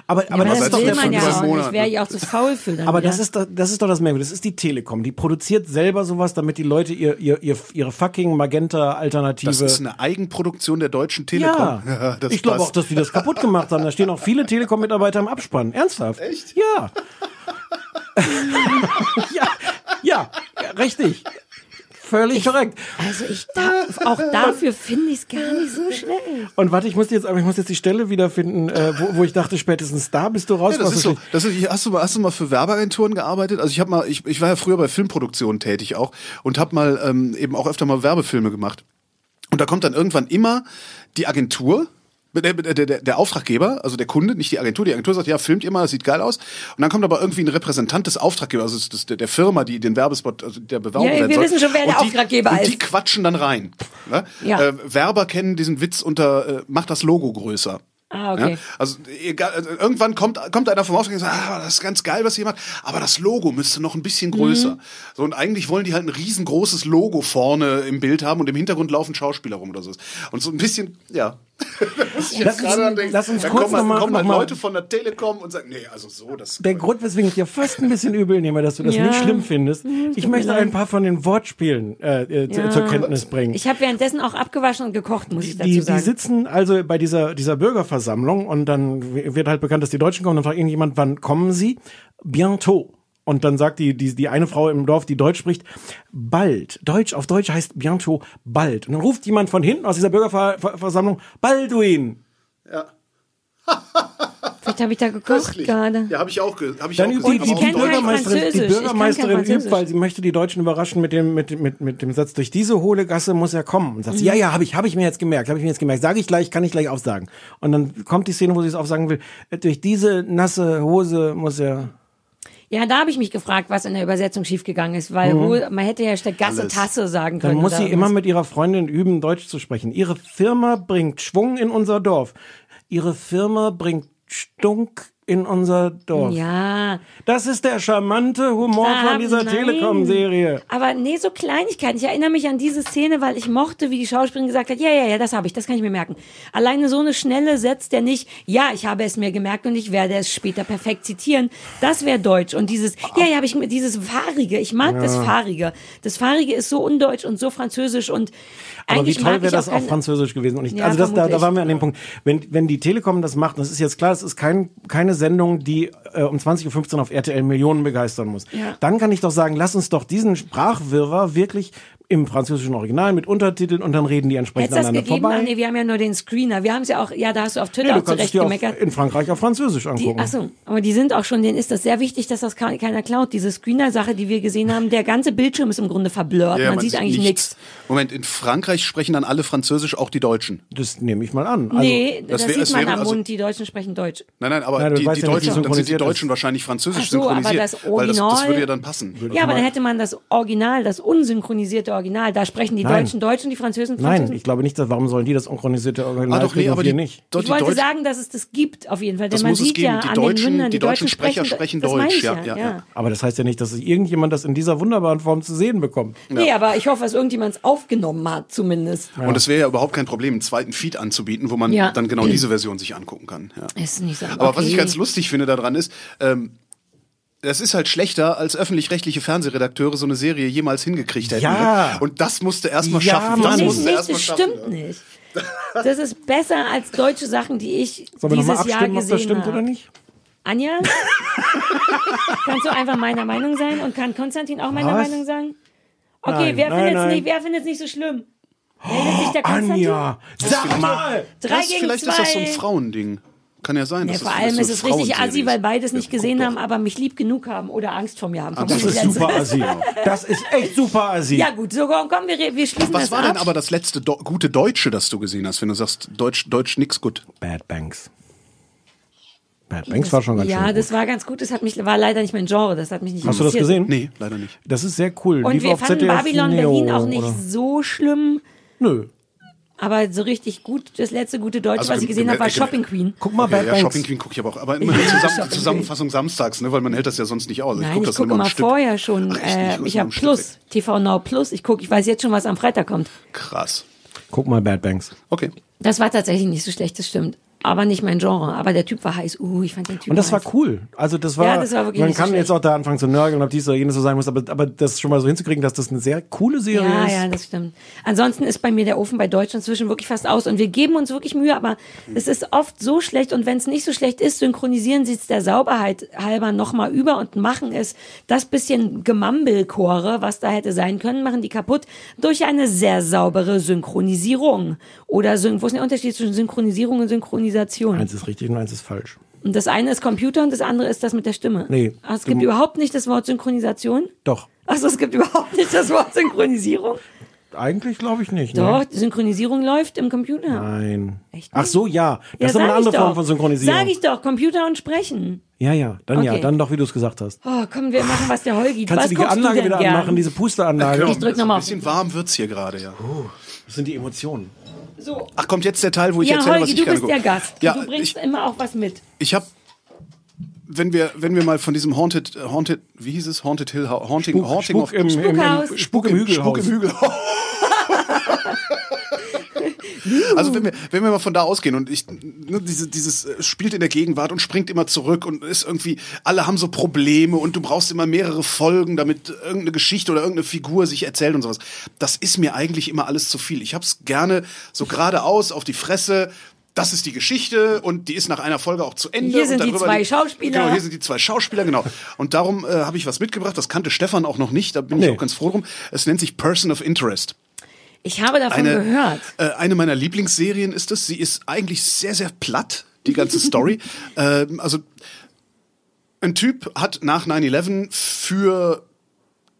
G: aber, aber
H: aber
G: das
H: das,
G: ist doch der
I: andererseits
H: will
I: von
H: man ja
I: fünf
H: auch nicht.
I: Monaten.
H: Wäre ja auch zu faul für dann
G: Aber
H: wieder.
G: das ist, doch, das ist doch das Merkwürdige. Das ist die Telekom. Die produziert selber sowas, damit die Leute ihr, ihr, ihr, ihre fucking Magenta-Alternative.
I: das ist eine Eigenproduktion der Deutschen Telekom.
G: Ja,
I: das
G: ich glaube
I: passt.
G: auch, dass die das kaputt gemacht haben. Da stehen auch viele Telekom-Mitarbeiter im Abspann. Ernsthaft? Echt? Ja. ja, ja, richtig. Völlig korrekt.
H: Also ich da, auch dafür finde ich es gar nicht so schlecht.
G: Und warte, ich muss jetzt, aber ich muss jetzt die Stelle wiederfinden, äh, wo, wo ich dachte, spätestens da bist du raus.
I: Ja, das
G: was
I: ist
G: du
I: so. Das ist, hast, du mal, hast du mal für Werbeagenturen gearbeitet? Also ich habe mal, ich, ich war ja früher bei Filmproduktionen tätig auch und habe mal ähm, eben auch öfter mal Werbefilme gemacht. Und da kommt dann irgendwann immer die Agentur. Der, der, der, der Auftraggeber, also der Kunde, nicht die Agentur, die Agentur sagt, ja, filmt ihr mal, das sieht geil aus. Und dann kommt aber irgendwie ein Repräsentant des Auftraggebers, also des, der, der Firma, die den Werbespot, also der Bewerbung
H: Ja,
I: werden
H: wir
I: soll.
H: wissen schon, wer
I: Und
H: der
I: die-
H: Auftraggeber
I: und Die
H: ist.
I: quatschen dann rein. Ne?
H: Ja.
I: Äh, Werber kennen diesen Witz unter, äh, macht das Logo größer.
H: Ah, okay.
I: Ja? Also egal, also irgendwann kommt, kommt einer vom Auftrag und sagt, ah, das ist ganz geil, was ihr macht, aber das Logo müsste noch ein
G: Mhm.
I: bisschen größer. So, und eigentlich wollen die halt ein riesengroßes Logo vorne im Bild haben und im Hintergrund laufen Schauspieler rum oder so. Und so ein bisschen, ja. Muss ich
G: Lass uns-
I: dran denken.
G: lass uns
I: Dann
G: kurz
I: kommen halt-
G: noch mal-
I: kommen halt
G: noch mal-
I: Leute von der Telekom und sagen, nee, also so, das
G: Der Grund, weswegen ich dir fast ein bisschen übel nehme, dass du das
H: Ja. Mhm,
G: nicht schlimm findest, ich möchte ein paar von den Wortspielen äh, äh, zu- zur Kenntnis bringen.
H: Ich habe währenddessen auch abgewaschen und gekocht, muss ich dazu
G: die, die
H: sagen.
G: sitzen also bei dieser, dieser Bürgerversammlung und dann wird halt bekannt, dass die Deutschen kommen. Dann fragt irgendjemand, wann kommen sie? Bientôt. Und dann sagt die, die, die eine Frau im Dorf, die Deutsch spricht, bald. Deutsch auf Deutsch heißt bientôt bald. Und dann ruft jemand von hinten aus dieser Bürgerversammlung, Balduin.
H: Vielleicht habe ich da gekocht
I: Köstlich.
H: gerade.
I: Ja, habe ich auch ge- hab ich
G: Dann
I: auch
G: übt
I: gesagt,
G: die,
I: aber
G: die,
I: auf
H: kenn kein
I: Deutsch.
G: Bürgermeisterin, die
H: Französisch. Ich kann kein
G: Bürgermeisterin übt,
H: Französisch.
G: weil sie möchte die Deutschen überraschen mit dem, mit, mit, mit dem Satz, durch diese hohle Gasse muss er kommen. Und sagt,
H: Mhm.
G: sie, ja, ja, habe ich, hab ich mir jetzt gemerkt, habe ich mir jetzt gemerkt, sage ich gleich, kann ich gleich aufsagen. Und dann kommt die Szene, wo sie es aufsagen will, äh, durch diese nasse Hose muss er...
H: Ja, da habe ich mich gefragt, was in der Übersetzung schiefgegangen ist, weil wo, man hätte ja statt Gasse Tasse sagen können.
G: Mhm. Dann muss
H: oder
G: sie immer
H: irgendwas.
G: mit ihrer Freundin üben, Deutsch zu sprechen. Ihre Firma bringt Schwung in unser Dorf. Ihre Firma bringt Stunk in unser Dorf.
H: Ja.
G: Das ist der charmante Humor
H: Ah,
G: von dieser
H: nein.
G: Telekom-Serie.
H: Aber nee, so Kleinigkeiten. Ich erinnere mich an diese Szene, weil ich mochte, wie die Schauspielerin gesagt hat, ja, ja, ja, das habe ich, das kann ich mir merken. Alleine so eine schnelle setzt er nicht, ja, ich habe es mir gemerkt und ich werde es später perfekt zitieren. Das wäre deutsch. Und dieses, ja, ja, habe ich mir, dieses Fahrige, ich mag
G: Ja.
H: das Fahrige. Das Fahrige ist so undeutsch und so französisch und
G: Aber wie
H: eigentlich
G: toll
H: mag
G: wäre
H: ich
G: das
H: auch
G: auf
H: keine-
G: Französisch gewesen. Und ich,
H: Ja,
G: also das, da, da
H: vermutlich.
G: waren wir an dem Punkt. Wenn, wenn die Telekom das macht, das ist jetzt klar, es ist kein, keine Sendung, die äh, um 20.15 Uhr auf RTL Millionen begeistern muss.
H: Ja.
G: Dann kann ich doch sagen, lass uns doch diesen Sprachwirrwarr wirklich im französischen Original mit Untertiteln und dann reden die entsprechend
H: Hättest das
G: aneinander
H: gegeben?
G: vorbei.
H: Ah, nee, wir haben ja nur den Screener. Wir haben es ja auch, ja, da hast du auf
G: Nee,
H: Twitter
G: du
H: auch
G: kannst es
H: zurecht
G: dir auf,
H: gemeckert.
G: in Frankreich auf Französisch
H: Die,
G: angucken.
H: achso, aber die sind auch schon, denen ist das sehr wichtig, dass das ka- keiner klaut. Diese Screener-Sache, die wir gesehen haben, der ganze Bildschirm ist im Grunde verblurrt. man, sieht eigentlich nichts.
I: Moment, in Frankreich sprechen dann alle Französisch, auch die Deutschen.
G: Das nehme ich mal an. Also,
H: nee, das,
I: Also, das wär-
H: sieht
I: es
H: man
I: wäre
H: am
I: also-
H: Mund, die Deutschen sprechen Deutsch.
I: Nein, nein, aber
G: Nein, du
I: die,
G: weißt
I: die
G: ja nicht, wie
I: Deutschen, dann sind die
G: synchronisiert
I: Deutschen wahrscheinlich französisch
H: Ach so, aber
I: synchronisiert.
H: das
I: weil das, das
H: Original-
I: würde ja dann passen.
H: Ja, aber dann hätte man das Original, das unsynchronisierte Original. Da sprechen die
G: Nein.
H: Deutschen Deutsch und die Französen Französisch.
G: Nein, ich glaube nicht, dass, warum sollen die das synchronisierte Original
I: ah, doch, nee,
G: kriegen und
I: aber
G: wir
I: die,
G: nicht?
I: doch,
H: ich
I: die
H: wollte
I: Deutschen,
H: sagen, dass es das gibt auf jeden Fall. Denn
I: Das
H: man
I: muss es
H: sieht ja
I: geben. Die
H: an
I: Deutschen-
H: den Mündern,
I: die deutschen Sprecher sprechen
H: das meine
I: Deutsch.
H: ich
I: Ja, ja,
H: ja.
I: ja.
G: Aber das heißt ja nicht, dass es irgendjemand das in dieser wunderbaren Form zu sehen bekommt.
H: Nee, aber ich hoffe, dass irgendjemand es aufgenommen hat, zumindest.
I: Und es wäre ja überhaupt kein Problem, einen zweiten Feed anzubieten, wo man
H: Ja.
I: dann genau diese Version sich angucken kann. Ja.
H: Ist nicht so.
I: Aber was ich
H: okay.
I: ganz lustig finde daran ist, ähm, das ist halt schlechter, als öffentlich-rechtliche Fernsehredakteure so eine Serie jemals hingekriegt hätten.
G: Ja.
I: Ne? Und das musste erstmal
G: Ja,
I: schaffen.
G: Mann.
I: Das
H: Nee,
I: musste
H: nicht,
I: erstmal
H: das
I: schaffen.
H: stimmt nicht. Das ist besser als deutsche Sachen, die ich
G: Sollen wir nochmal
H: dieses Jahr
G: abstimmen, ob das
H: gesehen
G: stimmt
H: habe.
G: oder nicht?
H: Anja, kannst du einfach meiner Meinung sein und kann Konstantin auch meiner
G: Was?
H: Meinung sein? Okay,
G: Nein,
H: wer
G: nein,
H: findet
G: nein. Oh,
H: es nicht, wer findet's nicht so schlimm? Meldet sich der Konstantin?
G: Anja, sag mal!
H: Drei
I: Das,
H: gegen
I: vielleicht
H: zwei.
I: ist das so ein Frauending. Kann ja sein.
H: ja,
I: dass
H: vor
I: das
H: allem
I: vielleicht
H: ist
I: so
H: es richtig assi,
I: Frauenserie
H: weil
I: ist.
H: beides
I: Ja,
H: nicht
I: guck
H: gesehen
I: doch.
H: haben, aber mich lieb genug haben oder Angst vor mir haben.
I: das
G: Also Das ist
H: Vermutlich letztes-
G: super assi. Das ist echt super assi.
H: Ja gut, so komm, komm, wir, wir schließen
I: Was
H: das
I: war
H: ab.
I: denn aber das letzte Do gute Deutsche, das du gesehen hast, wenn du sagst, Deutsch, Deutsch nix gut?
G: Bad Banks. Bad Banks war schon ganz
H: ja,
G: schön.
H: das war ganz gut. Das hat mich, war leider nicht mein Genre. Das hat mich nicht
G: Hast du das
H: interessiert.
G: gesehen?
I: Nee, leider nicht.
G: Das ist sehr cool.
H: Und
G: Lief
H: wir
G: auf
H: fanden
G: ZDF
H: Babylon
G: Neo,
H: Berlin auch nicht
G: oder?
H: so schlimm,
G: Nö.
H: aber so richtig gut. Das letzte gute Deutsche,
I: Also
H: was ich
I: gem-
H: gesehen habe, war
I: gem-
H: Shopping Queen.
G: Guck mal,
I: Ja,
G: Bad
I: ja,
G: Banks.
I: Shopping Queen gucke ich aber auch. Aber immer die Zusammen Zusammenfassung samstags, ne, weil man hält das ja sonst nicht aus.
H: Nein,
I: ich gucke
H: ich
I: das
H: gucke
I: immer am
H: immer
I: Stück.
H: vorher schon.
I: Ach, echt nicht? Ich
H: äh,
I: guck's
H: ich
I: immer
H: habe
I: am Stück.
H: Plus, TV Now Plus. Ich gucke, ich weiß jetzt schon, was am Freitag kommt.
I: Krass.
G: Guck mal, Bad Banks.
I: Okay.
H: Das war tatsächlich nicht so schlecht, das stimmt. Aber nicht mein Genre. Aber der Typ war heiß. Uh, ich fand den Typ
G: Und das war
H: heiß.
G: cool. Also das war,
H: Ja, das war wirklich
G: man
H: nicht so
G: kann
H: schlecht.
G: jetzt auch da anfangen zu nörgeln, ob dies oder jenes so sein muss, aber, aber das schon mal so hinzukriegen, dass das eine sehr coole Serie
H: Ja,
G: ist.
H: ja, das stimmt. Ansonsten ist bei mir der Ofen bei Deutsch inzwischen wirklich fast aus und wir geben uns wirklich Mühe, aber es ist oft so schlecht und wenn es nicht so schlecht ist, synchronisieren sie es der Sauberheit halber nochmal über und machen es das bisschen Gemambelchore, was da hätte sein können, machen die kaputt durch eine sehr saubere Synchronisierung. Oder syn wo ist der Unterschied zwischen Synchronisierung und Synchronisation?
G: Eins ist richtig und eins ist falsch.
H: Und das eine ist Computer und das andere ist das mit der Stimme.
G: Nee.
H: Ah, Es gibt
G: Du-
H: überhaupt nicht das Wort Synchronisation.
G: Doch.
H: Also es gibt überhaupt nicht das Wort Synchronisierung.
G: Eigentlich glaube ich nicht.
H: Doch,
G: Ne?
H: die Synchronisierung läuft im Computer.
G: Nein.
H: Echt
G: Ach so, ja. Das ist aber
H: sag
G: eine
H: ich
G: andere Form
H: doch.
G: von Synchronisierung.
H: Sag ich doch, Computer und Sprechen.
G: Ja, ja. Dann ja.
H: Okay.
G: Dann doch, wie du es gesagt hast.
H: Oh, komm, wir machen, was der Holgi.
G: Kannst
H: was
G: du die
H: guckst
G: Anlage
H: du denn
G: wieder
H: gern?
G: anmachen, diese Pusteranlage?
H: Ich drück nochmal
I: Ein
H: auf.
I: bisschen warm wird's hier gerade, ja.
G: Das sind die Emotionen.
H: So.
I: Ach, kommt jetzt der Teil, wo ich
H: Ja,
I: erzähle, was
H: Holgi,
I: ich
H: du
I: gerne
H: bist der
I: gucke.
H: Gast.
I: Ja,
H: du bringst
I: ich,
H: immer auch was mit.
I: ich habe, wenn wir, wenn wir mal von diesem Haunted, äh, Haunted, wie hieß es? Haunted Hill House. Haunting,
G: Spuk,
I: Haunting
G: Spuk, im, im,
H: Spukhaus.
G: im, Spuk im
I: Spuk im
G: Hügelhaus.
I: Hügelhaus. also wenn wir, wenn wir mal von da ausgehen und ich ne, diese, dieses äh, spielt in der Gegenwart und springt immer zurück und ist irgendwie alle haben so Probleme und du brauchst immer mehrere Folgen, damit irgendeine Geschichte oder irgendeine Figur sich erzählt und sowas. Das ist mir eigentlich immer alles zu viel. Ich hab's gerne so geradeaus auf die Fresse. Das ist die Geschichte und die ist nach einer Folge auch zu Ende.
H: Hier sind
I: und
H: die
I: darüber
H: zwei Schauspieler.
I: Genau, hier sind die zwei Schauspieler, genau. Und darum äh, habe ich was mitgebracht. Das kannte Stefan auch noch nicht. Da bin ich
G: Nee.
I: auch ganz froh drum. Es nennt sich Person of Interest.
H: Ich habe davon
I: Eine,
H: gehört.
I: Äh, eine meiner Lieblingsserien ist es. Sie ist eigentlich sehr, sehr platt, die ganze Story. ähm, also ein Typ hat nach 9-11 für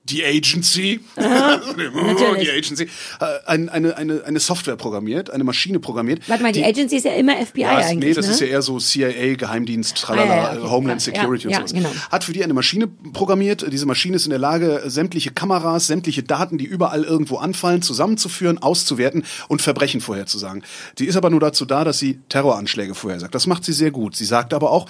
I: die Agency,
H: natürlich.
I: die Agency äh, ein, eine, eine, eine Software programmiert, eine Maschine programmiert.
H: Warte mal, die, Agency ist ja immer FBI
I: Ja, ist-
H: eigentlich.
I: nee, das
H: ne?
I: ist ja eher so CIA, Geheimdienst,
H: Ah,
I: tralala,
H: ja, ja, okay,
I: äh, Homeland
H: klar.
I: Security
H: Ja,
I: und sowas.
H: ja, genau.
I: Hat für die eine Maschine programmiert. Diese Maschine ist in der Lage, sämtliche Kameras, sämtliche Daten, die überall irgendwo anfallen, zusammenzuführen, auszuwerten und Verbrechen vorherzusagen. Sie ist aber nur dazu da, dass sie Terroranschläge vorhersagt. Das macht sie sehr gut. Sie sagt aber auch,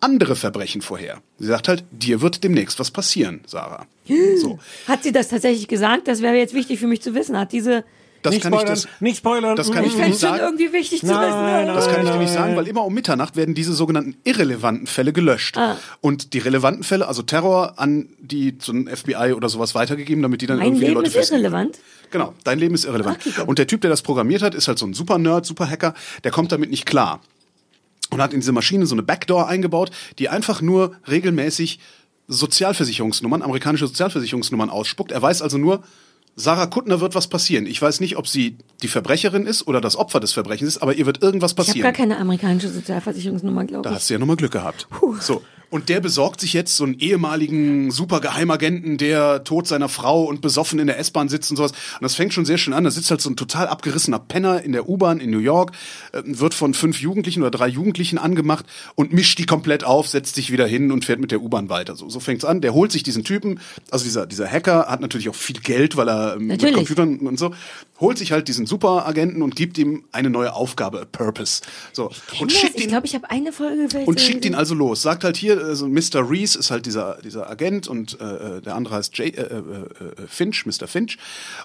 I: andere Verbrechen vorher. Sie sagt halt, dir wird demnächst was passieren, Sarah.
H: Hm.
I: So.
H: Hat sie das tatsächlich gesagt? Das wäre jetzt wichtig für mich zu wissen. Hat diese.
I: Das Nicht kann ich- spoilern. das-
G: Nicht spoilern. Mhm.
I: Das kann ich
H: Ich
I: dir
H: fände
I: nicht
H: es schon
I: sagen.
H: irgendwie wichtig zu
G: Nein,
H: wissen.
G: nein,
I: Das kann ich dir nicht
G: nein.
I: sagen, weil immer um Mitternacht werden diese sogenannten irrelevanten Fälle gelöscht.
H: Ah.
I: Und die relevanten Fälle, also Terror, an die zum FBI oder sowas weitergegeben, damit die dann
H: Mein
I: irgendwie
H: Leben
I: Leute
H: ist
I: festnehmen.
H: irrelevant.
I: Genau, dein Leben ist irrelevant. Und der Typ, der das programmiert hat, ist halt so ein super Nerd, super Hacker, der kommt damit nicht klar. Und hat in diese Maschine so eine Backdoor eingebaut, die einfach nur regelmäßig Sozialversicherungsnummern, amerikanische Sozialversicherungsnummern ausspuckt. Er weiß also nur, Sarah Kuttner wird was passieren. Ich weiß nicht, ob sie die Verbrecherin ist oder das Opfer des Verbrechens ist, aber ihr wird irgendwas
H: Ich habe
I: passieren.
H: gar keine amerikanische Sozialversicherungsnummer, glaube
I: Da
H: ich.
I: hast du ja nochmal Glück gehabt. So. Und der besorgt sich jetzt so einen ehemaligen Supergeheimagenten, der tot seiner Frau und besoffen in der S-Bahn sitzt und sowas. Und das fängt schon sehr schön an. Da sitzt halt so ein total abgerissener Penner in der U-Bahn in New York, äh, wird von fünf Jugendlichen oder drei Jugendlichen angemacht und mischt die komplett auf, setzt sich wieder hin und fährt mit der U-Bahn weiter. So, so fängt's an. Der holt sich diesen Typen, also dieser, dieser Hacker hat natürlich auch viel Geld, weil er ähm, mit
H: Natürlich.
I: Computern und so, holt sich halt diesen Superagenten und gibt ihm eine neue Aufgabe, a Purpose. So. Und
H: Ja,
I: schickt
H: ich
I: ihn
H: glaube, ich habe eine Folge vielleicht.
I: und schickt ihn
H: irgendwie-
I: also los. Sagt halt hier, also Mr. Reese ist halt dieser, dieser Agent und äh, äh, der andere heißt Jay, äh, äh, äh, Finch, Mr. Finch.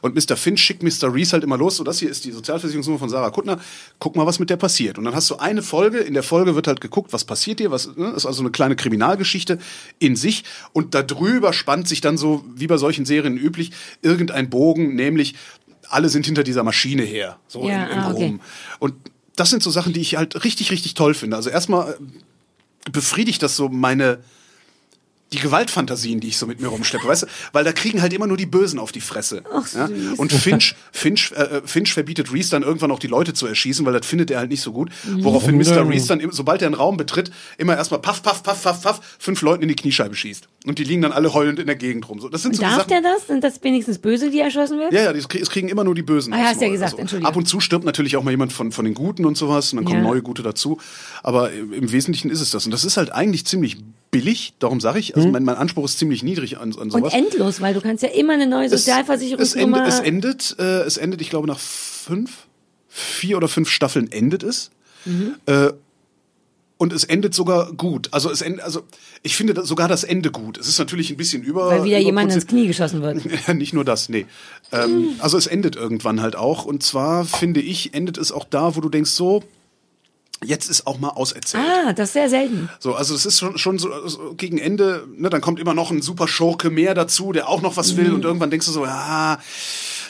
I: Und Mr. Finch schickt Mr. Reese halt immer los. So, das hier ist die Sozialversicherungsnummer von Sarah Kuttner. Guck mal, was mit der passiert. Und dann hast du eine Folge. In der Folge wird halt geguckt, was passiert dir. Was, ne? Ist also eine kleine Kriminalgeschichte in sich. Und darüber spannt sich dann so, wie bei solchen Serien üblich, irgendein Bogen, nämlich alle sind hinter dieser Maschine her. So
H: Ja,
I: in, in
H: ah, okay.
I: Rom. Und das sind so Sachen, die ich halt richtig, richtig toll finde. Also erstmal äh, befriedigt das so meine die Gewaltfantasien, die ich so mit mir rumschleppe, weißt du? Weil da kriegen halt immer nur die Bösen auf die Fresse.
H: Ach, süß.
I: ja? Und Finch, Finch, äh, äh, Finch verbietet Reese dann irgendwann auch die Leute zu erschießen, weil das findet er halt nicht so gut.
H: Mhm.
I: Woraufhin Mr. Reese dann, im- sobald er einen Raum betritt, immer erstmal paff, paff, paff, paff, paff, fünf Leuten in die Kniescheibe schießt. Und die liegen dann alle heulend in der Gegend rum. So, das sind so die
H: Darf
I: Sachen.
H: der das? Sind das wenigstens Böse, die erschossen werden?
I: Ja, ja, das krie- es kriegen immer nur die Bösen.
H: Ah, ja,
I: aufs
H: hast ja
I: Maul.
H: gesagt, Entschuldigung.
I: Ab und zu stirbt natürlich auch mal jemand von, von den Guten und sowas und dann kommen
H: Ja.
I: neue Gute dazu. Aber im Wesentlichen ist es das. Und das ist halt eigentlich ziemlich billig, darum sage ich, also mein, mein Anspruch ist ziemlich niedrig an, an
H: Hm. Und
I: sowas.
H: endlos, weil du kannst ja immer eine neue
I: Es- es,
H: Sozialversicherungsnummer.
I: endet, es endet, äh, es endet, ich glaube, nach fünf, vier oder fünf Staffeln endet es.
H: Mhm.
I: Äh, und es endet sogar gut. Also es endet, also ich finde das- sogar das Ende gut. Es ist natürlich ein bisschen über.
H: weil wieder jemand
I: überproduziert.
H: ins Knie geschossen wird.
I: Ja, nicht nur das, nee. Ähm, also es endet irgendwann halt auch. Und zwar, finde ich, endet es auch da, wo du denkst, so, jetzt ist auch mal auserzählt.
H: Ah, das ist sehr selten.
I: So, also es ist schon, schon so, so gegen Ende, ne, dann kommt immer noch ein super Schurke mehr dazu, der auch noch was
H: Mhm.
I: will. Und irgendwann denkst du so, ja,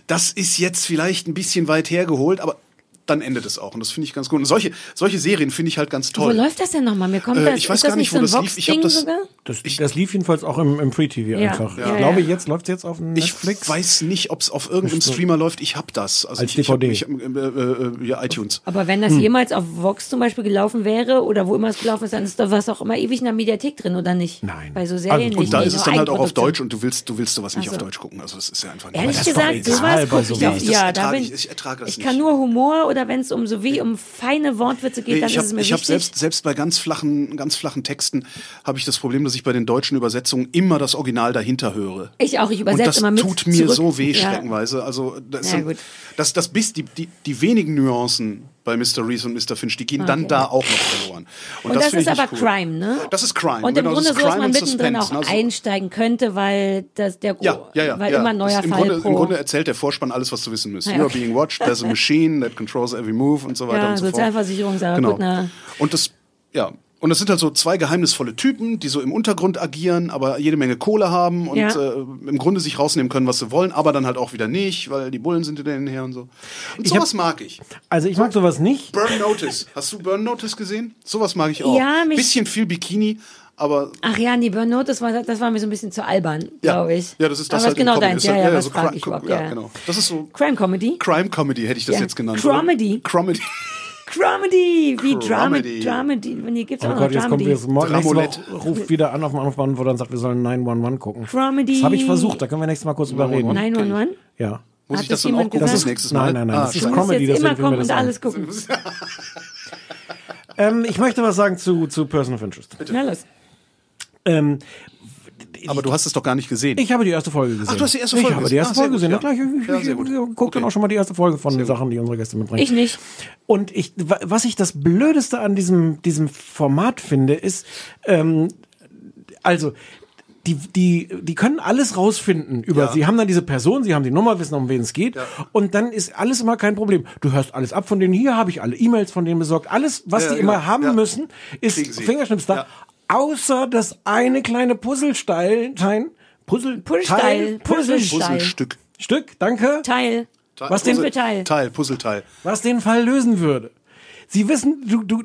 I: das ist jetzt vielleicht ein bisschen weit hergeholt, aber dann endet es auch. Und das finde ich ganz gut. Und solche, solche Serien finde ich halt ganz
H: Wo
I: toll.
H: läuft das denn nochmal? Mir kommt
I: Äh,
H: das,
I: ich weiß
H: ist das
I: gar nicht, wo
H: so ein
I: das lief. Ich hab
H: Vox-Ding
I: das-
H: sogar?
G: Das, das lief jedenfalls auch im, im Free TV
H: Ja.
G: einfach.
H: Ja,
G: ich glaube,
H: ja.
G: jetzt läuft es jetzt auf Netflix.
I: Ich weiß nicht, ob es auf irgendeinem Streamer läuft. Ich hab das. Also
G: Als
I: ich, ich hab-
G: DVD.
I: Ich hab, äh, äh, ja, iTunes.
H: Aber wenn
I: Hm.
H: das jemals auf Vox zum Beispiel gelaufen wäre oder wo immer es gelaufen ist, dann ist da was auch immer ewig in der Mediathek drin, oder nicht?
G: Nein.
H: Bei so Serien
G: Also,
H: nicht.
I: Und da
H: die
I: ist es
H: nur
I: dann halt auch auf
H: Eigenproduktion.
I: Deutsch und du willst, du willst sowas nicht
H: Also.
I: auf Deutsch gucken. Also das ist ja einfach nicht.
H: Ehrlich
G: das ist doch
H: gesagt,
G: egal
H: sowas
G: bei
H: gucke
G: so
H: ich auf.
G: wenig.
I: Das
H: Ja, da
I: ertrage
H: bin
I: ich- ich ertrage das
H: Ich
I: nicht.
H: kann nur Humor oder wenn es um so wie um feine Wortwitze geht,
I: Nee,
H: dann
I: ich
H: ist es mir
I: habe
H: wichtig.
I: hab selbst, selbst bei ganz flachen, ganz flachen Texten habe ich das Problem, dass ich bei den deutschen Übersetzungen immer das Original dahinter höre.
H: Ich auch, ich
I: Und
H: übersetze
I: das
H: immer mit
I: tut mir
H: zurück.
I: so weh,
H: Ja.
I: streckenweise. Also das,
H: Ja,
I: sind-
H: gut.
I: das, das bis die, die, die wenigen Nuancen bei Mr. Reese und Mr. Finch, die gehen dann da auch noch verloren.
H: Und das,
I: finde
H: ist
I: ich nicht
H: aber
I: cool.
H: Crime, ne?
I: Das ist Crime.
H: Und im
I: genau, das
H: Grunde
I: ist
H: so, dass
I: Crime
H: man
I: und
H: mittendrin
I: Suspense,
H: auch
I: ne? So-
H: einsteigen könnte, weil das der
I: Ja, ja, ja.
H: Oh, weil
I: ja.
H: immer ein neuer
I: Das- im
H: Fall
I: Grunde,
H: pro. Ah,
I: Im Grunde erzählt der Vorspann alles, was du wissen müsst.
H: Ja,
I: You are
H: okay.
I: being watched, there's a machine that controls every move und so weiter
H: Ja,
I: und so fort. Genau.
H: Sozialversicherung, Sarah Kuttner.
I: Und das, ja. Und das sind halt so zwei geheimnisvolle Typen, die so im Untergrund agieren, aber jede Menge Kohle haben und
H: Ja.
I: äh, im Grunde sich rausnehmen können, was sie wollen, aber dann halt auch wieder nicht, weil die Bullen sind hinter denen her und so. Und
G: Ich hab-
I: sowas mag ich.
G: Also ich mag sowas nicht.
I: Burn Notice. Hast du Burn Notice gesehen? Sowas mag ich auch.
H: Ja, mich-
I: Bisschen viel Bikini, aber
H: Ach ja, nee, Burnout, das war, das war mir so ein bisschen zu albern,
I: ja.
H: glaube ich.
I: Ja, das ist das
H: Aber
I: halt im
H: genau
I: Comedy. Das
H: deins.
I: ist
H: Ja,
I: halt-
H: ja, was
I: so
H: frag
I: Cri-
H: ich überhaupt?
I: ja,
H: Ja.
I: genau. Das ist so
H: Crime Comedy?
I: Crime Comedy hätte ich das
H: Ja.
I: jetzt genannt.
H: Cromedy.
I: Oder? Cromedy.
H: Comedy, wie Drama,
I: Dramedy.
H: Dramedy. Nee, gibt's
G: Oh
H: auch
G: Gott,
H: noch
G: jetzt kommt
H: Dramedy.
G: jetzt morgen nächste
I: Dramolette.
G: Woche ruft wieder an auf dem Anrufbeantworter und sagt, wir sollen 911 gucken.
H: Dramedy.
G: Das habe ich versucht, da können wir nächstes Mal kurz drüber reden.
H: 911?
G: Ja.
I: Muss
H: Hat
I: ich das
H: das
I: dann auch
H: jemand
I: gucken
H: gesagt?
I: das nächste Mal?
G: Nein, nein, nein,
I: Ah,
G: das ist
H: Du musst
G: Comedy,
H: jetzt
G: deswegen
H: immer
G: können wir
H: kommen
G: das
H: und
G: sagen.
H: alles gucken.
G: Ähm, ich möchte was sagen zu, zu Person of Interest.
H: Na los.
G: Ähm,
I: Aber du hast es doch gar nicht gesehen.
G: Ich habe die erste Folge gesehen.
I: Ach, du hast die erste
G: Ich
I: Folge
G: habe die erste
I: gesehen. Ah,
G: Folge
I: sehr
G: gesehen. Na klar,
I: gut,
G: ich,
I: ja.
G: ich,
I: Ja, sehr gut.
G: ich gucke dann auch schon mal die erste Folge von Sachen, die unsere Gäste mitbringen.
H: Ich nicht.
G: Und ich, wa- was ich das Blödeste an diesem, diesem Format finde, ist, ähm, also, die, die, die können alles rausfinden über, sie haben dann diese Person, sie haben die Nummer, wissen, um wen es geht. Und dann ist alles immer kein Problem. Du hörst alles ab von denen, hier habe ich alle E-Mails von denen besorgt. Alles, was
I: Ja,
G: die
I: genau.
G: immer haben
I: Ja.
G: müssen, ist
I: Kriegen sie.
G: Fingerschnips da.
I: Ja.
G: Außer das eine kleine Puzzlestein, Teil- Puzzle,
H: Puzzlestein.
G: Teil, Puzzlestein.
I: Puzzlestück.
G: Stück, danke.
H: Teil.
G: Was den-
I: Puzzle-
H: Teil.
I: Teil, Puzzleteil.
G: was den Fall lösen würde. Sie wissen, du, du,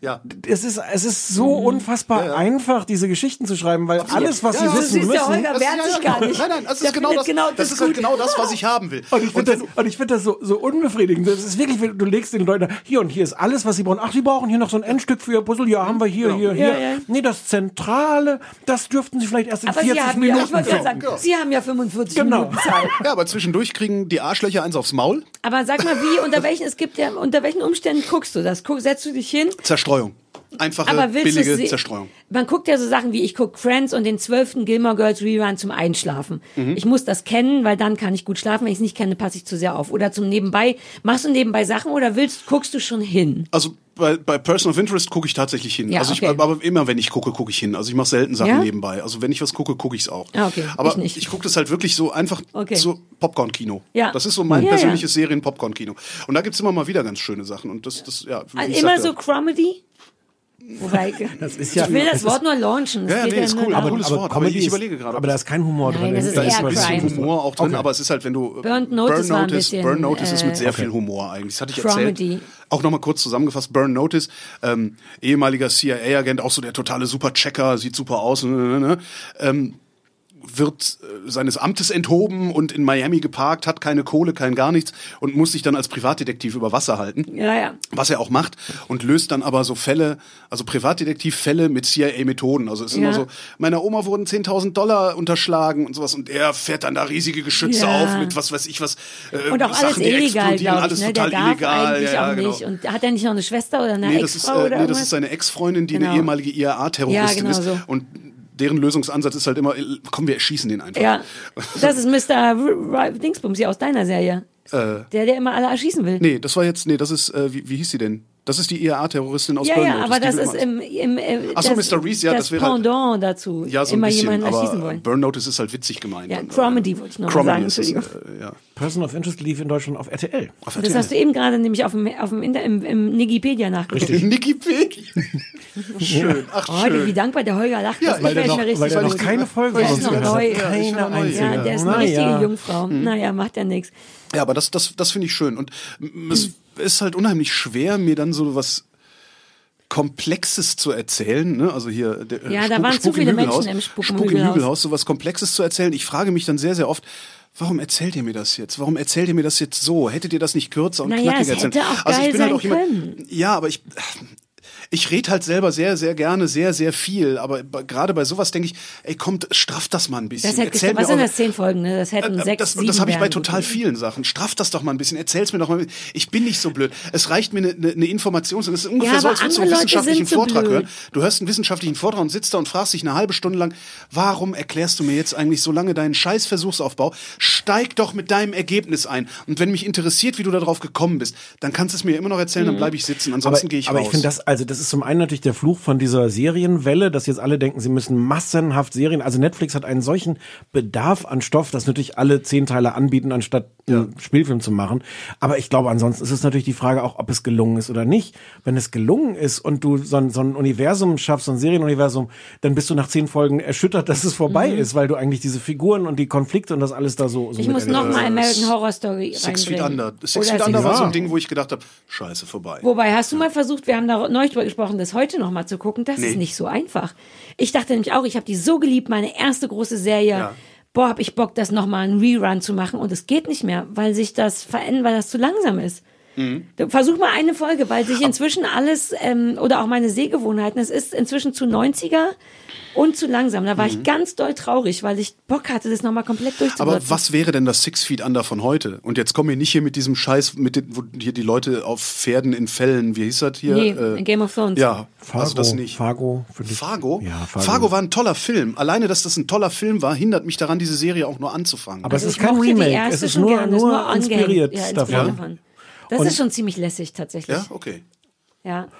I: Ja. Mhm.
G: es ist, es ist so unfassbar einfach, diese Geschichten zu schreiben, weil alles, was
I: Ja,
G: sie
I: das
G: wissen
H: ist der
G: müssen.
H: Holger. Er wehrt sich gar nicht.
I: Nein, nein, das
H: Der
I: ist genau
H: findet
I: das,
H: genau
I: das,
H: das
I: ist halt
H: gut.
I: genau das, was ich haben will.
G: Und ich
I: Und
G: finde
I: wenn
G: das, und ich find das so, so unbefriedigend. Das ist wirklich, du legst den Leuten, hier und hier ist alles, was sie brauchen. Ach, sie brauchen hier noch so ein Endstück für ihr Puzzle. Ja, haben wir hier,
I: Genau.
G: hier, hier.
H: Ja, ja.
G: Nee, das Zentrale, das dürften sie vielleicht erst in
H: Aber Sie
G: 40
H: haben ja, ich
G: Minuten
H: wollte gerade
G: finden.
H: sagen, Sie haben ja 45
G: Genau.
H: Minuten Zeit.
I: du- ja, aber zwischendurch kriegen die Arschlöcher eins aufs Maul.
H: Aber sag mal, wie, unter welchen, es gibt ja, unter welchen Umständen guckst du das? Guck, setzt du dich hin?
I: Zerstreuung. Einfache,
H: Aber willst du
I: billige
H: sie-
I: Zerstreuung.
H: Man guckt ja so Sachen wie, ich gucke Friends und den zwölften Gilmore Girls Rerun zum Einschlafen.
I: Mhm.
H: Ich muss das kennen, weil dann kann ich gut schlafen. Wenn ich es nicht kenne, passe ich zu sehr auf. Oder zum Nebenbei. Machst du nebenbei Sachen oder willst, guckst du schon hin?
I: Also bei, bei Person of Interest gucke ich tatsächlich hin.
H: Ja,
I: also ich,
H: okay.
I: aber immer wenn ich gucke, gucke ich hin. Also ich mache selten Sachen
H: Ja?
I: nebenbei. Also wenn ich was gucke, gucke ich es auch.
H: Ah, okay.
I: Aber
H: Ich nicht.
I: gucke das halt wirklich so einfach
H: Okay.
I: so Popcorn-Kino.
H: Ja.
I: Das ist so mein
H: Ja, ja.
I: persönliches Serien-Popcorn-Kino. Und da gibt's immer mal wieder ganz schöne Sachen. Und das, das ja, wie ich
H: Also immer
I: sagte.
H: so Cromedy? Wobei, das
G: ist ja-
H: ich will das
G: es
H: Wort nur launchen. Es
I: Ja, ja,
H: geht
I: nee,
H: ja
I: ist
H: nur
I: cool, aber
H: darum.
I: cooles Wort, aber ich überlege gerade, ob
G: Aber da ist kein Humor
H: Nein,
G: drin.
H: das ist
I: Da
H: eher
I: ist ein bisschen
H: Crime.
I: Humor auch drin, aber es ist halt, wenn du.
H: Burnt Notice war ein
I: Notice-
H: bisschen,
I: Burn Notice ist mit
H: äh,
I: sehr viel Humor eigentlich. Das hatte ich
H: Comedy.
I: erzählt. Auch nochmal kurz zusammengefasst: Burn Notice, ähm, ehemaliger CIA-Agent, auch so der totale Superchecker, sieht super aus, ne, ne, ne, ähm, wird äh, seines Amtes enthoben und in Miami geparkt, hat keine Kohle, kein gar nichts und muss sich dann als Privatdetektiv über Wasser halten
H: Ja, ja.
I: was er auch macht und löst dann aber so Fälle, also Privatdetektivfälle mit CIA-Methoden. Also es ist
H: Ja.
I: immer so, meiner Oma wurden 10.000 Dollar unterschlagen und sowas und er fährt dann da riesige Geschütze
H: Ja.
I: auf mit was weiß ich was. Äh,
H: Und auch alles
I: Sachen, die
H: illegal,
I: explodieren,
H: glaube ich.
I: alles
H: Ne? Der
I: total
H: darf
I: illegal.
H: eigentlich
I: ja, ja,
H: auch
I: genau.
H: nicht. Und hat er nicht noch eine Schwester oder eine
I: Nee, das ist,
H: Ex-Frau
I: äh,
H: oder
I: nee, das
H: irgendwas?
I: ist seine Ex-Freundin, die eine
H: Genau.
I: ehemalige
H: Ja,
I: IAA-Terroristin
H: genau
I: ist.
H: so.
I: Und deren Lösungsansatz ist halt immer, komm, wir erschießen den einfach.
H: Ja, das ist Mr. R- R- Dingsbums hier aus deiner Serie. der, der immer alle erschießen will.
I: Äh, Nee, das war jetzt, nee, das ist, äh, wie, wie hieß sie denn? Das ist die IAA-Terroristin aus
H: ja,
I: Burnwood.
H: ja, aber das
I: die
H: ist
I: will immer-
H: im, im äh,
I: Ach so,
H: das-
I: Mr. Reese, ja, das wäre halt-
H: Pendant dazu.
I: Ja, so ein
H: immer
I: bisschen,
H: jemanden erschießen
I: aber
H: wollen.
I: Burn Notice ist halt witzig gemeint.
H: Ja,
I: dann,
H: Cromedy wollte ich noch mal
I: Cromedy
H: sagen,
I: ist es,
H: Entschuldigung.
I: Äh, ja.
G: Person of Interest lief in Deutschland auf RTL.
H: Das hast du eben gerade nämlich auf dem, auf dem Inter, im, im Nigipedia nachgeguckt.
I: Nicky Pick. Schön. Ach,
H: Oh,
I: schön.
H: wie dankbar der Holger lacht.
I: Ja,
H: das macht
I: weil der
H: mich
I: noch-
H: richtig
G: weil der noch
H: los.
G: keine Folge
H: Der ist noch
G: rausgehört hat.
H: neu.
I: Ja, ich bin
G: Keine
I: noch neu.
G: einzige.
H: Ja, der ist eine
G: Naja.
H: richtige Jungfrau.
I: Hm.
H: Naja, macht ja nichts.
I: Ja, aber das, das, das finde ich schön. Und m- es ist halt unheimlich schwer, mir dann so was Komplexes zu erzählen. Ne? Also hier der, äh,
H: Ja, da
I: Spuk-
H: waren zu
I: Spuk im
H: viele
I: Hügelhaus.
H: Menschen im Spuk im
I: Spuk im
H: Hügelhaus.
I: Hügelhaus, so was Komplexes zu erzählen. Ich frage mich dann sehr, sehr oft, warum erzählt ihr mir das jetzt? Warum erzählt ihr mir das jetzt so? Hättet ihr das nicht kürzer und
H: Naja,
I: knackiger
H: es
I: erzählt?
H: hätte auch
I: also ich
H: geil
I: bin halt
H: sein
I: auch jemand,
H: können.
I: Ja, aber ich ich rede halt selber sehr, sehr gerne, sehr, sehr viel. Aber bei- gerade bei sowas denke ich, ey, kommt, strafft das mal ein bisschen.
H: Das hätte
I: Erzählt
H: gestern, was
I: mir
H: sind
I: eure-
H: das? Zehn Folgen, ne? Das hätten
I: äh,
H: sechs,
I: das,
H: sieben
I: das habe ich bei
H: wären
I: total
H: gut.
I: vielen Sachen. Straff das doch mal ein bisschen. Erzähl's mir doch mal. Ich bin nicht so blöd. Es reicht mir eine, eine, eine Information. Das ist ungefähr
H: Ja,
I: so,
H: aber
I: als würdest du einen
H: andere Leute
I: wissenschaftlichen
H: sind so
I: Vortrag
H: blöd.
I: hören. Du hörst einen wissenschaftlichen Vortrag und sitzt da und fragst dich eine halbe Stunde lang, warum erklärst du mir jetzt eigentlich so lange deinen scheiß Versuchsaufbau? Steig doch mit deinem Ergebnis ein. Und wenn mich interessiert, wie du darauf gekommen bist, dann kannst du es mir immer noch erzählen,
H: Mhm.
I: dann bleibe ich sitzen. Ansonsten gehe ich
G: aber
I: raus.
G: ich finde das, also das ist zum einen natürlich der Fluch von dieser Serienwelle, dass jetzt alle denken, sie müssen massenhaft Serien. Also Netflix hat einen solchen Bedarf an Stoff, dass natürlich alle zehn Teile anbieten, anstatt einen Spielfilm zu machen. Aber ich glaube, ansonsten ist es natürlich die Frage auch, ob es gelungen ist oder nicht. Wenn es gelungen ist und du so ein, so ein Universum schaffst, so ein Serienuniversum, dann bist du nach zehn Folgen erschüttert, dass es vorbei
I: Mhm.
G: ist, weil du eigentlich diese Figuren und die Konflikte und das alles da so. so
H: Ich muss
G: miterlebt hast.
H: nochmal American Horror Story
I: Six Feet
H: reinbringen.
I: Under. Six
H: Oder
I: Feet
H: Six
I: Under war so ein
G: Ja.
I: Ding, wo ich gedacht habe, scheiße, vorbei.
H: Wobei, hast du mal versucht, wir haben da neulich drüber gesprochen, das heute nochmal zu gucken, das
I: Nee.
H: ist nicht so einfach. Ich dachte nämlich auch, ich habe die so geliebt, meine erste große Serie. Boah, hab ich Bock, das nochmal einen Rerun zu machen und es geht nicht mehr, weil sich das verändert, weil das zu langsam ist.
I: Mhm.
H: Versuch mal eine Folge, weil sich inzwischen alles ähm, oder auch meine Sehgewohnheiten, es ist inzwischen zu 90er und zu langsam. Da war ich ganz doll traurig, weil ich Bock hatte, das nochmal komplett durchzumachen.
I: Mhm. Aber was wäre denn das Six Feet Under von heute? Und jetzt komm mir nicht hier mit diesem Scheiß, mit den, wo hier die Leute auf Pferden in Fällen, wie hieß das hier? Äh,
H: Nee, in Game of Thrones.
I: Ja,
G: Fargo,
I: also das nicht.
G: Fargo. finde ich-
I: Fargo?
G: Ja, Fargo.
I: Fargo. war ein toller Film. Alleine, dass das ein toller Film war, hindert mich daran, diese Serie auch nur anzufangen.
G: Aber
H: Also
G: es ist
H: ich
G: kein
H: mochte die
G: Remake,
H: erste
G: es ist
H: schon
G: nur,
H: gerne,
G: nur,
H: es angehängt.
G: inspiriert
H: ja, inspiriert
G: davon.
H: davon. Das
G: Und-
H: ist schon ziemlich lässig tatsächlich.
I: ja, okay.
H: Ja,
G: Und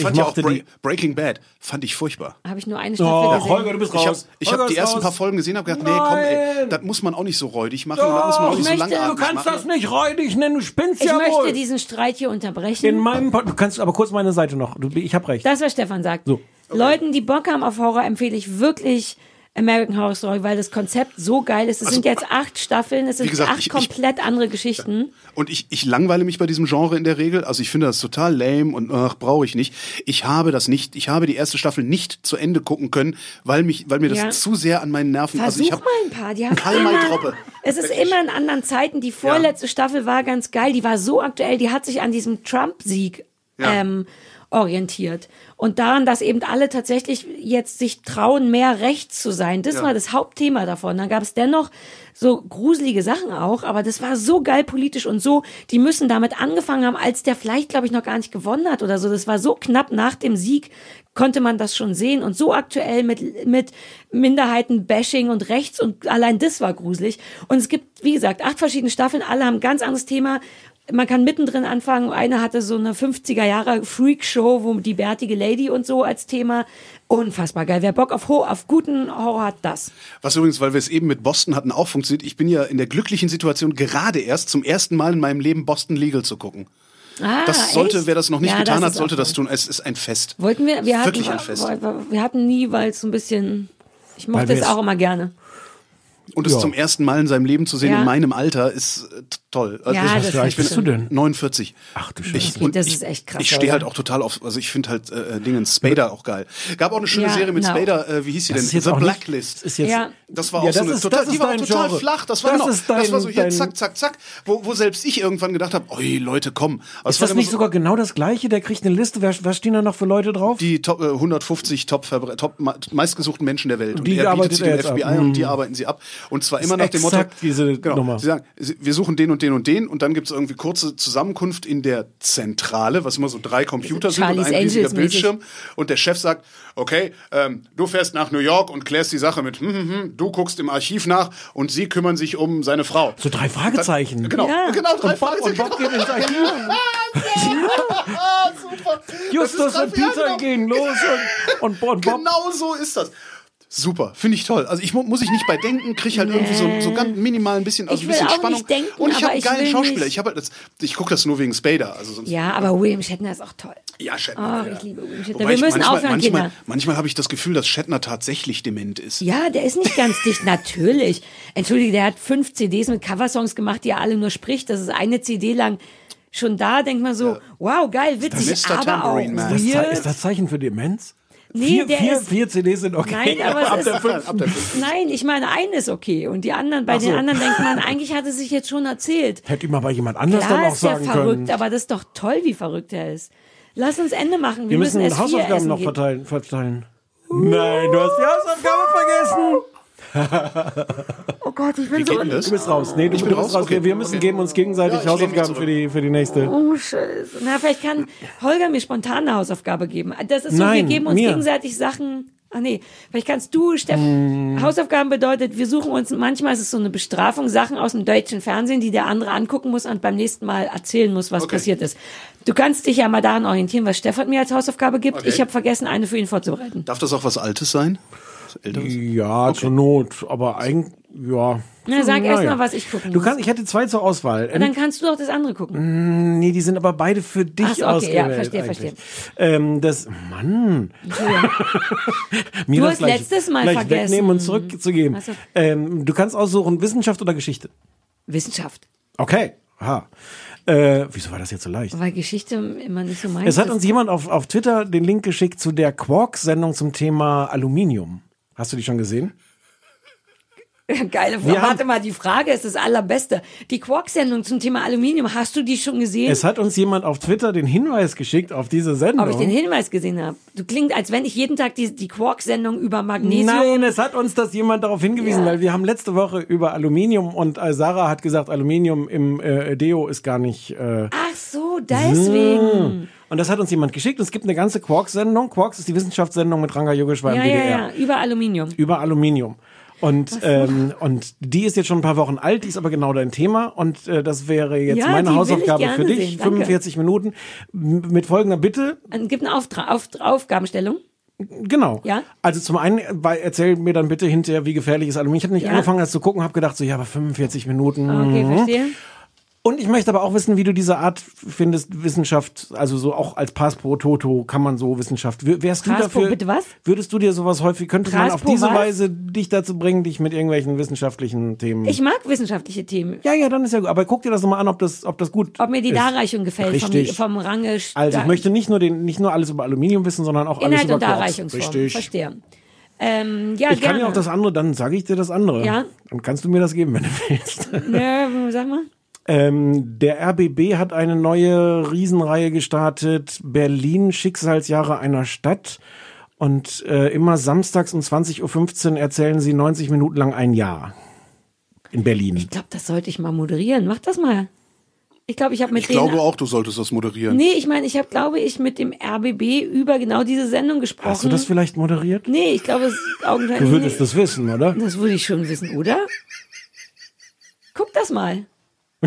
G: ich
I: fand ja auch
G: mochte
I: Bra
G: die-
I: Breaking Bad, fand ich furchtbar.
H: habe ich nur eine Staffel
G: Oh,
H: gesehen.
G: Holger, du bist
I: Ich habe
G: raus.
I: ich hab
G: Holger
I: die
G: ist
I: ersten
G: raus.
I: paar Folgen gesehen und gedacht, nee, komm, ey, das muss man auch nicht so räudig machen. und das muss man auch
G: Doch,
I: nicht
G: ich
I: so
G: möchte,
I: lange
G: du kannst das nicht räudig nennen, du spinnst
H: ich
G: ja
H: möchte
G: wohl.
H: diesen Streit hier unterbrechen.
G: In meinem Pod du kannst aber kurz meine Seite noch. Du, ich habe recht.
H: Das, was Stefan sagt. Leuten, die Bock haben auf Horror, empfehle ich wirklich American Horror Story, weil das Konzept so geil ist. Es
G: Also
H: sind jetzt acht Staffeln, es sind
I: gesagt,
H: acht
I: ich- ich-
H: komplett andere Geschichten.
I: Und ich, ich langweile mich bei diesem Genre in der Regel. Also ich finde das total lame und ach, brauche ich nicht. Ich habe das nicht, ich habe die erste Staffel nicht zu Ende gucken können, weil mich, weil mir das
H: Ja.
I: zu sehr an meinen Nerven. also
H: Versuch
I: ich hab,
H: mal ein paar. Die haben
I: Karl May
H: immer,
I: Troppe.
H: es ist
I: Wirklich.
H: immer in anderen Zeiten. Die vorletzte Staffel war ganz geil. Die war so aktuell. Die hat sich an diesem Trump-Sieg
I: Ja.
H: ähm, orientiert. Und daran, dass eben alle tatsächlich jetzt sich trauen, mehr rechts zu sein. Das war das Hauptthema davon. Dann gab es dennoch so gruselige Sachen auch, aber das war so geil politisch und so, die müssen damit angefangen haben, als der vielleicht, glaube ich, noch gar nicht gewonnen hat oder so. Das war so knapp nach dem Sieg, konnte man das schon sehen und so aktuell mit, mit Minderheiten-Bashing und rechts und allein das war gruselig. Und es gibt, wie gesagt, acht verschiedene Staffeln, alle haben ein ganz anderes Thema. Man kann mittendrin anfangen. Eine hatte so eine 50er Jahre Freak-Show, wo die bärtige Lady und so als Thema. Unfassbar geil. Wer Bock auf, Ho auf guten Horror hat, das.
I: Was übrigens, weil wir es eben mit Boston hatten, auch funktioniert. Ich bin ja in der glücklichen Situation, gerade erst zum ersten Mal in meinem Leben Boston Legal zu gucken.
H: Ah,
I: Das sollte,
H: echt?
I: wer das noch nicht
H: Ja,
I: getan
H: das
I: hat,
H: ist
I: sollte
H: auch
I: das
H: cool.
I: tun. Es ist ein Fest.
H: Wollten wir, wir hatten,
I: Wirklich ein Fest.
H: wir hatten nie, weil es so ein bisschen, ich mochte
G: Weil wir
H: es
G: es-
H: auch immer gerne.
I: Und es
G: Ja.
I: zum ersten Mal in seinem Leben zu sehen,
H: Ja.
I: in meinem Alter, ist äh, t- toll. Also
H: Ja,
I: ich-
H: das
I: ich
H: ist
I: bin-
G: bist du denn?
I: 49.
G: Ach du
I: Ich,
G: Scheiße.
I: und
H: Das
I: ich,
H: ist echt krass,
I: Ich stehe halt
H: Alter.
I: auch total auf, also ich finde halt äh, äh, Dingen Spader auch geil. Gab auch eine schöne
H: Ja, genau.
I: Serie mit
H: na.
I: Spader, äh, wie hieß sie denn? The
G: auch
I: Blacklist.
G: Nicht, ist jetzt,
H: Ja.
I: Das war
G: Ja,
I: auch so
G: das
I: eine
G: ist-
I: total,
G: das
I: die
G: ist
I: war auch
G: dein
I: total
G: Genre.
I: flach. Das war,
G: Das
I: genau,
G: ist
I: das
G: dein-
I: war so hier
G: dein-
I: zack, zack, zack, wo, wo selbst ich irgendwann gedacht habe, oi Leute, komm. Aber es
G: Ist
I: war
G: das
I: immer
G: nicht sogar genau das gleiche? Der kriegt eine Liste. Wer, was stehen da noch für Leute drauf?
I: die Top, äh, 150 Top, Verbre- Top ma- meistgesuchten Menschen der Welt. Und
G: Die
I: er bietet
G: arbeitet
I: sie
G: er
I: dem
G: jetzt
I: FBI
G: ab. Mhm.
I: und die arbeiten sie ab. Und zwar immer nach dem Motto, genau,
G: exakt diese Nummer.
I: sie sagen, sie- wir suchen den und den und den und dann gibt es irgendwie kurze Zusammenkunft in der Zentrale, was immer so drei Computer sind und
H: Charlie's
I: ein riesiger
H: Angels-mäßig.
I: Bildschirm. Und der Chef sagt, okay, ähm, du fährst nach New York und klärst die Sache mit, hm, hm, hm, du guckst im Archiv nach und sie kümmern sich um seine Frau.
G: so drei Fragezeichen.
I: Genau,
H: Ja.
I: genau, drei
G: Und Bob, und
I: Fragezeichen.
G: Bob geht ins Archiv.
I: Ah, super. Das ist
G: Justus
I: drei-
G: und
I: ja,
G: Peter
I: genau.
G: gehen los und, und, und Bob.
I: Genau so ist das. Super, finde ich toll. Also ich mu muss ich nicht bei denken, kriege halt irgendwie so, so ganz minimal ein bisschen, also
H: Ich
I: ein
H: will
I: bisschen
H: auch nicht
I: Spannung.
H: denken,
I: und ich
H: aber
I: habe einen
H: ich
I: geilen
H: will
I: Schauspieler.
H: nicht-
I: Ich habe halt das, ich gucke das nur wegen Spader. Also sonst,
H: Ja, aber William Shatner ist auch toll.
I: ja,
H: Oh,
I: Shatner. ja.
H: ich liebe William Shatner.
I: Wobei
H: Wir
I: ich
H: müssen
I: manchmal,
H: aufhören,
I: manchmal,
H: Kinder.
I: Manchmal habe ich das Gefühl, dass Shatner tatsächlich dement ist.
H: Ja, der ist nicht ganz dicht, natürlich. Entschuldige, der hat fünf CDs mit Coversongs gemacht, die er alle nur spricht. Das ist eine CD lang. Schon da denkt man so, wow, geil, witzig,
I: Mr.
H: aber auch
I: Tambourine Man.
G: Das Ze-
H: weird.
G: ist das Zeichen für Demenz?
H: Nee,
G: vier,
H: der
G: vier,
H: ist-
G: vier CDs sind okay.
H: Nein, aber
G: ab
H: es
G: der
H: ist,
G: fünften.
H: nein, ich meine, eine ist okay. Und die anderen, bei
G: Ach so.
H: den anderen denkt man, eigentlich hat es sich jetzt schon erzählt.
G: Hätte ihm aber jemand anders
H: Klar
G: dann auch
H: ist der
G: sagen
H: verrückt,
G: können.
H: aber das ist doch toll, wie verrückt er ist. Lass uns Ende machen. Wir,
G: Wir müssen
H: müssen S4
G: Hausaufgaben
H: essen
G: noch
H: gehen.
G: verteilen. verteilen. Nein, du hast die Hausaufgabe vergessen.
H: Oh Gott, ich bin
I: geht
H: so.
I: denn das?
G: Du bist raus. Nee, du,
I: bin
G: du bist
I: raus?
G: raus.
I: Okay.
G: Wir, wir müssen geben uns gegenseitig
I: Ja, ich lehne mich
G: Hausaufgaben für
I: zurück.
G: die, für die nächste.
H: Oh, Scheiße. Na, vielleicht kann Holger mir spontan eine Hausaufgabe geben. Das ist so,
G: Nein,
H: wir geben uns
G: mir.
H: gegenseitig Sachen. Ah nee, vielleicht kannst du,
G: Mm.
H: Steffen. Hausaufgaben bedeutet, wir suchen uns, manchmal ist es so eine Bestrafung, Sachen aus dem deutschen Fernsehen, die der andere angucken muss und beim nächsten Mal erzählen muss, was passiert ist. Du kannst dich ja mal daran orientieren, was Stefan mir als Hausaufgabe gibt. Ich habe vergessen, eine für ihn vorzubereiten.
I: Darf das auch was Altes sein? Was Älteres?
G: Ja, zur Not. Aber eigentlich, ja.
H: Na, sag
G: Naja.
H: erst mal, was ich gucken
G: Du
H: muss.
G: kannst, ich hätte zwei zur Auswahl.
H: Dann kannst du auch das andere gucken.
G: Mm. Nee, die sind aber beide für dich
H: Ach so, okay,
G: ausgewählt.
H: ja, verstehe,
G: eigentlich. Ähm, das, Mann. Mir
H: Du
G: das
H: hast letztes Mal
G: gleich
H: vergessen.
G: wegnehmen und zurückzugeben.
H: Ach so.
G: Ähm, du kannst aussuchen, Wissenschaft oder Geschichte.
H: Wissenschaft.
G: Okay. Aha. Äh, wieso war das jetzt so leicht?
H: Weil Geschichte immer nicht so meins
G: Es hat
H: ist.
G: uns jemand auf, auf Twitter den Link geschickt zu der Quark-Sendung zum Thema Aluminium. Hast du die schon gesehen?
H: Geile
G: Wir
H: Frage.
G: haben-
H: Warte mal, die Frage ist das Allerbeste. Die Quark-Sendung zum Thema Aluminium, hast du die schon gesehen?
G: Es hat uns jemand auf Twitter den Hinweis geschickt auf diese Sendung.
H: Ob ich den Hinweis gesehen habe. Du klingt, als wenn ich jeden Tag die, die Quark-Sendung über Magnesium.
G: Nein, es hat uns das jemand darauf hingewiesen,
H: Ja.
G: weil wir haben letzte Woche über Aluminium und äh, Sarah hat gesagt, Aluminium im äh, Deo ist gar nicht. Äh,
H: Ach so,
G: Mm.
H: deswegen.
G: Und das hat uns jemand geschickt. Es gibt eine ganze Quarks-Sendung. Quarks ist die Wissenschaftssendung mit Ranga Yogeshwar
H: Ja,
G: im
H: ja,
G: DDR.
H: ja, über Aluminium.
G: Über Aluminium. Und, ähm, und die ist jetzt schon ein paar Wochen alt, die ist aber genau dein Thema. Und äh, das wäre jetzt
H: Ja, die
G: meine
H: will ich
G: Hausaufgabe
H: gerne
G: für dich.
H: sehen. Danke.
G: 45 Minuten M- mit folgender Bitte.
H: Es gibt eine Auftra auf Aufgabenstellung.
G: Genau.
H: Ja.
G: Also zum einen, äh, bei- erzähl mir dann bitte hinterher, wie gefährlich ist Aluminium. Ich habe nicht
H: Ja. Ah.
G: angefangen, das zu gucken, habe gedacht, so ja, aber 45 Minuten.
H: Okay,
G: mhm.
H: verstehe.
G: Und ich möchte aber auch wissen, wie du diese Art findest, Wissenschaft, also so auch als Pass pro Toto kann man so Wissenschaft. W- Wärst du
H: Pass pro-
G: dafür?
H: bitte was?
G: Würdest du dir sowas häufig, könnte man
H: Pass
G: auf
H: pro
G: diese
H: was?
G: Weise dich dazu bringen, dich mit irgendwelchen wissenschaftlichen Themen.
H: Ich mag wissenschaftliche Themen.
G: ja, ja, dann ist ja gut. Aber guck dir das nochmal an, ob das, ob das gut
H: Ob mir die
G: ist.
H: Darreichung gefällt vom,
G: Richtig.
H: vom Range.
G: Also ich möchte nicht nur den, nicht nur alles über Aluminium wissen, sondern auch alles
H: Inhalt
G: über
H: und
G: Quarks.
H: Darreichungsform.
G: Richtig.
H: Verstehe. Ähm, ja,
G: ich
H: gerne.
G: kann ja auch das andere, dann sage ich dir das andere.
H: Ja.
G: Dann kannst du mir das geben, wenn du willst.
H: Nö, Ne, sag mal.
G: Ähm, der RBB hat eine neue Riesenreihe gestartet. Berlin, Schicksalsjahre einer Stadt. Und äh, immer samstags um 20.15 Uhr erzählen sie 90 Minuten lang ein Jahr. In Berlin.
H: Ich glaube, das sollte ich mal moderieren. Mach das mal. Ich glaube, ich habe mit
I: Ich
H: denen.
I: glaube auch, du solltest das moderieren.
H: Nee, ich meine, ich habe, glaube ich, mit dem RBB über genau diese Sendung gesprochen.
G: Hast du das vielleicht moderiert?
H: Nee, ich glaube, es augenscheinlich.
G: Du würdest
H: nicht.
G: das wissen, oder?
H: das würde ich schon wissen, oder? Guck das mal.
G: Oh,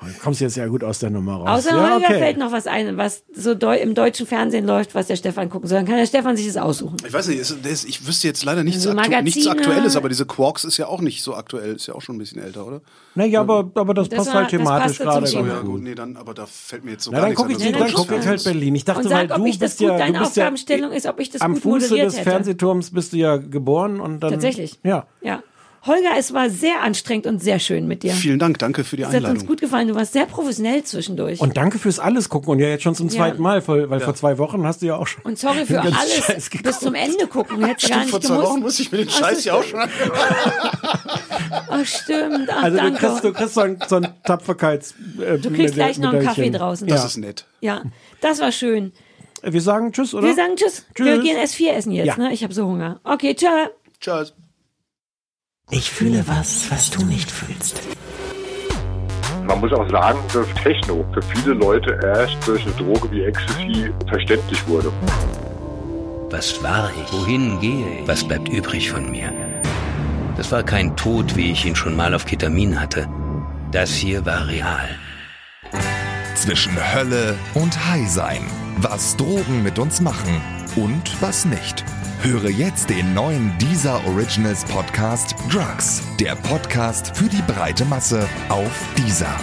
G: Du kommst jetzt ja gut aus der Nummer raus.
H: Außer
G: ja,
H: Holger fällt noch was ein, was so deu im deutschen Fernsehen läuft, was der Stefan gucken soll. Dann kann der Stefan sich das aussuchen.
I: Ich weiß nicht, es, das, ich wüsste jetzt leider nichts,
H: So
I: aktu nichts
H: Also Magazine.
I: Aktuelles, aber diese Quarks ist ja auch nicht so aktuell, ist ja auch schon ein bisschen älter, oder?
G: Naja, aber, aber das,
H: Das
G: passt
H: war-
G: halt
H: das
G: thematisch
H: passte
G: gerade.
H: zum
I: Oh,
H: Thema.
G: ganz
I: ja,
G: gut.
I: gut, nee, dann, aber da fällt mir jetzt so
G: Na,
I: gar
G: dann
I: nichts
G: guck ich,
I: an,
G: die-
I: dass
G: dann
I: du
G: guck ich halt
I: Fernsehens-
G: Berlin. Ich dachte,
H: Und
G: weil
H: sag,
G: du
H: ob ich das
G: bist
H: gut,
G: ja,
H: deine
G: du bist ja
H: Aufgabenstellung ist, ob ich das
G: am
H: gut
G: Fuße
H: moderiert
G: des
H: hätte.
G: Fernsehturms bist du ja geboren und dann
H: Tatsächlich.
G: Ja.
H: Ja. Holger, es war sehr anstrengend und sehr schön mit dir.
I: Vielen Dank, danke für die
H: Es hat uns
I: Einladung.
H: gut gefallen. Du warst sehr professionell zwischendurch.
G: Und danke fürs alles gucken und ja jetzt schon zum zweiten Mal, weil, weil vor zwei Wochen hast du ja auch schon.
H: Und sorry für
G: den ganzen
H: alles.
G: Scheiß geguckt.
H: Bis zum Ende gucken. Hättest du gar nicht
I: Vor zwei Wochen
H: gemusst.
I: musste ich mir den
H: Ach,
I: Scheiß
H: das
I: ja auch schon an.
H: Ach, stimmt. Ach,
G: Also du
H: danke.
G: kriegst, du kriegst so ein, so ein Tapferkeits. Äh, du
H: kriegst gleich noch einen Kaffee draußen.
G: Ja.
I: Das ist nett.
H: ja, das war schön.
G: Wir sagen Tschüss, oder?
H: Wir sagen Tschüss. Wir
G: Tschüss.
H: gehen S4 essen jetzt.
G: Ja.
H: Ne? Ich habe so Hunger. Okay, tschö.
I: Tschüss.
B: Ich fühle was, was du nicht fühlst.
L: Man muss auch sagen, dass Techno für viele Leute erst durch eine Droge wie Ecstasy verständlich wurde.
D: Was war ich? Wohin gehe ich? Was bleibt übrig von mir? Das war kein Tod, wie ich ihn schon mal auf Ketamin hatte. Das hier war real.
M: Zwischen Hölle und High sein. Was Drogen mit uns machen und was nicht. Höre jetzt den neuen Deezer Originals Podcast Drugs. Der Podcast für die breite Masse auf Deezer.